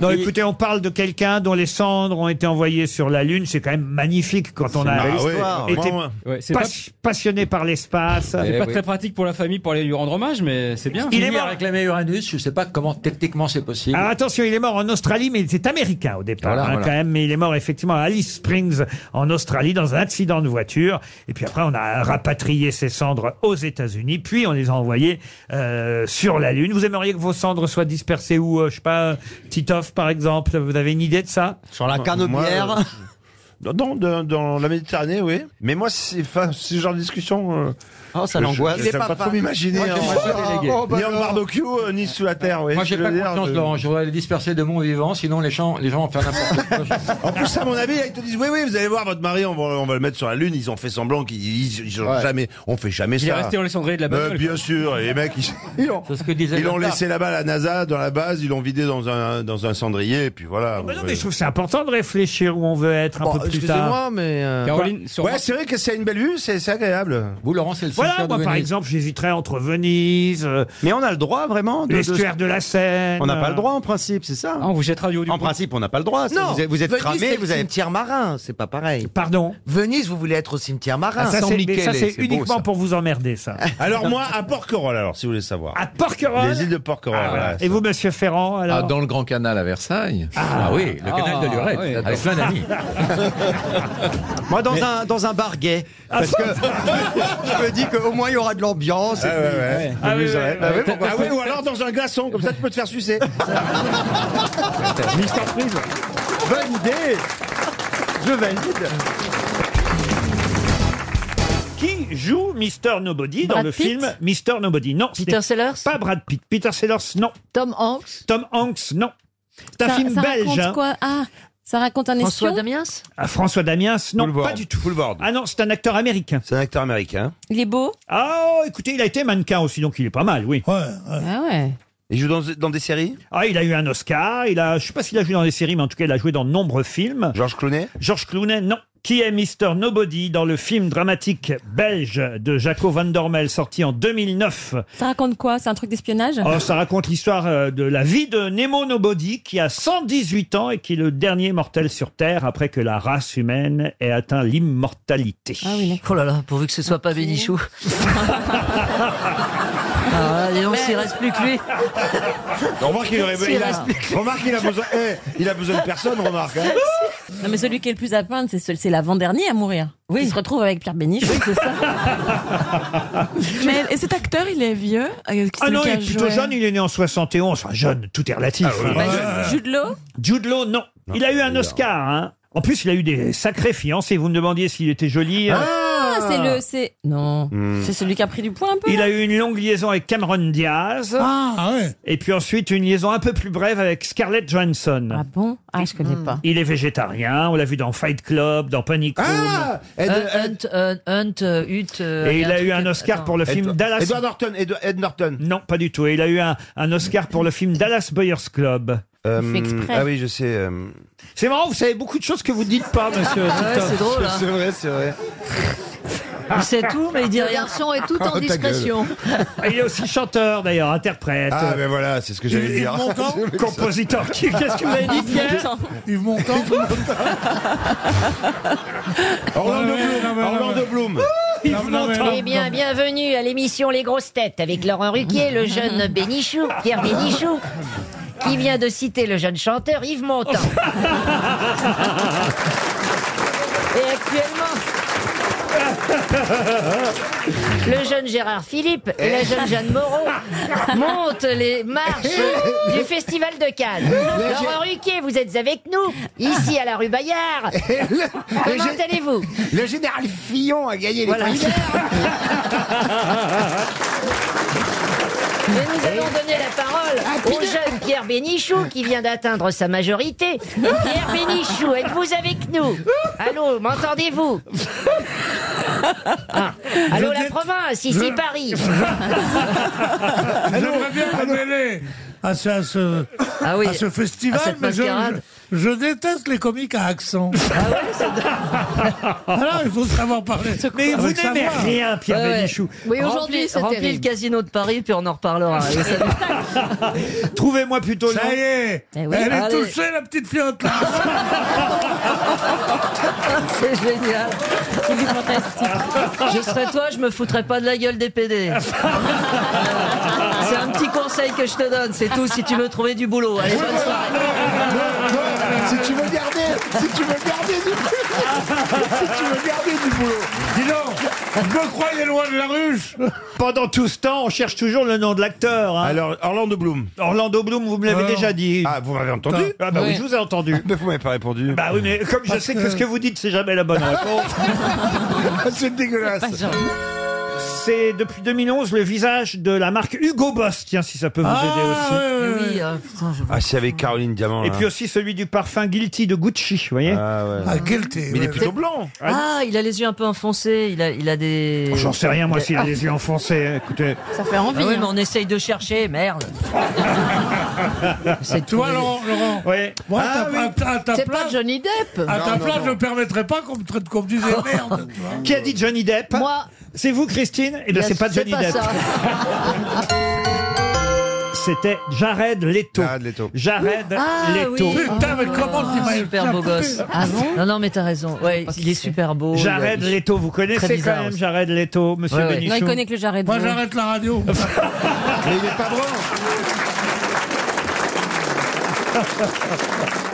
Non, écoutez, on parle de quelqu'un dont les cendres ont été envoyées sur la Lune. C'est quand même magnifique quand on
C'est
a
une belle histoire,
été
vraiment. Ouais, c'est
pas-
pas- Eh
passionné par l'espace.
C'est pas très pratique pour la famille pour aller lui rendre hommage, mais c'est bien.
Il est mort.
réclamé Uranus, je sais pas comment techniquement c'est possible.
Ah,
Alors attention, il est mort en Australie, mais il était américain au départ,
Voilà,
hein,
voilà.
quand même. Mais il est mort effectivement à Alice Springs, en Australie, dans un accident de voiture. Et puis après, on a rapatrié ses cendres aux États-Unis, puis on les a envoyées euh, sur la Lune. Vous aimeriez que vos cendres soient dispersées où euh, Je sais pas, Titov par exemple. Vous avez une idée de ça
Sur la
cannebière
dans, euh, dans- dans- dans la Méditerranée, oui. Mais moi, c'est enfin, ce genre de discussion. oh,
ça l'angoisse. Il est pas
Je pas, pas
fan.
trop m'imaginer.
Moi, je
hein.
suis pas délégué.
Oh, bah
Ni en
alors.
barbecue,
euh, ni sous la terre. oui.
Moi, j'ai
Je veux
pas
dire,
confiance,
euh,
Laurent. Je voudrais les disperser de mon vivant, sinon les gens, les gens vont faire n'importe quoi.
En plus, à mon avis, là, ils te disent Oui, oui, vous allez voir, votre mari, on va, on va le mettre sur la Lune. Ils ont fait semblant qu'ils ils- ils ont jamais. On fait jamais
Il
ça.
est resté dans les cendriers de la
Mais
bagnole,
bien
quoi.
sûr. Et les mecs, ils, ils l'ont-
C'est ce que disait
ils l'ont
Lazare.
laissé là-bas à la NASA, dans la base. Ils l'ont vidé dans un, dans un cendrier. Et puis voilà.
Non, mais je trouve que c'est important de réfléchir où on veut être un
Bon,
peu plus
excusez-moi,
tard.
mais. euh,
Caroline,
quoi
sur-
Ouais, c'est vrai que c'est une belle vue, c'est c'est agréable.
Vous, Laurent, c'est le
Voilà, moi par exemple, j'hésiterais entre Venise. Mais on a le droit vraiment
de-
l'estuaire
de-
de la Seine.
On n'a pas le droit,
en principe, c'est ça.
on vous jettera du haut du
En
pont.
principe,
on n'a pas le droit.
Non, Venise, c'est le cimetière marin, c'est pas pareil.
Pardon
Venise, vous voulez être au cimetière marin.
Ah, ça, c'est- mais ça, c'est uniquement pour vous emmerder, ça.
Alors moi, à Porquerolles, alors, si vous voulez savoir.
À Porquerolles
Les îles de Porquerolles.
Ah, voilà.
voilà.
Et vous, monsieur Ferrand, alors
Ah, dans le Grand Canal à Versailles. Ah, oui, le
Ah,
canal de Lurette,
oui.
avec plein d'amis.
Moi, dans un, dans un bar gay. Parce que <laughs> je me dis qu'au moins, il y aura de l'ambiance.
Ah, ouais, ouais.
Ah,
oui,
oui,
ouais.
oui, oui.
Ah, oui,
bah,
pourquoi- ah oui, ou alors dans un glaçon, comme ça tu peux te faire sucer.
Mr. Freeze.
Validé Je valide
Qui joue Mr. Nobody dans
Brad
le
Pitt
film Mr. Nobody Non. ce
Peter
n'est
Sellers
Pas Brad Pitt. Peter Sellers, non.
Tom Hanks
Tom Hanks, non. C'est un
Ça-
film
ça
belge.
raconte
hein.
quoi Ah, ça raconte un
François
espion
Ah, François Damiens, non, pas du tout. Ah non, c'est un acteur américain.
C'est un acteur américain.
Il est beau
Ah, oh, écoutez, il a été mannequin aussi, donc il est pas mal, oui.
Ah ouais.
Il joue dans, dans des séries
Ah, il a eu un Oscar. Il a, je sais pas s'il a joué dans des séries, mais en tout cas, il a joué dans de nombreux films.
Georges Clooney
Georges Clooney, non. Qui est Mr. Nobody dans le film dramatique belge de Jaco Van Dormel sorti en 2009
Ça raconte quoi C'est un truc d'espionnage
Oh, ça raconte l'histoire euh, de la vie de Nemo Nobody qui a 118 ans et qui est le dernier mortel sur Terre après que la race humaine ait atteint l'immortalité.
Ah
Oh là là, pourvu que ce soit pas Bénichou. ah, ouais, dis donc, s'il reste plus que lui.
Remarque qu'il aurait
C'est
il a,
vrai.
remarque, il a besoin, eh, il a besoin de personne,
<laughs>
remarque. hein.
Non, mais celui qui est le plus à plaindre, c'est ce- c'est l'avant-dernier à mourir. Il se retrouve avec Pierre Bénichou, c'est ça
<laughs>
Mais et cet acteur, il est
Euh,
vieux
Ah non, il est plutôt jeune, il est né en 71. Enfin, jeune, tout est relatif. hein.
Bah, Jude Law
Jude Law, non. Il a eu un Oscar, hein. En plus, il a eu des sacrés fiancés. Vous me demandiez s'il était joli. euh,
Ah, c'est le. c'est- Non.
Hmm.
C'est celui qui a pris du poids un peu hein.
Il
là
a eu une longue liaison avec Cameron Diaz.
Ah,
Et puis ensuite, une liaison un peu plus brève avec Scarlett Johansson. Ah
bon Ah, je
Mm.
connais pas.
Il est végétarien. On l'a vu dans Fight Club, dans Panic
Ah
Room.
Ah,
Hunt, Hunt, euh, Hunt, euh, Hunt, euh,
Et il
un
a eu
truc-
un Oscar
Attends.
pour le film Dallas. <laughs>
Edward Norton. Edward- Ed Norton. Mm.
Non, pas du tout. Et Il a eu un, un Oscar pour le film Dallas Buyers Club.
Euh, ah oui, je sais. euh,
C'est marrant, vous savez beaucoup de choses que vous dites pas, monsieur.
Ah ouais,
Titoff.
c'est drôle, hein.
<laughs> C'est vrai, c'est vrai.
Il sait tout, mais il dit
Le
rien.
garçon
<laughs>
est tout
en Oh, ta discrétion.
Ah, Il est aussi chanteur d'ailleurs, interprète.
Ah, ben voilà, c'est ce que j'allais
Yves-
dire. <laughs>
Yves Montand,
C'est vrai que ça-
compositeur. Qui- Qu'est-ce que vous avez dit,
<laughs>
Pierre <laughs>
Yves Montand.
Orlando
Non, mais- non,
Bloom.
mais-
Orlando Bloom.
Ah,
Non, non, mais-
Eh bien, bienvenue à l'émission Les Grosses Têtes avec Laurent Ruquier, le jeune Bénichou, Pierre Bénichou, qui vient de citer le jeune chanteur Yves
<laughs>
Montand. Et actuellement, le jeune Gérard Philippe et la jeune Jeanne Moreau montent les marches du Festival de Cannes. Laurent Ruquier, vous êtes avec nous, ici à la rue Bayard. Comment allez-vous
Le
<laughs>
général Fillon a gagné
Voilà.
primaires.
Mais nous allons donner la parole au jeune Pierre Bénichou qui vient d'atteindre sa majorité. Pierre Bénichou, êtes-vous avec nous Allô, m'entendez-vous Ah, Allô, la province, ici
Je-
Paris.
Ah,
J'aimerais bien qu'on mêlée à ce, à ce,
Ah oui,
à ce festival,
à cette
mais je,
mascarade.
je- je déteste les comiques à accent. Alors, il faut savoir parler.
Mais vous
avec sa
n'aimez
voix.
rien, Pierre
Ouais, ouais.
Bénichou.
Oui, aujourd'hui, c'est Remplis le casino de Paris, puis on en <laughs> reparlera. Et ça-
Trouvez-moi plutôt le
Ça
nom-
y est,
Eh oui,
elle est
allez.
touchée, la petite fiotte, là. <laughs>
C'est génial. C'est fantastique. Je serais toi, je me foutrais pas de la gueule des
<laughs>
PD. C'est un petit conseil que je te donne, c'est tout si tu veux trouver du boulot. Allez, bonne soirée.
Si tu veux garder, si tu veux garder du si tu veux garder du boulot.
Dis donc, je me croyais loin de la
<laughs>
ruche.
Pendant tout ce temps, on cherche toujours le nom de l'acteur. hein.
Alors, Orlando Bloom.
Orlando Bloom, vous me l'avez
Alors.
déjà dit.
Ah, vous m'avez entendu
Ah bah oui. je vous ai entendu.
Mais vous m'avez pas répondu.
Bah oui, mais comme je
Parce
sais que...
que-
ce que vous dites, c'est jamais la
<laughs>
bonne réponse.
C'est dégueulasse.
c'est depuis 2011 le visage de la marque Hugo Boss. Tiens, si ça peut vous aider aussi.
Oui, euh, putain, je-
Ah, c'est avec Caroline Diamant.
Et
là.
puis aussi celui du parfum Guilty de Gucci, vous voyez
Ah, ouais. Ah, Guilty, Mais il est ouais. plutôt blanc.
Ah, il a les yeux un peu enfoncés, il a, il a des...
Oh, J'en sais rien, moi, s'il a
Ah.
les yeux enfoncés. hein, Écoutez.
Ça fait envie. hein. mais on essaye de chercher, merde.
C'est
Toi, Laurent, Laurent.
Oui.
Moi,
Ah
à ta- à ta- à ta
C'est pas
place,
Johnny Depp.
à ta
Non, non,
place,
non.
je ne permettrais pas qu'on me traite, qu'on me dise Ah,
Ah,
merde. tu vois.
Qui a dit Johnny Depp
Moi.
C'est vous, Christine Eh bien, c'est pas Johnny Depp.
ça.
<laughs> C'était Jared Leto.
Jared Leto.
Jared
Ah,
Leto.
oui.
Putain, mais comment tu m'as
Super beau gosse.
Ah bon
Non, non, mais t'as raison. Ouais, il est super beau.
Jared
Il a-
Leto, vous
Très
connaissez
bizarre
quand même
aussi.
Jared Leto, monsieur
Ouais, ouais.
Bénichou
Non, il connaît que le jarret de
Moi,
veau.
j'arrête
<laughs>
la radio.
Mais il est pas blanc.